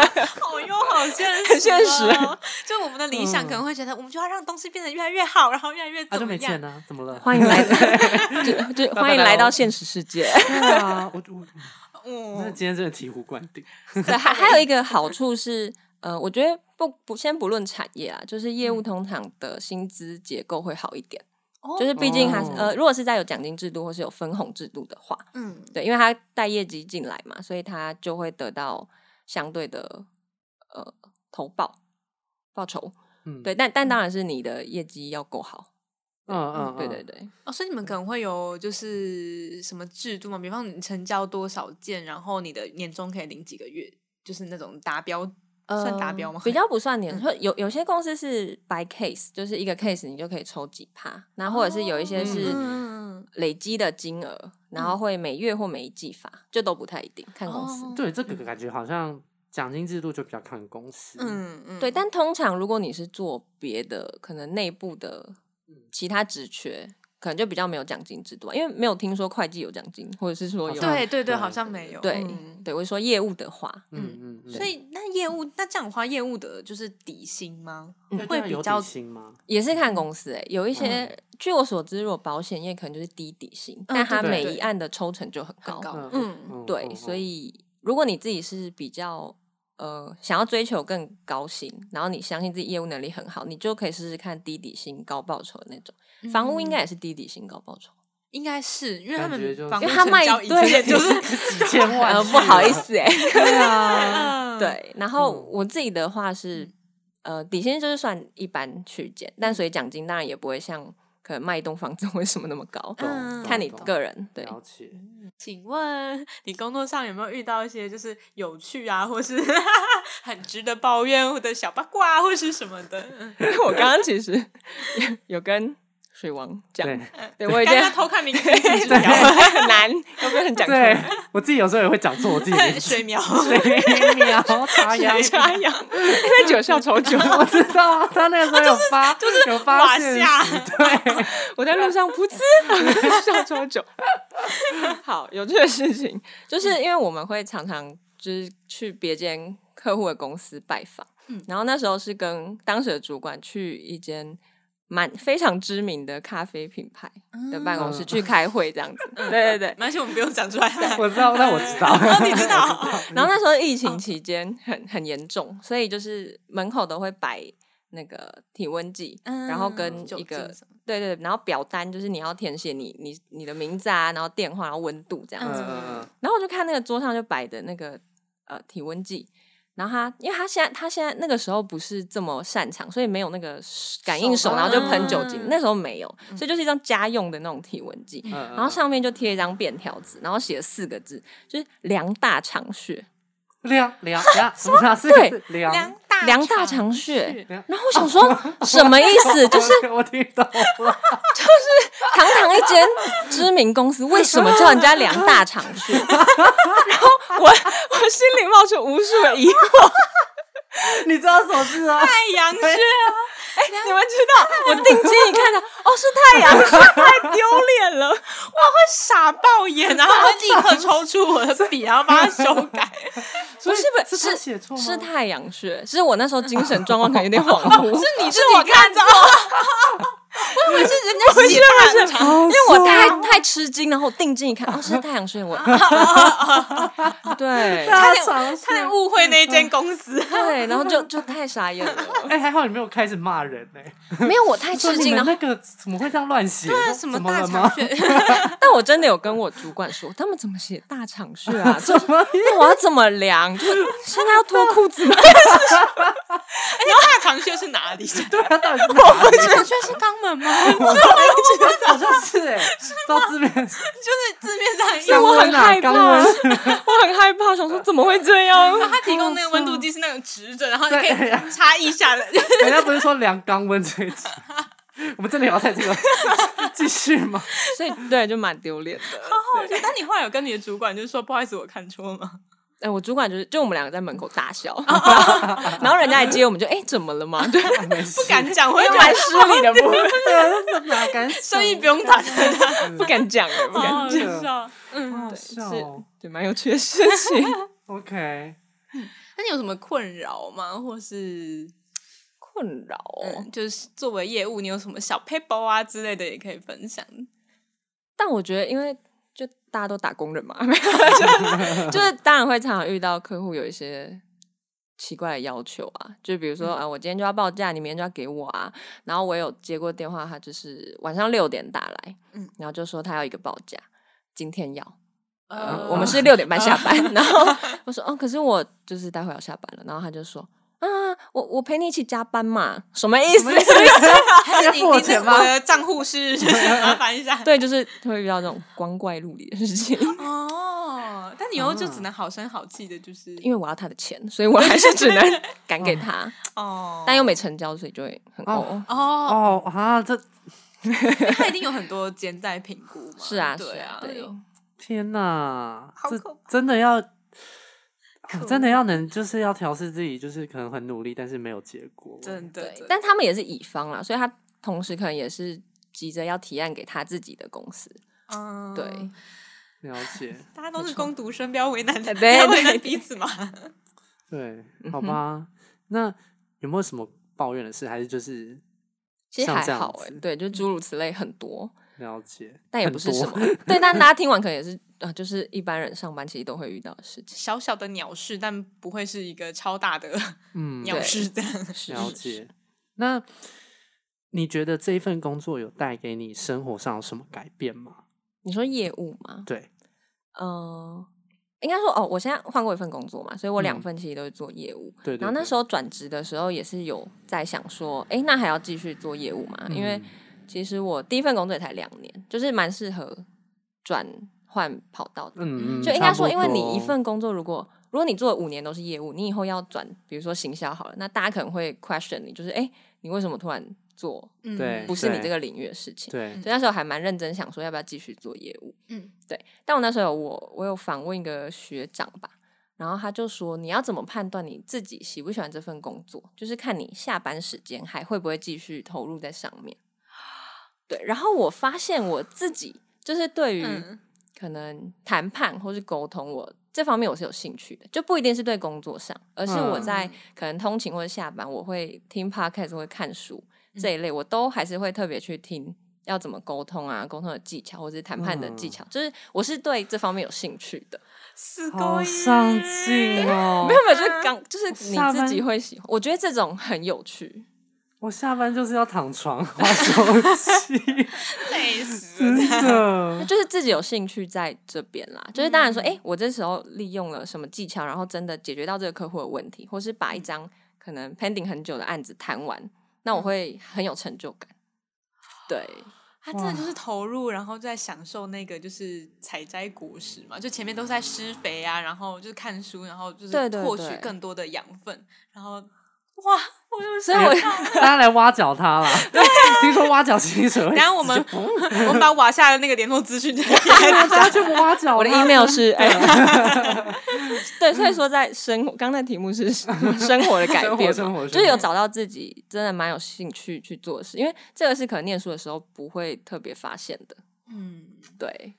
Speaker 1: 好又好现实、
Speaker 3: 很现实
Speaker 1: 哦。就我们的理想
Speaker 2: 嗯
Speaker 1: 可能会觉得，我们就要让东西变得越来越好，然后越来越
Speaker 2: 啊，
Speaker 1: 怎
Speaker 2: 就
Speaker 1: 么
Speaker 2: 没
Speaker 1: 样
Speaker 2: 钱？呢、怎么了？
Speaker 3: 欢迎来， [LAUGHS] 就就欢迎来到现实世界。
Speaker 2: 对啊， [LAUGHS] 我我我真的
Speaker 1: 嗯，
Speaker 2: 今天真的醍醐灌顶。
Speaker 3: [LAUGHS] 对， [LAUGHS] 还还有一个好处是，呃，我嗯觉得不不先不论产业啊，就是业务通常的薪资结构会好一点，
Speaker 1: 哦
Speaker 3: 就是毕竟还是、
Speaker 2: 哦
Speaker 3: 呃，如果是在有奖金制度或是有分红制度的话，
Speaker 1: 嗯，
Speaker 3: 对，因为他带业绩进来嘛，所以他就会得到相对的呃投报报酬。
Speaker 2: 嗯，
Speaker 3: 对，但但当然是你的业绩要够好。
Speaker 2: 嗯，嗯嗯，
Speaker 3: 对对对，
Speaker 1: 哦，所以你们可能会有就是什么制度吗？比方你成交多少件，然后你的年终可以领几个月，就是那种达标，算达标吗？
Speaker 3: 呃比较不算年，
Speaker 1: 嗯
Speaker 3: 会有有些公司是 by case，就是一个 case 你就可以抽几趴，那或者是有一些
Speaker 1: 嗯
Speaker 3: 是
Speaker 1: 嗯嗯
Speaker 3: 累积的金额，然后会每月或每一季发，就都不太一定，看公司。
Speaker 1: 哦
Speaker 2: 对，这个感觉好像奖金制度就比较看公司。
Speaker 1: 嗯嗯，
Speaker 3: 对，但通常如果你是做别的，可能内部的
Speaker 2: 嗯
Speaker 3: 其他职缺，可能就比较没有奖金制度啊，因为没有听说会计有奖金，或者是说有
Speaker 2: 好像
Speaker 1: 对嗯对对，
Speaker 2: 对
Speaker 1: 好像没有
Speaker 3: 对、
Speaker 1: 嗯
Speaker 3: 对，我是说业务的话，
Speaker 2: 嗯嗯嗯，
Speaker 1: 所以那业务那这样的话，业务的就是底薪吗？
Speaker 2: 对
Speaker 1: 会
Speaker 2: 那有
Speaker 1: 比较
Speaker 2: 底薪吗？
Speaker 3: 也是看公司诶、欸有一些、
Speaker 2: 嗯
Speaker 3: 据我所知，如果保险业可能就是低底薪，但
Speaker 1: 嗯
Speaker 3: 它
Speaker 1: 对
Speaker 3: 每
Speaker 1: 对
Speaker 3: 一案的抽成就很高，
Speaker 1: 很高，
Speaker 2: 嗯
Speaker 1: 嗯，
Speaker 2: 嗯
Speaker 3: 对，
Speaker 2: 嗯
Speaker 3: 所
Speaker 2: 嗯
Speaker 3: 以如果你自己是比较。呃，想要追求更高薪，然后你相信自己业务能力很好，你就可以试试看低底薪高报酬的那种。房屋
Speaker 1: 嗯
Speaker 3: 应该也是低底薪高报酬。
Speaker 1: 应该是因为他
Speaker 2: 感
Speaker 1: 们
Speaker 2: 觉就是
Speaker 1: 房
Speaker 2: 因
Speaker 1: 屋
Speaker 2: 为
Speaker 3: 他卖
Speaker 1: 成交以 [LAUGHS]
Speaker 3: 对
Speaker 1: 前就是
Speaker 2: 几千万
Speaker 3: 呃，
Speaker 2: 去
Speaker 3: 不好
Speaker 2: 了
Speaker 3: 意，
Speaker 1: [LAUGHS]
Speaker 3: 思哎、
Speaker 2: 对啊，
Speaker 3: 对，然后
Speaker 2: 哦嗯
Speaker 3: 我自己的话是，
Speaker 1: 嗯
Speaker 3: 呃，底薪就是算一般区间，但所以奖金当然也不会像可能卖一栋房子 [LAUGHS] 为什么那么高，
Speaker 1: 嗯
Speaker 3: 看你
Speaker 2: 懂
Speaker 3: 个人。对，
Speaker 2: 了解。
Speaker 1: 请问你工作上有没有遇到一些就是有趣啊，或是 [LAUGHS] 很值得抱怨或者小八卦、或是什么的？嗯
Speaker 3: 我刚刚其实 [LAUGHS] 有跟水王讲，
Speaker 2: 对
Speaker 3: 对我已经
Speaker 1: 刚刚偷看名字纸
Speaker 2: [LAUGHS]
Speaker 3: 对
Speaker 1: 条，
Speaker 3: 很 [LAUGHS] 难，有没有很讲出
Speaker 2: 对
Speaker 3: 来？，
Speaker 2: 我自己有时候也会讲错我自己的名字
Speaker 1: [LAUGHS] 水苗。
Speaker 2: 水苗茶芽，
Speaker 3: 抓 [LAUGHS] 痒，因为九笑丑
Speaker 2: [LAUGHS]
Speaker 3: 酒，
Speaker 2: 我知道啊他那个时候有发，就是有发
Speaker 1: 瓦
Speaker 2: 现
Speaker 1: 夏
Speaker 2: 实，对，
Speaker 3: 我在路上噗嗤 [LAUGHS] 笑超久。好，有趣的事情就是
Speaker 2: 嗯
Speaker 3: 因为我们会常常就是去别间客户的公司拜访，
Speaker 1: 嗯
Speaker 3: 然后那时候是跟当时的主管去一间蛮非常知名的咖啡品牌的办公室
Speaker 2: 嗯
Speaker 3: 去开会，这样子。对对对
Speaker 1: 没。关系，我们不用讲出来。
Speaker 2: [LAUGHS] 我知道，那我知道，
Speaker 1: 哦，你知道？
Speaker 3: 然后那时候疫情期间很很严重，所以就是门口都会摆那个体温计，
Speaker 1: 嗯
Speaker 3: [LAUGHS] 然后跟
Speaker 1: 酒
Speaker 3: 一
Speaker 1: 精
Speaker 3: 个
Speaker 1: 什么
Speaker 3: 对对，对然后表单就是你要填写你你你的名字啊，然后电话，然后温度这样
Speaker 2: 嗯
Speaker 3: 子。
Speaker 2: 嗯嗯
Speaker 3: 然后我就看那个桌上就摆的那个呃体温计，然后他因为他现在他现在那个时候不是这么擅长，所以没有那个感应
Speaker 1: 手
Speaker 3: 手，
Speaker 1: 吧
Speaker 3: 然后就喷酒精
Speaker 1: 嗯，
Speaker 3: 那时候没有，所以就是一张家用的那种体温计。
Speaker 2: 嗯，嗯
Speaker 3: 然后上面就贴一张便条纸，然后写了四个字，就是“量大肠穴”。
Speaker 2: 凉凉凉，什么凉？是
Speaker 3: 对
Speaker 2: 凉
Speaker 1: 梁大
Speaker 3: 梁大
Speaker 1: 肠
Speaker 3: 肠穴
Speaker 2: 梁
Speaker 3: 然后我想说，
Speaker 1: 哦
Speaker 3: 什么意思？就是
Speaker 2: 我听懂了，
Speaker 3: 堂堂一间知名公司，为什么叫人家梁大肠
Speaker 1: [LAUGHS]
Speaker 3: 穴？然后我我心里冒出无数的疑惑。
Speaker 2: 你知道什么事啊？
Speaker 1: 太阳穴
Speaker 3: [LAUGHS]
Speaker 1: 啊，
Speaker 3: 你们知道，我定睛一看的，哦，是太阳
Speaker 1: [LAUGHS]
Speaker 3: 穴，太丢脸了。
Speaker 1: 会傻爆眼，然后他立刻抽出我的笔，然后帮他修改。 [LAUGHS]
Speaker 2: 所以
Speaker 3: 不是不
Speaker 2: 是他
Speaker 3: 是
Speaker 2: 写错吗
Speaker 3: 是太阳穴，是我那时候精神状况可能有点恍惚。是
Speaker 1: [LAUGHS] 你是我看错，我以为是人家写大肠。
Speaker 2: 因
Speaker 3: 因为我太太吃惊，然后我定睛一看，哦，是太
Speaker 1: [LAUGHS]
Speaker 3: 阳穴，我对
Speaker 1: 差
Speaker 2: 大
Speaker 1: 点
Speaker 2: 肠
Speaker 1: 差点
Speaker 2: 是。
Speaker 1: 误会那一间公司。
Speaker 3: 对，然后就就太傻眼了。
Speaker 2: 哎，还好你没有开始骂人呢。
Speaker 3: 没有，我太
Speaker 2: 说
Speaker 3: 吃
Speaker 2: 你
Speaker 3: 惊，啊
Speaker 2: 们
Speaker 3: 然后
Speaker 2: 那个怎么会这样乱写？
Speaker 1: [LAUGHS]
Speaker 2: 说
Speaker 1: 那什
Speaker 2: 怎
Speaker 1: 么
Speaker 2: 么
Speaker 1: 大
Speaker 2: 了
Speaker 1: 肠
Speaker 2: 吗？
Speaker 1: [LAUGHS] 卷？
Speaker 3: [LAUGHS] 但我真的有跟我主管说，他们怎么写大肠穴啊？ [LAUGHS]
Speaker 2: 什么？
Speaker 3: 那我要怎么量？就是现在要脱裤子吗？ [LAUGHS]
Speaker 1: 而且大肠穴是哪里？
Speaker 2: 对啊，到底
Speaker 3: [LAUGHS]
Speaker 2: 是哪里？
Speaker 1: [LAUGHS] 大肠穴是肛门吗？
Speaker 2: 好像是哎，到这边
Speaker 1: 就是字面上的意
Speaker 3: 所以
Speaker 1: 思。
Speaker 3: 我很害怕，
Speaker 2: 肛
Speaker 3: 我
Speaker 2: 温
Speaker 3: 很害怕，想说怎么会这样？ [LAUGHS]
Speaker 1: 他提供那个温度计是那种直着，然后你可
Speaker 2: 对
Speaker 1: 以插腋下 [LAUGHS] 的。
Speaker 2: 人家不是说量肛温这一集，我们真的有要在这个继续吗？ [LAUGHS]
Speaker 3: 所以对，就蛮丢脸的。
Speaker 1: 但你后来有跟你的主管就是说，不好意思，我看错了吗？
Speaker 3: 哎，我主管就是，就我们两个在门口大笑，然后 [LAUGHS] 然后人家来接我们就，哦哎，怎么了吗？ [LAUGHS] 对，
Speaker 2: 啊没事
Speaker 1: 不敢讲，我也
Speaker 3: 就蛮失礼的部分，
Speaker 2: 对，啊这哪
Speaker 3: [LAUGHS]
Speaker 2: 敢想？
Speaker 1: 生意不 [LAUGHS] 用谈，
Speaker 3: 不敢讲，不敢
Speaker 1: 好
Speaker 3: 讲，
Speaker 1: 好笑。嗯，
Speaker 2: 好好
Speaker 3: 是
Speaker 2: 笑哦。
Speaker 3: 对，蛮有趣的事情。 [LAUGHS]
Speaker 2: OK，
Speaker 1: 那你有什么困扰吗？或是
Speaker 3: 困扰哦、
Speaker 1: 嗯，就是作为业务，你有什么小 paper 啊之类的，也可以分享。
Speaker 3: 但我觉得，因为就大 [LAUGHS] 家都打工人嘛，没有就是就是当然会常常遇到客户有一些奇怪的要求啊，就比如说啊，我今天就要报价，你明天就要给我啊。然后我有接过电话，他就是晚上六点打来，
Speaker 1: 嗯
Speaker 3: 然后就说他要一个报价，今天要。
Speaker 1: 呃
Speaker 3: 我们是六点半下班，然后我说哦，可是我就是待会要下班了，然后他就说啊，我我陪你一起加班嘛，什么意思？
Speaker 1: 还是你
Speaker 2: 要付我
Speaker 1: 你
Speaker 2: 钱
Speaker 1: 那
Speaker 2: 吗
Speaker 1: 我的账户是麻烦一下。
Speaker 3: [LAUGHS] 对，就是会遇到这种光怪陆离的事情，
Speaker 1: 哦，但你又就
Speaker 2: 啊
Speaker 1: 只能好声好气的，就是
Speaker 3: 因为我要他的钱，所以我还是只能
Speaker 2: [LAUGHS]
Speaker 3: 赶给他，
Speaker 1: 哦，
Speaker 3: 但又没成交，所以就会很
Speaker 2: 哦
Speaker 3: 哦。
Speaker 1: 哦，
Speaker 2: 哦啊，这
Speaker 1: 因为他一定有很多间在评估嘛。
Speaker 3: 是啊，是
Speaker 1: 对
Speaker 3: 啊，
Speaker 1: 哎
Speaker 3: 对
Speaker 1: 呦，
Speaker 2: 天哪，
Speaker 1: 好
Speaker 2: 这
Speaker 1: 可怕
Speaker 2: 真的要。啊
Speaker 1: 可
Speaker 2: 真的要能，就是要调试自己，就是可能很努力，但是没有结果。
Speaker 1: 真的
Speaker 3: 对，，
Speaker 1: 真的
Speaker 3: 但他们也是乙方啦，所以他同时可能也是急着要提案给他自己的公司，
Speaker 1: 嗯
Speaker 3: 对，
Speaker 2: 了
Speaker 3: [LAUGHS]
Speaker 2: 解，
Speaker 1: 大家都是攻读生，不要为难，
Speaker 3: 对
Speaker 1: [LAUGHS] 不要为
Speaker 3: 对
Speaker 1: 难彼此嘛。
Speaker 2: 对，
Speaker 3: 嗯
Speaker 2: 好
Speaker 3: 哼
Speaker 2: 吧。那有没有什么抱怨的事？还是就是
Speaker 3: 其实
Speaker 2: 像这
Speaker 3: 还
Speaker 2: 样
Speaker 3: 好哎、
Speaker 2: 子
Speaker 3: 对，就诸如此类很多，
Speaker 2: 了解，
Speaker 3: 但也
Speaker 2: 很
Speaker 3: 不是
Speaker 2: 多
Speaker 3: 什么， [LAUGHS] 对，但大家听完可能也是啊、就是一般人上班其实都会遇到的事情，
Speaker 1: 小小的鸟事，但不会是一个超大的
Speaker 2: 嗯，
Speaker 1: 鸟
Speaker 3: 对
Speaker 1: 事这样。
Speaker 3: 是
Speaker 2: 了
Speaker 3: 是是
Speaker 2: 解。那你觉得这一份工作有带给你生活上有什么改变吗？
Speaker 3: 你说业务吗？
Speaker 2: 对，
Speaker 3: 嗯、应该说哦，我现在换过一份工作嘛，所以我两
Speaker 2: 嗯
Speaker 3: 份其实都是做业务。
Speaker 2: 对对
Speaker 3: 然后那
Speaker 2: 对
Speaker 3: 时候转职的时候也是有在想说，哎、那还要继续做业务嘛？因为
Speaker 2: 嗯
Speaker 3: 其实我第一份工作也才两年，就是蛮适合转换跑道的。
Speaker 2: 嗯，嗯
Speaker 3: 就应该说，
Speaker 2: 差
Speaker 3: 因
Speaker 2: 不
Speaker 3: 为你一
Speaker 2: 多
Speaker 3: 份工作，如果如果你做了五年都是业务，你以后要转，比如说行销好了，那大家可能会 question 你，就是哎、诶你为什么突然做
Speaker 1: 嗯
Speaker 2: 对
Speaker 3: 不是你这个领域的事情？
Speaker 2: 对
Speaker 1: 嗯
Speaker 3: 所以那时候还蛮认真想说要不要继续做业务。
Speaker 1: 嗯
Speaker 3: 对，但我那时候有我我有访问一个学长吧，然后他就说你要怎么判断你自己喜不喜欢这份工作，就是看你下班时间还会不会继续投入在上面。对，然后我发现我自己就是对于
Speaker 1: 嗯
Speaker 3: 可能谈判或是沟通我，这方面我是有兴趣的，就不一定是对工作上，而是我在
Speaker 1: 嗯
Speaker 3: 可能通勤或者下班，我会听 podcast 会看书
Speaker 1: 嗯
Speaker 3: 这一类，我都还是会特别去听。要怎么沟通啊？沟通的技巧，或者是谈判的
Speaker 2: 嗯
Speaker 3: 技巧，就是我是对这方面有兴趣的。
Speaker 1: 是
Speaker 2: 好上
Speaker 1: 啊
Speaker 2: 进哦
Speaker 3: 没。有没有，就是刚就是你
Speaker 2: 下
Speaker 3: 自己
Speaker 2: 班
Speaker 3: 会喜欢，我觉得这种很有趣。
Speaker 2: 我下班就是要躺床 [LAUGHS] 划手机，
Speaker 1: [LAUGHS] 累死
Speaker 2: 真
Speaker 1: 了。
Speaker 3: [LAUGHS]
Speaker 2: 的。
Speaker 3: 就是自己有兴趣在这边啦。就是当然说，哎、我这时候利用了什么技巧，然后真的解决到这个客户的问题，或是把一张可能 pending 很久的案子谈完，那我会很有成就感。对，
Speaker 1: 他真的就是投入，然后在享受那个就是采摘果实嘛，就前面都是在施肥啊，然后就是看书，然后就是
Speaker 3: 对对
Speaker 1: 获取
Speaker 3: 对
Speaker 1: 更多的养分，然后哇，我就
Speaker 3: 所以我啊
Speaker 2: 大家来挖角他啦！听说挖角薪水会
Speaker 1: 等一下我们 [LAUGHS] 我们把瓦夏的那个联络资讯再给
Speaker 2: [LAUGHS]
Speaker 1: 大
Speaker 2: 啊大家
Speaker 1: 家。
Speaker 2: 去挖角
Speaker 3: 我的
Speaker 2: 他 [LAUGHS]
Speaker 3: email 是哎，对，所以说在生活，刚才题目是生 [LAUGHS] 活的改
Speaker 2: 生活
Speaker 3: 变嘛，
Speaker 2: 生活
Speaker 3: 就是
Speaker 2: 生
Speaker 3: 有
Speaker 2: 活
Speaker 3: 找到自己真的蛮有兴趣去做的事，因为这个是可能念书的时候不会特别发现的。
Speaker 1: 嗯
Speaker 3: 对，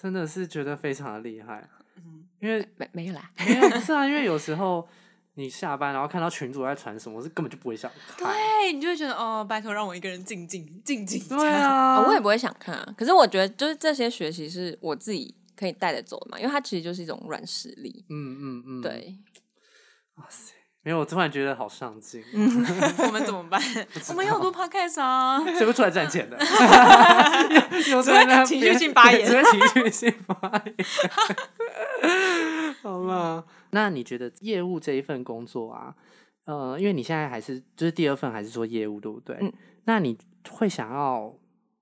Speaker 2: 真的是觉得非常的厉害，
Speaker 1: 嗯，
Speaker 2: 因为
Speaker 3: 没没有啦，
Speaker 2: 没有是啊，因为有时候你下班然后看到群主在传什么，是根本就不会想看。
Speaker 3: 啊
Speaker 1: 对，你就会觉得哦，拜托让我一个人静静静静。
Speaker 2: 对，啊，
Speaker 3: 哦我也不会想看啊。可是我觉得，就是这些学习是我自己可以带得走的嘛，因为它其实就是一种软实力。
Speaker 2: 嗯嗯嗯，，
Speaker 3: 对，
Speaker 2: 没有，我突然觉得好上进，
Speaker 1: 我们怎么办？我们要录 podcast
Speaker 2: [LAUGHS]
Speaker 1: 啊。
Speaker 2: 谁会出来赚
Speaker 1: [LAUGHS]
Speaker 2: 钱的？有有在
Speaker 1: 只会
Speaker 2: 那
Speaker 1: [LAUGHS] 情
Speaker 2: 边
Speaker 1: 绪性发
Speaker 2: 对
Speaker 1: 言
Speaker 2: 只会情绪性发言。 [LAUGHS] 好吧，那你觉得业务这一份工作啊，呃，因为你现在还是就是第二份还是做业务，对不对？
Speaker 3: 嗯
Speaker 2: 那你会想要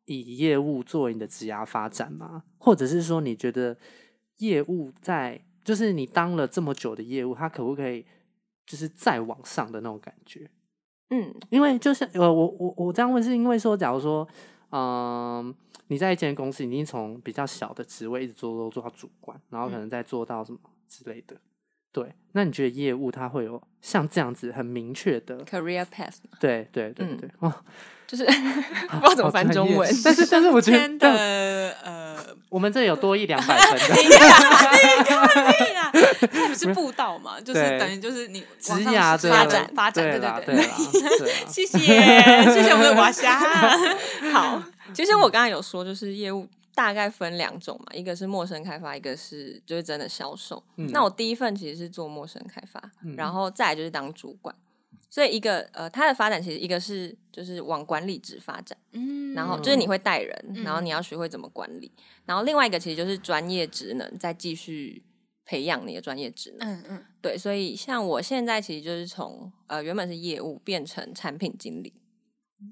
Speaker 2: 以业务作为你的职涯发展吗？或者是说，你觉得业务在就是你当了这么久的业务，它可不可以就是再往上的那种感觉？
Speaker 3: 嗯，
Speaker 2: 因为就是呃，我我我这样问是因为说，假如说，嗯、你在一间公司，你已经从比较小的职位一直做做做到主管，然后可能再做到什么之类的，对。那你觉得业务它会有像这样子很明确的？
Speaker 3: career path 嘛，
Speaker 2: 对对对
Speaker 3: 嗯
Speaker 2: 对，哦， [LAUGHS]
Speaker 3: 就是不知道怎么
Speaker 2: 好
Speaker 3: 翻
Speaker 2: 专
Speaker 3: 中
Speaker 2: 业
Speaker 3: 文。 [LAUGHS]
Speaker 2: 但是但是我觉
Speaker 1: 天
Speaker 2: 得，
Speaker 1: 的
Speaker 2: 但
Speaker 1: 呃，
Speaker 2: 我们这有多一两百分
Speaker 1: 你
Speaker 2: 的
Speaker 1: 看，你看，那你是步道嘛？就是
Speaker 2: 对
Speaker 1: 等于就是你
Speaker 2: 职
Speaker 1: 往上
Speaker 2: 涯的
Speaker 1: 发展发展，
Speaker 2: 对
Speaker 1: 对
Speaker 2: 啦
Speaker 1: 对
Speaker 2: 对啦对 [LAUGHS] 啦，
Speaker 1: [LAUGHS] 谢谢，谢谢我们的华霞。
Speaker 2: 嗯
Speaker 3: 好，其实我刚才有说，就是业务大概分两种嘛，一个是陌生开发，一个是就是真的销售。
Speaker 2: 嗯
Speaker 3: 那我第一份其实是做陌生开发，
Speaker 2: 嗯
Speaker 3: 然后再来就是当主管。所以一个呃，它的发展其实一个是就是往管理职发展，
Speaker 1: 嗯
Speaker 3: 然后就是你会带人，
Speaker 1: 嗯
Speaker 3: 然后你要学会怎么管理，然后另外一个其实就是专业职能，再继续培养你的专业职能。
Speaker 1: 嗯嗯
Speaker 3: 对，所以像我现在其实就是从呃原本是业务变成产品经理，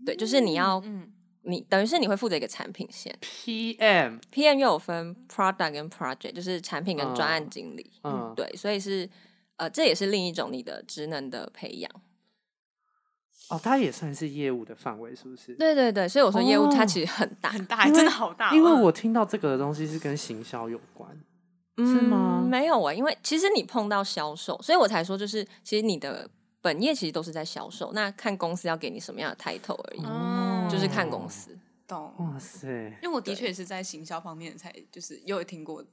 Speaker 3: 对，就是你要
Speaker 1: 嗯
Speaker 3: 你等于是你会负责一个产品线
Speaker 2: PM，
Speaker 3: ，PM 又有分 product 跟 project，就是产品跟专
Speaker 2: 哦
Speaker 3: 案经理，
Speaker 2: 嗯，
Speaker 3: 对，所以是呃这也是另一种你的职能的培养，
Speaker 2: 哦，它也算是业务的范围，是不是？
Speaker 3: 对对对，所以我说业务它
Speaker 2: 哦
Speaker 3: 其实很大，
Speaker 1: 很大，
Speaker 2: 因为
Speaker 1: 真的好大哦，
Speaker 2: 因为我听到这个的东西是跟行销有关，是吗
Speaker 3: 嗯没有啊、因为其实你碰到销售，所以我才说就是其实你的本业其实都是在销售，那看公司要给你什么样的 title 而已，
Speaker 1: 嗯
Speaker 3: 就是看公。司。
Speaker 1: 懂，
Speaker 2: 哇塞，
Speaker 1: 因为我的
Speaker 3: 对
Speaker 1: 确也是在行销方面才就是有听过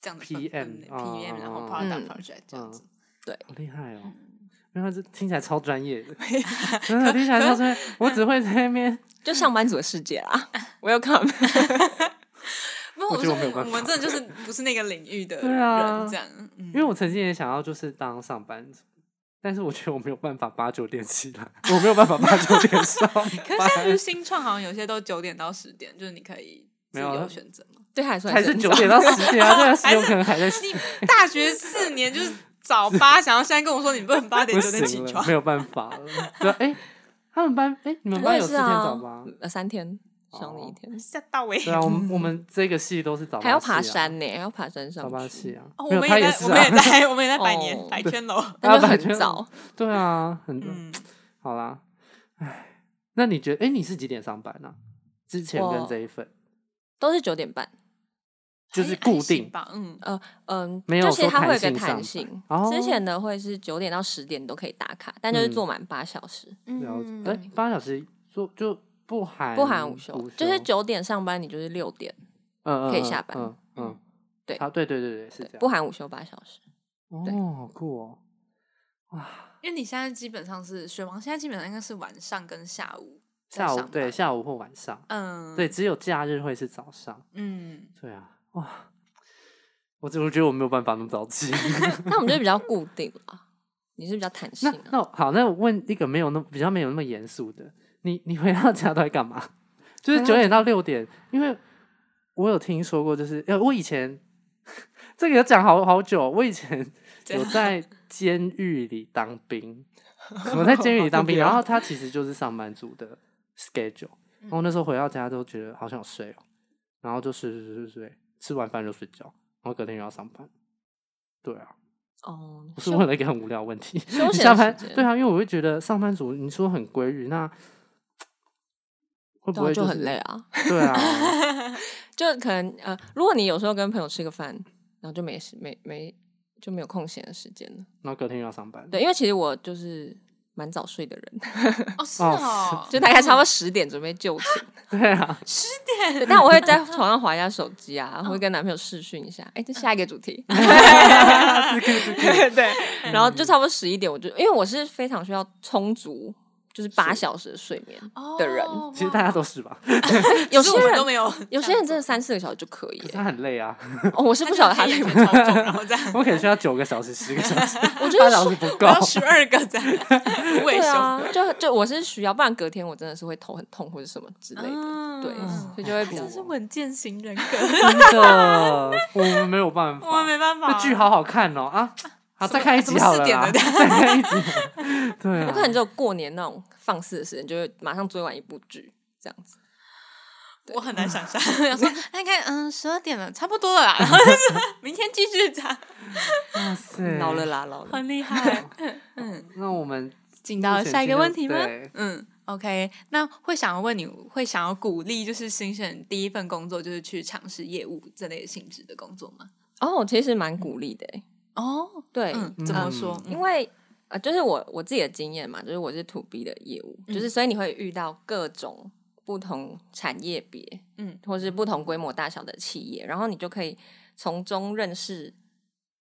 Speaker 1: 这样的
Speaker 2: PM
Speaker 1: 分类
Speaker 2: 哦
Speaker 1: PM，然后
Speaker 2: 嗯
Speaker 1: product
Speaker 3: 嗯
Speaker 1: project 这样子，
Speaker 2: 好厉害哦！
Speaker 1: 嗯
Speaker 2: 因为这听起来超专
Speaker 1: [LAUGHS]
Speaker 2: 业的，
Speaker 1: 啊
Speaker 2: 真的听起来超专业。我只会在那边，
Speaker 3: 就上班族的世界 [LAUGHS] 啦，Welcome。
Speaker 1: 不过
Speaker 2: 我
Speaker 1: 我
Speaker 2: 觉得
Speaker 1: 说
Speaker 2: 我没有办
Speaker 1: 我们
Speaker 2: 法
Speaker 1: 真的就是不是那个领域的
Speaker 2: [LAUGHS] 对
Speaker 1: 人
Speaker 2: 啊
Speaker 1: 这样，嗯
Speaker 2: 因为我曾经也想要就是当上班族，但是我觉得我没有办法八九点起来，我没有办法八九点上
Speaker 1: 可是现在不是
Speaker 2: 班，
Speaker 1: 新创好像有些都九点到十点，就是你可以
Speaker 2: [LAUGHS]
Speaker 1: 自
Speaker 2: 没有
Speaker 1: 由
Speaker 2: 啊
Speaker 1: 选择嘛。
Speaker 3: 对他来说
Speaker 2: 还是
Speaker 3: 很
Speaker 2: 九
Speaker 3: 早
Speaker 2: 点到十点啊，这个
Speaker 1: 还
Speaker 2: 是有
Speaker 1: 是
Speaker 2: 可能还在睡
Speaker 1: 你大学四年就是早八，想要现在跟我说你不能八点
Speaker 2: [LAUGHS] 不
Speaker 1: 九点起
Speaker 2: 行了
Speaker 1: 床，
Speaker 2: 没有办法了。对，哎，他们班，哎，你们
Speaker 3: 我
Speaker 2: 班
Speaker 3: 也
Speaker 2: 有
Speaker 3: 是
Speaker 2: 四天
Speaker 3: 啊，
Speaker 2: 早八？
Speaker 3: 呃，三天，
Speaker 2: 哦
Speaker 3: 少你一天，
Speaker 1: 吓到我。
Speaker 2: 对啊，我
Speaker 1: 嗯
Speaker 2: 们我们这个系都是早八，
Speaker 3: 还要爬，山呢，还要爬山上
Speaker 2: 早八
Speaker 3: 去，
Speaker 2: 系啊
Speaker 1: 哦，，
Speaker 2: 没
Speaker 1: 我
Speaker 2: 有
Speaker 1: 们
Speaker 2: 他
Speaker 1: 也
Speaker 2: 也
Speaker 1: 在，
Speaker 2: 是
Speaker 1: 我们也
Speaker 2: 啊，
Speaker 1: 在，我们也
Speaker 2: [LAUGHS]
Speaker 1: 在百年、
Speaker 3: 哦
Speaker 1: 百圈楼。
Speaker 3: [LAUGHS] 但就
Speaker 2: 啊白
Speaker 3: 很
Speaker 2: 天
Speaker 3: 早。
Speaker 2: 对啊，很
Speaker 1: 嗯，
Speaker 2: 好啦，哎，那你觉得，哎、你是几点上班呢、之前跟
Speaker 3: 我
Speaker 2: 这一份
Speaker 3: 都是九点半，
Speaker 2: 就是
Speaker 1: 还
Speaker 2: 固定
Speaker 1: 还行吧，嗯，
Speaker 3: 嗯，
Speaker 2: 没有
Speaker 3: 就其实
Speaker 2: 说
Speaker 3: 它会有
Speaker 2: 弹性
Speaker 3: 个
Speaker 2: 上
Speaker 3: 弹
Speaker 2: 班
Speaker 3: 性。
Speaker 2: 哦
Speaker 3: 之前的会是九点到十点都可以打卡，但就是
Speaker 2: 嗯
Speaker 3: 做满八小时，
Speaker 2: 了解
Speaker 1: 嗯，
Speaker 2: 哎、八小时做就不含
Speaker 3: 不含午休
Speaker 2: 休，，
Speaker 3: 就是九点上班，你就是六点，
Speaker 2: 嗯
Speaker 3: 可以
Speaker 2: 嗯
Speaker 3: 下班
Speaker 2: 嗯嗯，
Speaker 3: 对
Speaker 2: 好，对对对对，是啊
Speaker 3: 对
Speaker 2: 这样，
Speaker 3: 不含午休八小时。 [LAUGHS] 对
Speaker 2: 哦，好酷哦，哇，
Speaker 1: 因为你现在基本上是雪王，现在基本上应该是晚上跟下午在
Speaker 2: 下午
Speaker 1: 上班
Speaker 2: 对，下午或晚上，
Speaker 1: 嗯，
Speaker 2: 对，，只有假日会是早上，
Speaker 1: 嗯，
Speaker 2: 对啊，哇，我怎么觉得我没有办法那么早起？ [LAUGHS]
Speaker 3: 那我们就比较固定了，你是比较弹性
Speaker 2: 那
Speaker 3: 啊。
Speaker 2: 那我好，那我问一个没有那么比较没有那么严肃的，你你回到家都在干嘛？就是
Speaker 3: 回
Speaker 2: 九
Speaker 3: 到
Speaker 2: 点到六点，因为我有听说过，就是呃，我以前这个有讲好好久，哦我以前
Speaker 1: 怎
Speaker 3: 啊
Speaker 2: 有
Speaker 1: 样
Speaker 2: 在监狱里当
Speaker 3: [LAUGHS]
Speaker 2: 兵，我在监狱里当兵，
Speaker 3: 哦
Speaker 2: 然后他其实就是上班族的 schedule，然
Speaker 3: 嗯
Speaker 1: 嗯
Speaker 2: 哦后那时候回到家都觉得好想睡哦，然后就睡睡睡睡睡，吃完饭就睡觉，然后隔天又要上班，对啊。
Speaker 3: 哦，
Speaker 2: 我是
Speaker 3: 休
Speaker 2: 问了一个很无聊的问题。
Speaker 3: 休
Speaker 2: 你
Speaker 3: 闲
Speaker 2: 下
Speaker 3: 时
Speaker 2: 班
Speaker 3: 间
Speaker 2: 对啊，因为我会觉得上班族你说很规律，那会不
Speaker 3: 对啊
Speaker 2: 会
Speaker 3: 就是很累？啊？
Speaker 2: 对啊，
Speaker 3: 就可能呃，如果你有时候跟朋友吃个饭，然后就没事没没就没有空闲的时间了。
Speaker 2: 然后隔天又要上班。
Speaker 3: 对，因为其实我就是蛮早睡的人， [LAUGHS]
Speaker 1: 哦是哦，
Speaker 3: 就大概
Speaker 2: 嗯
Speaker 3: 差不多十点准备就寝，
Speaker 2: [LAUGHS] 对啊，
Speaker 3: 对但我会在床上划一下手机
Speaker 2: 嗯
Speaker 3: 啊，会跟男朋友视讯一下。哎，这下一个
Speaker 2: [LAUGHS]
Speaker 3: 主题， [LAUGHS] 对，
Speaker 2: 嗯
Speaker 3: 然后就差不多十一点，我就因为我是非常需要充足，就是八
Speaker 2: 是
Speaker 3: 小时的睡眠。
Speaker 1: 哦
Speaker 3: 的人
Speaker 2: 其实大家都是吧，可
Speaker 3: 有
Speaker 1: 有
Speaker 3: 些
Speaker 1: 些人
Speaker 3: 人
Speaker 1: 都没有，
Speaker 3: 有些人真的三四个小时就可以
Speaker 2: 是
Speaker 3: 耶、
Speaker 2: 他很累啊。
Speaker 3: 哦，我是不晓得他
Speaker 1: 眼
Speaker 3: 累
Speaker 1: 睛 [LAUGHS]
Speaker 3: 吗？
Speaker 1: 超重，然后这
Speaker 2: [LAUGHS]
Speaker 1: 样，
Speaker 2: 我可能需要九个小时、十个小时，
Speaker 3: 我觉
Speaker 2: 八
Speaker 3: 得
Speaker 2: 小时不够
Speaker 1: 然。后十二个
Speaker 2: [LAUGHS]
Speaker 1: 这样，未
Speaker 3: 对
Speaker 1: 休。
Speaker 3: 啊，就就我是需要，不然隔天我真的是会头很痛或者什么之类的。
Speaker 1: 嗯
Speaker 3: 对，
Speaker 2: 嗯
Speaker 3: 所以就会比较
Speaker 1: 真是稳健型人格，
Speaker 2: 真的，我们没有办法。
Speaker 1: [LAUGHS] 我没办法。
Speaker 2: 那剧好好看哦啊！好，再看一
Speaker 1: 怎
Speaker 2: 集
Speaker 1: 么
Speaker 2: 好
Speaker 1: 四
Speaker 2: 了
Speaker 1: 点
Speaker 2: 啦，
Speaker 1: 了
Speaker 2: 再看一集。 [LAUGHS] 对
Speaker 3: 我
Speaker 2: 啊
Speaker 3: 可，能只有过年那种放肆的时间，就会马上追完一部剧这样子。
Speaker 1: [LAUGHS] 我很难想象。想说大概嗯十二点了，差不多了啦，然 [LAUGHS] 后就是明天继续讲，
Speaker 2: 哇塞，
Speaker 3: 老了。啦，老了。
Speaker 1: [LAUGHS] 很厉害。
Speaker 2: 那我们
Speaker 1: [LAUGHS] 进到下一个问题吗？
Speaker 2: 对
Speaker 1: 嗯，OK，那会想要问你，会想要鼓励就是新鲜人第一份工作就是去尝试业务这类性质的工作吗？
Speaker 3: 哦，我其实蛮鼓励的欸、
Speaker 1: 哦，
Speaker 3: 对，
Speaker 1: 嗯，怎么说？
Speaker 3: 因为呃，就是我我自己的经验嘛，就是我是 to B 的业务，
Speaker 1: 嗯
Speaker 3: 就是所以你会遇到各种不同产业别，
Speaker 1: 嗯，
Speaker 3: 或是不同规模大小的企业，然后你就可以从中认识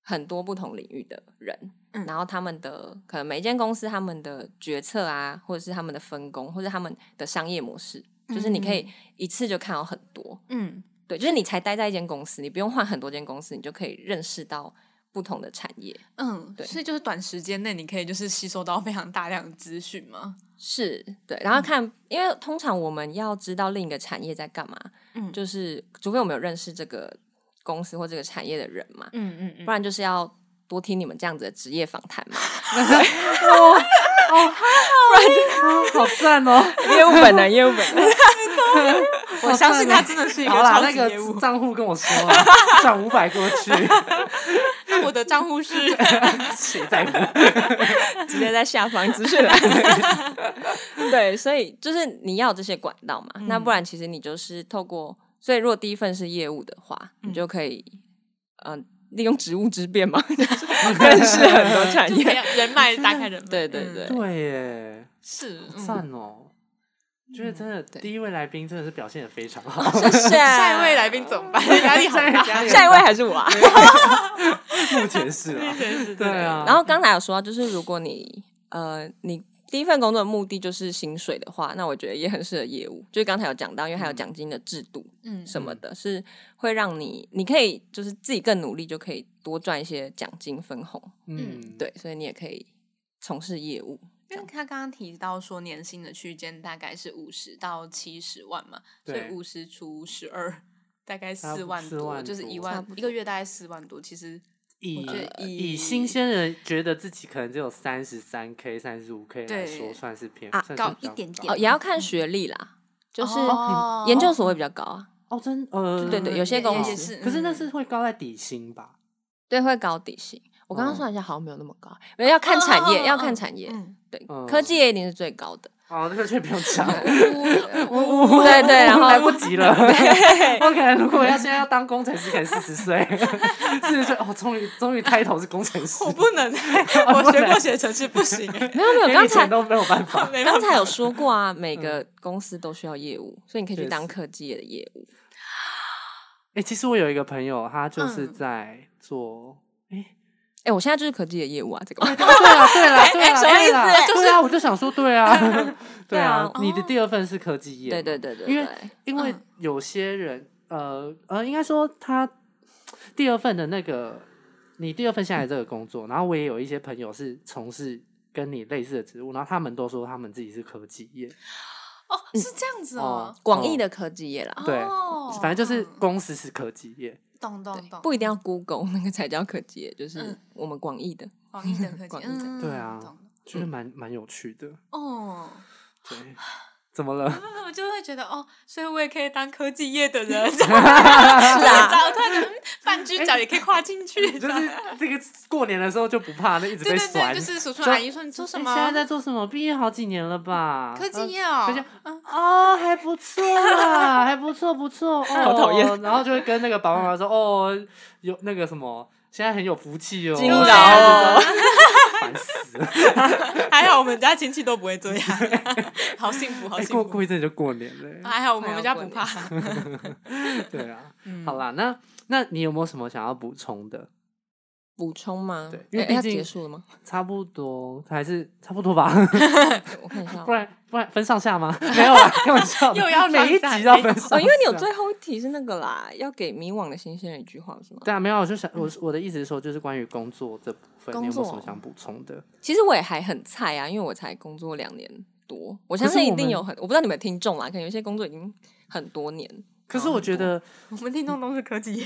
Speaker 3: 很多不同领域的人，
Speaker 1: 嗯
Speaker 3: 然后他们的可能每一间公司他们的决策啊，或者是他们的分工，或者他们的商业模式，就是你可以一次就看到很多，
Speaker 1: 嗯
Speaker 3: 对，就是你才待在一间公司，你不用换很多间公司，你就可以认识到不同的产业。
Speaker 1: 嗯，
Speaker 3: 对
Speaker 1: 所以就是短时间内你可以就是吸收到非常大量的资讯嘛。
Speaker 3: 是对，
Speaker 1: 嗯
Speaker 3: 然后看，因为通常我们要知道另一个产业在干嘛，
Speaker 1: 嗯
Speaker 3: 就是除非我们有认识这个公司或这个产业的人嘛，
Speaker 1: 嗯嗯
Speaker 3: 不然就是要多听你们这样子的职业访
Speaker 1: [LAUGHS]
Speaker 3: 谈嘛。
Speaker 2: 哦哦，不然好赞哦！
Speaker 3: 业务本能，业务本能，
Speaker 1: [LAUGHS] 我相信他真的是一个
Speaker 2: 好啦，
Speaker 1: 超
Speaker 2: 那
Speaker 1: 级
Speaker 2: 个
Speaker 1: 业务。
Speaker 2: 账户跟我说
Speaker 1: [LAUGHS]
Speaker 2: 啊，转五百过去，
Speaker 1: 那我的账户 [LAUGHS] 是，
Speaker 2: 谁在乎？
Speaker 3: 直接在下方资讯栏。
Speaker 1: [LAUGHS]
Speaker 3: 对，所以就是你要有这些管道嘛，那
Speaker 1: 嗯
Speaker 3: 不然其实你就是透过，所以如果第一份是业务的话，你就可以，嗯、利用职务之
Speaker 1: [LAUGHS]
Speaker 3: 便嘛， [LAUGHS] 就是认识很多
Speaker 1: [LAUGHS]
Speaker 3: 产
Speaker 1: 就培
Speaker 3: [LAUGHS] 业。
Speaker 1: 养人 [LAUGHS] 脉打开人脉。
Speaker 3: 对对
Speaker 1: 嗯
Speaker 3: 对
Speaker 2: 对耶，
Speaker 1: 是嗯
Speaker 2: 赞哦！觉得真的，
Speaker 3: 对
Speaker 2: 第一位来宾真的是表现的非常好，
Speaker 1: [LAUGHS] 下
Speaker 3: 下
Speaker 1: 一位来宾怎 [LAUGHS] 么办？压力好大。
Speaker 2: 下
Speaker 3: 下一位还是我、啊。
Speaker 2: 目前是啊，对啊。
Speaker 3: 然后
Speaker 1: 嗯
Speaker 3: 刚才有说到，就是如果你呃你第一份工作的目的就是薪水的话，那我觉得也很适合业务。就是刚才有讲到，因为还有奖金的制度
Speaker 1: 嗯
Speaker 3: 什么的，是会让你你可以就是自己更努力，就可以多赚一些奖金分红。
Speaker 2: 嗯，
Speaker 3: 对，所以你也可以从事业务。
Speaker 1: 因为他刚刚提到说年薪的区间大概是五十到七十万嘛，所以
Speaker 2: 对
Speaker 1: 五十除十二大概
Speaker 2: 差不
Speaker 1: 四万
Speaker 2: 4万
Speaker 1: 就是
Speaker 2: 多
Speaker 1: 一
Speaker 3: 差
Speaker 1: 万
Speaker 3: 不多
Speaker 1: 一个月大概四万多，其实
Speaker 2: 以呃
Speaker 1: 我觉得
Speaker 2: 以
Speaker 1: 以
Speaker 2: 新鲜人觉得自己可能只有三十三 k、三十五 k 来
Speaker 1: 对
Speaker 2: 说，算是偏
Speaker 3: 啊
Speaker 2: 算是
Speaker 1: 高
Speaker 2: 比较
Speaker 1: 一点点
Speaker 3: 哦，也要看学历啦，就是
Speaker 1: 嗯哦
Speaker 3: 研究所会比较高啊，
Speaker 2: 哦，真呃，
Speaker 3: 对对有些
Speaker 1: 也
Speaker 3: 公
Speaker 1: 也
Speaker 3: 司
Speaker 1: 是，
Speaker 2: 可是那
Speaker 1: 嗯
Speaker 2: 是会高在底薪吧？
Speaker 3: 对，会高底薪。我刚刚
Speaker 2: 哦
Speaker 3: 算一下，好像没有那么高，啊没有要看产
Speaker 1: 哦哦
Speaker 3: 业，
Speaker 1: 哦
Speaker 3: 要看产业。
Speaker 1: 嗯
Speaker 3: 对
Speaker 2: 嗯，
Speaker 3: 科技业一定是最高的。
Speaker 2: 哦，那个却不用讲，
Speaker 1: [LAUGHS] 哦
Speaker 2: [LAUGHS]
Speaker 3: 对对，然后
Speaker 2: 来不及
Speaker 3: [LAUGHS]
Speaker 2: 了。OK，如果要现在要当工程师，可能四十岁， [LAUGHS] 四十岁哦，终于终于开头是工程师
Speaker 1: 我，不
Speaker 2: [LAUGHS]
Speaker 1: 能，我哦学过写程式不 [LAUGHS] 行欸，
Speaker 3: 没有没有，
Speaker 2: 连
Speaker 3: 刚
Speaker 2: 以前
Speaker 3: 才
Speaker 2: 都没有办
Speaker 3: [LAUGHS]
Speaker 2: 法。嗯
Speaker 1: 没
Speaker 3: 刚
Speaker 1: 办
Speaker 3: 才
Speaker 1: 法。
Speaker 3: 有说过啊，每个公司都需要业务，所以你可以去
Speaker 2: 确
Speaker 3: 当
Speaker 2: 实
Speaker 3: 科技业的业务。
Speaker 2: 哎，其实我有一个朋友，他就是
Speaker 1: 嗯
Speaker 2: 在做。
Speaker 3: 哎，我现在就是科技的业务啊，这个
Speaker 2: [LAUGHS] 对啊，对
Speaker 3: [LAUGHS]
Speaker 2: 啦，对啦，
Speaker 3: 哎什么
Speaker 2: 对啦
Speaker 3: 意思
Speaker 2: 对啊，我就想说，对
Speaker 3: [LAUGHS]
Speaker 2: 啊，对啊
Speaker 3: 啊，
Speaker 2: 你的第二份是科技业嘛，
Speaker 3: 对对对对
Speaker 2: 因为
Speaker 3: 对，
Speaker 2: 因为
Speaker 1: 嗯
Speaker 2: 有些人，呃呃，应该说他第二份的那个，你第二份下来这个工作，然后我也有一些朋友是从事跟你类似的职务，然后他们都说他们自己是科技业，
Speaker 1: 哦，是这样子哦
Speaker 2: 哦，
Speaker 3: 广义的科技业啦，
Speaker 2: 嗯对
Speaker 1: 哦
Speaker 2: 反正就是
Speaker 1: 嗯
Speaker 2: 公司是科技业，
Speaker 1: 懂懂
Speaker 3: 对
Speaker 1: 懂，
Speaker 3: 不一定要 Google 那个才叫科技业，就是
Speaker 1: 嗯
Speaker 3: 我们广义的。
Speaker 1: 广义的科技
Speaker 3: 广，义的
Speaker 1: 嗯，
Speaker 2: 对啊
Speaker 1: 懂
Speaker 2: 觉得蛮蛮有趣的。
Speaker 1: 哦， [LAUGHS]
Speaker 2: 对，怎么了？
Speaker 1: 那我就会觉得哦，所以我也可以当科技业的人，
Speaker 2: [LAUGHS]
Speaker 1: 是
Speaker 3: 啊
Speaker 1: 我突然觉得半只脚也可以跨进去，
Speaker 2: 哎就
Speaker 1: 这样
Speaker 2: 是这个过年的时候就不怕那一直
Speaker 1: 对
Speaker 2: 被
Speaker 1: 对
Speaker 2: 酸
Speaker 1: 对，就。是叔叔
Speaker 2: 这
Speaker 1: 阿姨说你做什么？
Speaker 2: 诶现在在做什么？毕业好几年了吧？
Speaker 1: 科技
Speaker 2: 呃
Speaker 1: 业哦
Speaker 2: 科技，哦，还不错啦，还不错，不错。哦、
Speaker 3: 好讨厌
Speaker 2: 然后就会跟那个爸爸妈妈说，哦，有那个什么，现在很有福气哦，
Speaker 3: 敬
Speaker 1: 老
Speaker 3: 啊
Speaker 2: 然后就说烦死了。
Speaker 1: 啊 [LAUGHS] 还好我们家亲戚都不会这样，好幸福，好
Speaker 2: 哎、
Speaker 1: 幸
Speaker 2: 过
Speaker 1: 福。
Speaker 2: 过一阵就过年了、
Speaker 1: 还好我
Speaker 3: 快
Speaker 1: 们
Speaker 3: 要
Speaker 1: 家
Speaker 3: 过
Speaker 1: 不
Speaker 3: 年
Speaker 1: 怕。
Speaker 2: 对啊，
Speaker 1: 嗯
Speaker 2: 好啦，那那你有没有什么想要补充的？
Speaker 3: 补充吗？
Speaker 2: 对因为
Speaker 3: 哎
Speaker 2: 毕
Speaker 3: 要
Speaker 2: 竟
Speaker 3: 结束了吗？
Speaker 2: 差不多，还是差不多吧，
Speaker 3: 我看一下
Speaker 2: [LAUGHS] 不
Speaker 3: 哦。
Speaker 2: 然不然分上下吗？ [LAUGHS] 没有啦，开玩笑
Speaker 3: [LAUGHS]
Speaker 2: 的，
Speaker 1: 又要
Speaker 2: 每一
Speaker 1: 上下
Speaker 2: 集要分上啊下，
Speaker 3: 哦，因为你有最后一题是那个啦，要给迷惘的新鲜人一句话是吗？
Speaker 2: 对啊，没有，我就想我我的意思是说，就是关于工作这部分，你有没
Speaker 3: 嗯工
Speaker 2: 有
Speaker 3: 作
Speaker 2: 什么想补充的？
Speaker 3: 其实我也还很菜啊，因为我才工作两年多，我相
Speaker 2: 可是
Speaker 3: 信一
Speaker 2: 我
Speaker 3: 定
Speaker 2: 们
Speaker 3: 有很，我不知道你们听众啦，可能有些工作已经很多年。
Speaker 2: 可是我觉得
Speaker 1: 我们听众都是科技
Speaker 2: [LAUGHS]
Speaker 1: 业，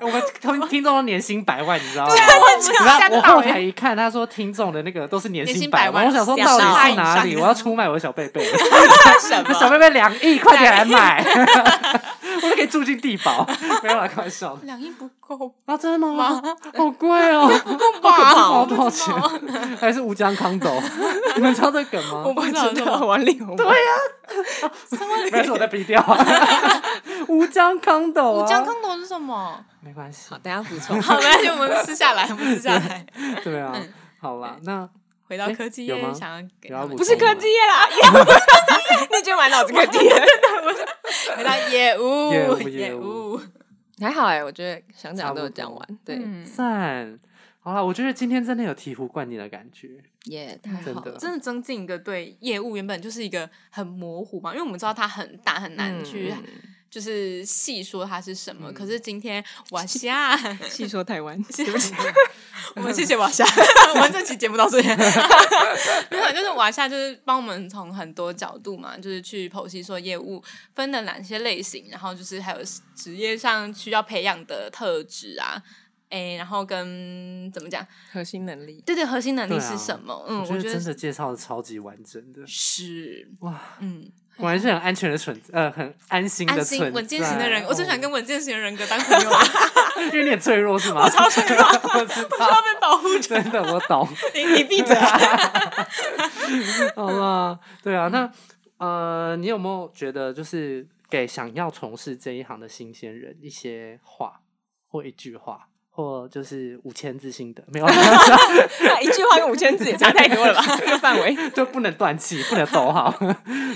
Speaker 2: 我们听听众都年薪百万，你知道吗？
Speaker 1: 啊
Speaker 2: 你知道
Speaker 1: 吓到
Speaker 2: 我后
Speaker 1: 欸
Speaker 2: 台一看，他说听众的那个都是年
Speaker 1: 年薪
Speaker 2: 百
Speaker 1: 百万
Speaker 2: 我想说
Speaker 1: 吓
Speaker 2: 到
Speaker 1: 到
Speaker 2: 底是哪
Speaker 1: 以
Speaker 2: 里？
Speaker 1: 上
Speaker 2: 我要出卖我的小贝贝，[LAUGHS]
Speaker 1: 什
Speaker 2: 我小贝贝两亿，快点来买， [LAUGHS] 我都可以住进地堡。没有啦，开玩笑的。
Speaker 1: 两亿不够
Speaker 2: 啊，真的吗？好贵哦， [LAUGHS]
Speaker 1: 吧？
Speaker 2: 好
Speaker 1: 我
Speaker 2: 多
Speaker 1: 不
Speaker 2: 少
Speaker 1: 知道
Speaker 2: 钱？ [LAUGHS] 还是乌江康
Speaker 1: [LAUGHS]
Speaker 2: 斗？你们知道这个梗吗？
Speaker 1: 我不知道，
Speaker 3: 王力宏。对呀、
Speaker 2: 没事，我再逼掉。吴江康斗、啊，
Speaker 1: 五江康斗是
Speaker 2: [LAUGHS]
Speaker 1: 什么？
Speaker 2: 没关系
Speaker 3: 好，，等一下补 [LAUGHS] 充。
Speaker 1: 好，没关系，我们私下来，我们私下来。
Speaker 2: 对啊，好啦，那
Speaker 1: 回到
Speaker 2: 诶
Speaker 1: 科技
Speaker 2: 有吗
Speaker 1: 业，想要嗯给
Speaker 2: 有要啊
Speaker 1: 他们
Speaker 2: 补
Speaker 3: 不是
Speaker 2: 充
Speaker 3: 科
Speaker 2: 吗
Speaker 3: 技业 [LAUGHS] 啦，那就满脑子科技业。
Speaker 1: 回到业务
Speaker 2: 业务业
Speaker 1: 业
Speaker 2: 务
Speaker 1: 务。
Speaker 3: [LAUGHS] 还好哎、我觉得想
Speaker 2: 差不
Speaker 3: 讲都
Speaker 2: 多
Speaker 3: 有讲完，对，
Speaker 1: 嗯
Speaker 2: 赞。好啦，我觉得今天真的有醍醐灌顶的感觉，
Speaker 3: 也、太
Speaker 2: 真
Speaker 3: 好
Speaker 2: 的
Speaker 3: [LAUGHS] 了。
Speaker 1: 真的增进一个对业务原本就是一个很模糊嘛，因为我们知道它很大很难去
Speaker 3: 嗯嗯
Speaker 1: 就是细说它是什么。可
Speaker 2: 嗯
Speaker 1: 是今天
Speaker 2: [LAUGHS]
Speaker 1: 瓦夏，
Speaker 3: 细说台湾，
Speaker 1: 对不起， [LAUGHS] 我们谢谢瓦夏， [LAUGHS] 我们这期节目到这里。 [LAUGHS] 没有，就是瓦夏就是帮我们从很多角度嘛，就是去剖析说业务分的哪些类型，然后就是还有职业上需要培养的特质啊。哎，然后跟怎么讲？
Speaker 3: [LAUGHS] 核心能力。
Speaker 1: 对对，核心能力
Speaker 2: 对
Speaker 1: 是
Speaker 2: 啊
Speaker 1: 什么？嗯，我
Speaker 2: 觉
Speaker 1: 觉
Speaker 2: 得真
Speaker 1: 得
Speaker 2: 的介绍的超级完整的，
Speaker 1: 是，
Speaker 2: 哇，
Speaker 1: 嗯，
Speaker 2: 果然是很安全的存，呃，很安心的
Speaker 1: 安
Speaker 2: 存
Speaker 1: 心稳健型的人，
Speaker 2: 在
Speaker 1: 我最喜欢
Speaker 2: 哦
Speaker 1: 跟稳健型的人格当朋友了， [LAUGHS]
Speaker 2: 因为你很脆弱是吗？我超脆弱， [LAUGHS] 我知
Speaker 1: 要
Speaker 2: 道，
Speaker 1: 被保护
Speaker 2: [LAUGHS]
Speaker 1: 着。
Speaker 2: 真的我懂，
Speaker 1: 你
Speaker 2: [LAUGHS]
Speaker 1: 你闭嘴啊！
Speaker 2: 好吧？对啊，那呃，你有没有觉得就是给想要从事这一行的新鲜人一些话或一句话，或就是五千字心得？没有啊，
Speaker 3: [LAUGHS] 一句话跟五千字也差太多了吧？这个范围。
Speaker 2: [LAUGHS] 就不能断气，不能抖好， [LAUGHS]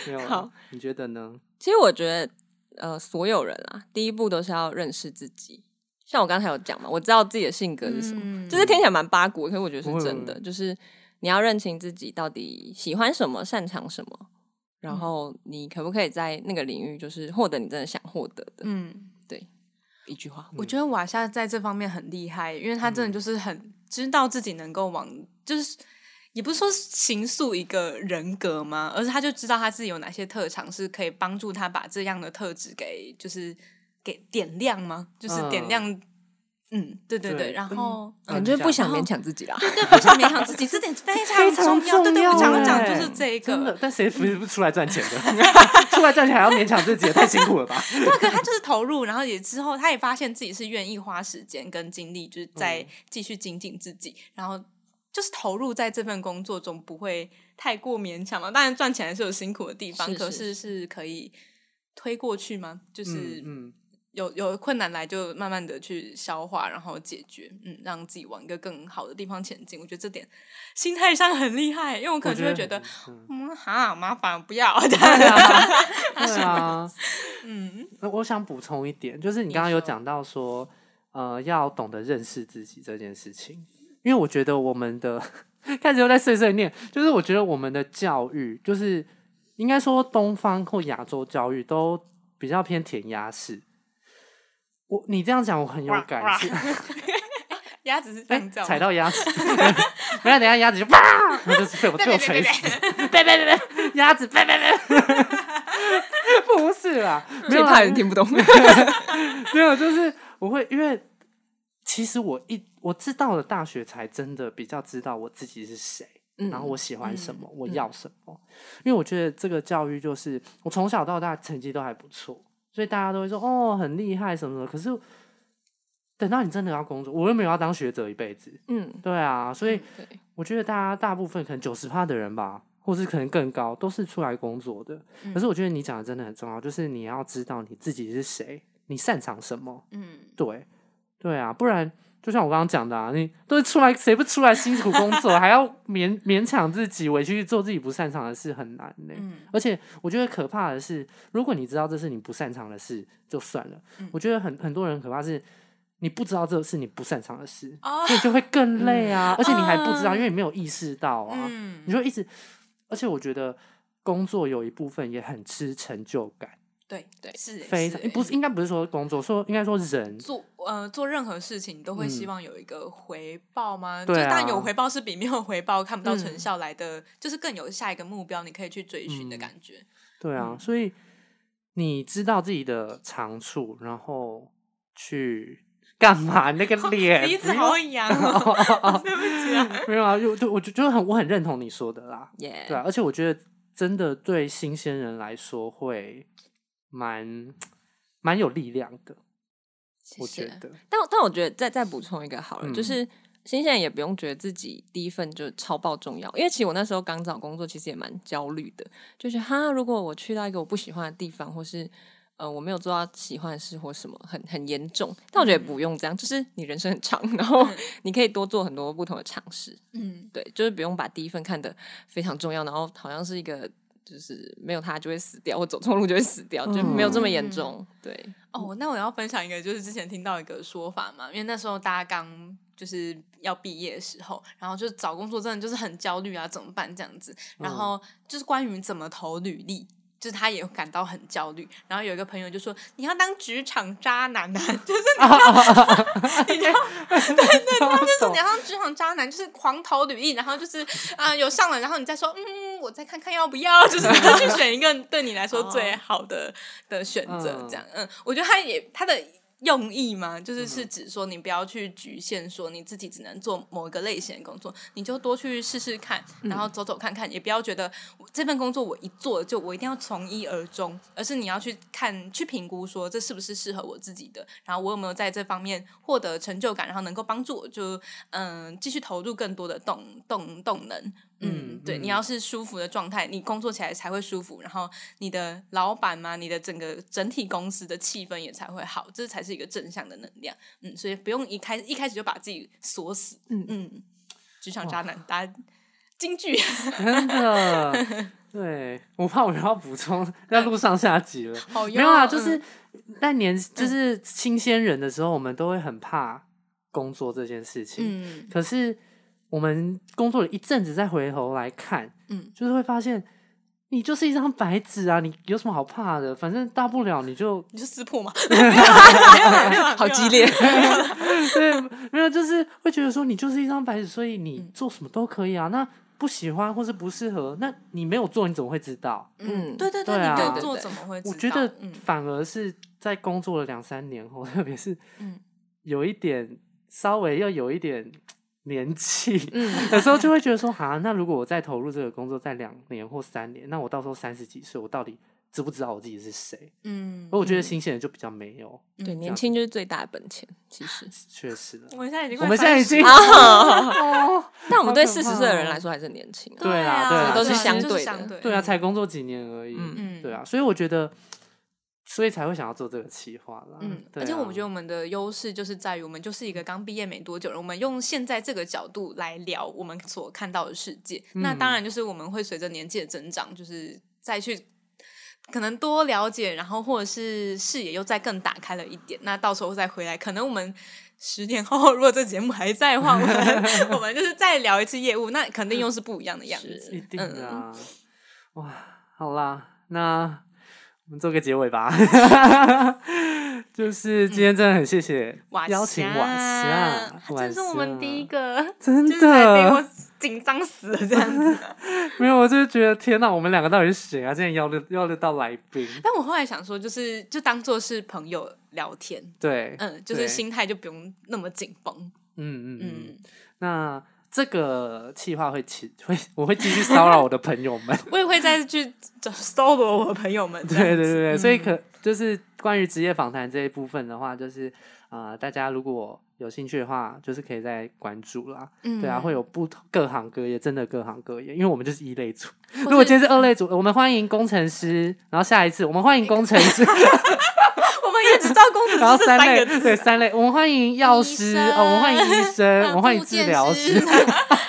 Speaker 2: 没有啊。
Speaker 3: 好
Speaker 2: 你觉得呢？
Speaker 3: [LAUGHS] 其实我觉得，呃，所有人啊，第一步都是要认识自己。像我刚才有讲嘛，我知道自己的性格是什么，
Speaker 1: [LAUGHS] 嗯
Speaker 3: 就是听起来蛮八股的，可是我觉得
Speaker 2: 不
Speaker 3: 是
Speaker 2: 会
Speaker 3: 真
Speaker 2: 不
Speaker 3: 的。
Speaker 2: 会
Speaker 3: 就是你要认清自己到底喜欢什么，擅长什么，然后你可不可以在那个领域，就是获得你真的想获得的。
Speaker 1: 嗯，
Speaker 3: 一句
Speaker 2: 嗯
Speaker 3: 话，
Speaker 1: 我觉得瓦夏在这方面很厉害，因为他真的就是很知道自己能够往，就是也不是说形塑一个人格嘛，而是他就知道他自己有哪些特长是可以帮助他把这样的特质给就是给点亮吗？就是点
Speaker 2: 嗯
Speaker 1: 亮，嗯，对对对，
Speaker 2: 对
Speaker 1: 然
Speaker 2: 嗯
Speaker 1: 后
Speaker 3: 可能就是不想勉强自己啦。
Speaker 1: 对，不想勉强自己，这点非常
Speaker 2: 非常
Speaker 1: 重要。对对，
Speaker 2: 重
Speaker 1: 我
Speaker 2: 要
Speaker 1: 想要讲
Speaker 2: 欸
Speaker 1: 就是这一
Speaker 2: 真
Speaker 1: [LAUGHS]
Speaker 2: 的
Speaker 1: 个，，
Speaker 2: 但谁不是出来赚钱的？ [LAUGHS] 出来赚钱还要勉强自己，也太辛苦了吧？
Speaker 1: 对，可他就是投入，然后也之后他也发现自己是愿意花时间跟精力，就是再继续精进自己，然后就是投入在这份工作中，不会太过勉强嘛。当然赚钱还是有辛苦的地方，
Speaker 3: 是
Speaker 1: 可
Speaker 3: 是
Speaker 1: 是是可以推过去吗？就是
Speaker 2: 嗯嗯，
Speaker 1: 有有困难来就慢慢的去消化，然后解决，嗯，让自己往一个更好的地方前进。我觉得这点心态上很厉害，因为我可能就会觉得
Speaker 2: 很，
Speaker 1: [LAUGHS]
Speaker 2: 嗯
Speaker 1: 嗯，哈，麻烦不
Speaker 2: [LAUGHS]
Speaker 1: 要。
Speaker 2: 对啊，对啊。
Speaker 1: [LAUGHS] 嗯，
Speaker 2: 呃我想补充一点，就是你刚刚有
Speaker 1: 说
Speaker 2: 讲到说，呃，要懂得认识自己这件事情，因为我觉得我们的开始又在碎碎念，就是我觉得我们的教育，就是应该说东方或亚洲教育都比较偏填鸭式。我你这样讲，我很有
Speaker 1: 哇
Speaker 2: 感
Speaker 1: 哇
Speaker 2: 触。
Speaker 1: 鸭子是这
Speaker 2: 哎、
Speaker 1: 样叫
Speaker 2: 踩
Speaker 1: 吗，
Speaker 2: 到鸭子， [LAUGHS] 没有，等一下鸭子就啪，然后就是被我被我
Speaker 1: 对对
Speaker 2: 锤
Speaker 1: 对
Speaker 2: 死， [LAUGHS] 别别别别，鸭子别别别，不是
Speaker 1: [LAUGHS]
Speaker 2: 啦， [LAUGHS] 没
Speaker 3: 最
Speaker 2: 有啊啦
Speaker 3: 怕人听不懂。 [LAUGHS]
Speaker 2: 没有，就是我会因为其实我一我知道了大学才真的比较知道我自己是谁，
Speaker 3: 嗯
Speaker 2: 然后我喜欢什
Speaker 1: 嗯
Speaker 2: 么，我要什么。因为我觉得这个教育就是我从小到大成绩都还不错，所以大家都会说哦很厉害什么什么。可是等到你真的要工作，我又没有要当学者一辈子，
Speaker 3: 嗯，
Speaker 2: 对啊，所以
Speaker 3: 对，
Speaker 2: 我觉得大家大部分可能九十趴的人吧，或是可能更高，都是出来工作的。可是我觉得你讲的真的很重要，就是你要知道你自己是谁，你擅长什么。
Speaker 1: 嗯，
Speaker 2: 对，对啊，不然就像我刚刚讲的、啊，你都是出来，谁不出来辛苦工作，还要勉勉强自己委屈做自己不擅长的事，很难呢、
Speaker 1: 嗯
Speaker 2: 而且我觉得可怕的是，如果你知道这是你不擅长的事，就算了。我觉得很很多人可怕是。你不知道这是你不擅长的事，
Speaker 1: 哦
Speaker 2: 所以就会更累啊！而且你还不知道，因为你没有意识到啊。
Speaker 1: 嗯
Speaker 2: 你，就一直，而且我觉得工作有一部分也很吃成就感，
Speaker 1: 对对，是欸
Speaker 2: 非常
Speaker 1: 是欸
Speaker 2: 不是应该不是说工作，说应该说人，
Speaker 1: 做呃做任何事情都会
Speaker 2: 嗯
Speaker 1: 希望有一个回报吗？
Speaker 2: 对
Speaker 1: 就当然
Speaker 2: 啊
Speaker 1: 有回报是比没有回报看不到成
Speaker 3: 嗯
Speaker 1: 效来的，就是更有下一个目标你可以去追寻
Speaker 2: 嗯
Speaker 1: 的感觉。
Speaker 2: 对
Speaker 1: 嗯
Speaker 2: 啊，所以你知道自己的长处，然后去干嘛？那
Speaker 1: [LAUGHS]
Speaker 2: 个脸
Speaker 1: 鼻子
Speaker 2: 不
Speaker 1: 好
Speaker 2: 要
Speaker 1: 痒哦，对不起啊。
Speaker 2: 没有啊，就就我就就很我很认同你说的啦，
Speaker 3: 耶
Speaker 2: 对啊，而且我觉得真的对新鲜人来说会蛮蛮有力量的， [LAUGHS] 我
Speaker 1: 谢
Speaker 2: 觉
Speaker 1: 谢
Speaker 2: 得，
Speaker 3: 但但我觉得再再补充一个好了，
Speaker 2: 嗯
Speaker 3: 就是新鲜人也不用觉得自己第一份就超爆重要，因为其实我那时候刚找工作，其实也蛮焦虑的，就觉得哈，如果我去到一个我不喜欢的地方，或是呃我没有做到喜欢的事或什么，很很严重。但我觉得
Speaker 2: 嗯
Speaker 3: 不用这样，就是你人生很长，然后你可以多做很多不同的尝试，
Speaker 1: 嗯，
Speaker 3: 对，就是不用把第一份看得非常重要，然后好像是一个。就是没有他就会死掉，或走错路就会死掉，就没有这么严重。对，
Speaker 1: 哦，那我要分享一个，就是之前听到一个说法嘛，因为那时候大家刚就是要毕业的时候，然后就找工作真的就是很焦虑啊，怎么办这样子？然后就是关于怎么投履历，就是他也感到很焦虑。然后有一个朋友就说：“你要当职场渣男啊呐、 [LAUGHS] 就是你要
Speaker 2: 他就
Speaker 1: 你要当职场渣男，就是狂投履历，然后就是啊、有上了，然后你再说，嗯，我再看看要不要，就是 [LAUGHS] 去选一个对你来说最好的、的选择
Speaker 2: 嗯，
Speaker 1: 这样。嗯，我觉得他也他的。用意嘛，就是是指说你不要去局限，说你自己只能做某一个类型的工作，你就多去试试看，然后走走看看，也不要觉得我这份工作我一做就我一定要从一而终，而是你要去看去评估说这是不是适合我自己的，然后我有没有在这方面获得成就感，然后能够帮助我就嗯继续投入更多的动动动能。嗯
Speaker 2: 嗯，
Speaker 1: 对，
Speaker 2: 嗯
Speaker 1: 你要是舒服的状态，你工作起来才会舒服，然后你的老板嘛，你的整个整体公司的气氛也才会好，这才是一个正向的能量。嗯，所以不用一开一开始就把自己锁死。
Speaker 3: 嗯
Speaker 1: 嗯，职场渣男，大家京剧
Speaker 2: [LAUGHS] 真的，对我怕我要补充，要录上下集
Speaker 1: [LAUGHS]
Speaker 2: 了。
Speaker 1: 好用
Speaker 2: 没有啊，就是
Speaker 1: 嗯
Speaker 2: 在年就是新鲜人的时候，我们都会很怕工作这件事情。
Speaker 1: 嗯
Speaker 2: 可是我们工作了一阵子，再回头来看，
Speaker 1: 嗯
Speaker 2: 就是会发现。你就是一张白纸啊！你有什么好怕的？反正大不了你就 [LAUGHS]
Speaker 1: 你就撕破嘛，没有啦没有啦没有啊啦
Speaker 3: 好激烈，
Speaker 2: [LAUGHS] 对，没有，就是会觉得说你就是一张白纸，所以你
Speaker 1: 嗯
Speaker 2: 做什么都可以啊。那不喜欢或是不适合，那你没有做，你怎么会知道？
Speaker 1: 嗯，
Speaker 3: 嗯
Speaker 1: 对对
Speaker 2: 对啊
Speaker 1: 你
Speaker 2: 对
Speaker 1: 工
Speaker 2: 对
Speaker 1: 作
Speaker 3: 对
Speaker 1: 怎么会知道？
Speaker 2: 我觉得
Speaker 1: 嗯
Speaker 2: 反而是在工作了两三年后， [LAUGHS] 特别是
Speaker 1: 嗯
Speaker 2: 有一点稍微要有一点年纪，
Speaker 3: 嗯，
Speaker 2: 有时候就会觉得说， [LAUGHS] 哈，那如果我再投入这个工作，在两年或三年，那我到时候三十几岁，我到底知不知道我自己是谁？
Speaker 1: 嗯，
Speaker 2: 而我觉得新鲜人就比较没有，
Speaker 3: 对，
Speaker 1: 嗯
Speaker 3: 年轻就是最大的本钱，其实。
Speaker 2: 确实
Speaker 1: [LAUGHS]
Speaker 2: 了。
Speaker 1: 我们现在已经
Speaker 2: 我
Speaker 1: 快
Speaker 2: 们现在已
Speaker 1: 30
Speaker 2: 经，哦
Speaker 3: 但我们对
Speaker 2: 好可
Speaker 3: 四
Speaker 2: 怕
Speaker 3: 十岁的人
Speaker 2: 哦
Speaker 3: 来说还是很年轻、啊。
Speaker 2: 对啦对
Speaker 1: 啊
Speaker 2: 啦
Speaker 1: 就
Speaker 2: 都是
Speaker 3: 相
Speaker 1: 就
Speaker 3: 对的
Speaker 1: 相对
Speaker 2: 对啊，才工作几年而已，
Speaker 3: 嗯
Speaker 1: 嗯
Speaker 2: 对啊，所以我觉得，所以才会想要做这个企划啦。
Speaker 1: 嗯，
Speaker 2: 对
Speaker 1: 而且我们觉得
Speaker 2: 啊
Speaker 1: 我们的优势就是在于，我们就是一个刚毕业没多久人，我们用现在这个角度来聊我们所看到的世界。那当
Speaker 2: 嗯
Speaker 1: 然就是我们会随着年纪的增长，就是再去可能多了解，然后或者是视野又再更打开了一点。那到时候再回来，可能我们。十年后，如果这节目还在的话，
Speaker 2: [LAUGHS]
Speaker 1: 我们我们就是再聊一次业务，那肯定又是不一样的样子。
Speaker 2: 一定
Speaker 1: 嗯
Speaker 2: 的啊。哇，好啦，那我们做个结尾吧。 [LAUGHS] 就是今天真的很谢谢
Speaker 1: 嗯瓦
Speaker 2: 邀请
Speaker 1: 夏
Speaker 2: 瓦啊夏，
Speaker 1: 他啊真是我们第一
Speaker 2: 个，
Speaker 1: 个，
Speaker 2: 真
Speaker 1: 就是来宾，我
Speaker 2: 的
Speaker 1: 紧张死了这样子。
Speaker 2: [LAUGHS] 没有，我就觉得天哪，我们两个到底是谁啊？竟然邀得邀得到来宾，
Speaker 1: [LAUGHS] 但我后来想说，就是就当做是朋友聊天，
Speaker 2: 对，
Speaker 1: 嗯，就是
Speaker 2: 对
Speaker 1: 心态就不用那么紧绷，
Speaker 2: 嗯嗯嗯
Speaker 1: 嗯，，
Speaker 2: 那这个计划会起会，我会继续骚扰我的朋友们。
Speaker 1: 我也会再去找搜罗我的朋友们，这样
Speaker 2: [LAUGHS] 对对
Speaker 1: 子嗯
Speaker 2: 对对，所以可就是关于职业访谈这一部分的话，就是啊、呃大家如果有兴趣的话，就是可以再关注啦。
Speaker 1: 嗯
Speaker 2: 对啊，会有不同各行各业，真的各行各业，因为我们就是一类组。如
Speaker 1: 或
Speaker 2: 果
Speaker 1: 是
Speaker 2: 今天是二类组，我们欢迎工程师，然后下一次我们欢迎工程
Speaker 1: [LAUGHS]
Speaker 2: 师，
Speaker 1: 我们也只照公主
Speaker 2: 然后
Speaker 1: 这三
Speaker 2: 类
Speaker 1: 个字，
Speaker 2: 对三类，我们欢迎药师，哦，我们欢迎
Speaker 1: [LAUGHS]
Speaker 2: 医生，我们欢迎
Speaker 1: 嗯复
Speaker 2: 治
Speaker 1: 健
Speaker 2: 疗
Speaker 1: 师
Speaker 2: 师，，
Speaker 1: [LAUGHS]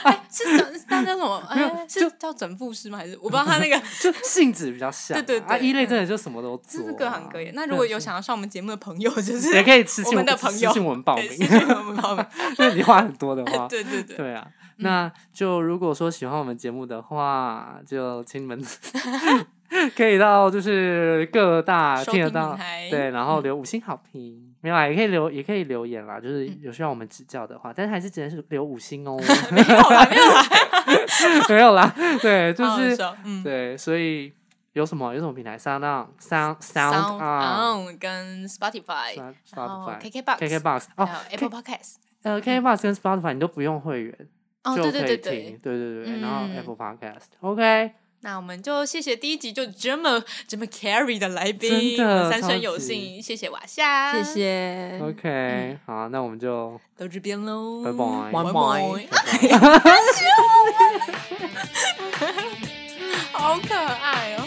Speaker 1: 哎，是整那叫什么？
Speaker 2: 没有
Speaker 1: 哎，
Speaker 2: 就是
Speaker 1: 叫整复师吗？还是我不知道
Speaker 2: [LAUGHS]
Speaker 1: 他那个
Speaker 2: 就性质比较像啊。
Speaker 1: 对对
Speaker 2: 啊，
Speaker 1: 对
Speaker 2: 一类真的就什么都做
Speaker 1: 真
Speaker 2: 啊，
Speaker 1: 是各行各业。那如果有想要上我们节目的朋友，就是
Speaker 2: 也可
Speaker 1: [LAUGHS]
Speaker 2: 以私
Speaker 1: 我
Speaker 2: 信
Speaker 1: 们的朋友
Speaker 2: 私信我们报名
Speaker 1: 对，私
Speaker 2: [LAUGHS]
Speaker 1: 信我们报名
Speaker 2: 因为你话很多的话，
Speaker 1: 对对嗯对，
Speaker 2: 对啊，那就如果说喜欢我们节目的话，就请你们 [LAUGHS] 可以到就是各大
Speaker 1: 收
Speaker 2: 听得
Speaker 1: 听
Speaker 2: 到
Speaker 1: 平台
Speaker 2: 对，然后
Speaker 1: 嗯
Speaker 2: 留五星好评，没有啊，也可以留也可以留言啦，就是
Speaker 1: 嗯
Speaker 2: 有需要我们指教的话，但是还是只能是留五星哦，
Speaker 1: [LAUGHS] 没有啦，没有啦，
Speaker 2: [LAUGHS] 没有啦，
Speaker 1: [LAUGHS]
Speaker 2: 对，就
Speaker 1: 好好
Speaker 2: 是
Speaker 1: 笑嗯。
Speaker 2: 对，所以有什么有什么平台，Sound On Sound Sound 啊 On。
Speaker 1: On 嗯跟 Spotify，
Speaker 2: Sound-
Speaker 1: 然后
Speaker 2: Spotify
Speaker 1: KKBox
Speaker 2: KKBox
Speaker 1: 还
Speaker 2: 哦，K
Speaker 1: 有 Apple Podcast。
Speaker 2: 呃，KKBox 跟 Spotify 你都不用会员
Speaker 1: 哦，
Speaker 2: 就
Speaker 1: 对
Speaker 2: 可
Speaker 1: 对
Speaker 2: 以
Speaker 1: 对
Speaker 2: 听，
Speaker 1: 对，
Speaker 2: 对对对，然后
Speaker 1: 嗯
Speaker 2: Apple Podcast OK，
Speaker 1: 那我们就谢谢第一集就这么这么 carry 的来宾，
Speaker 2: 真的
Speaker 1: 我们三
Speaker 2: 超
Speaker 1: 生有
Speaker 2: 级
Speaker 1: 幸，谢谢瓦夏，
Speaker 3: 谢，谢。
Speaker 2: OK，、好，
Speaker 1: 嗯
Speaker 2: 那我们
Speaker 1: [LAUGHS]
Speaker 2: 就
Speaker 1: 到这边喽，
Speaker 2: 拜拜
Speaker 1: 拜
Speaker 3: 拜
Speaker 1: 拜，好可爱哦。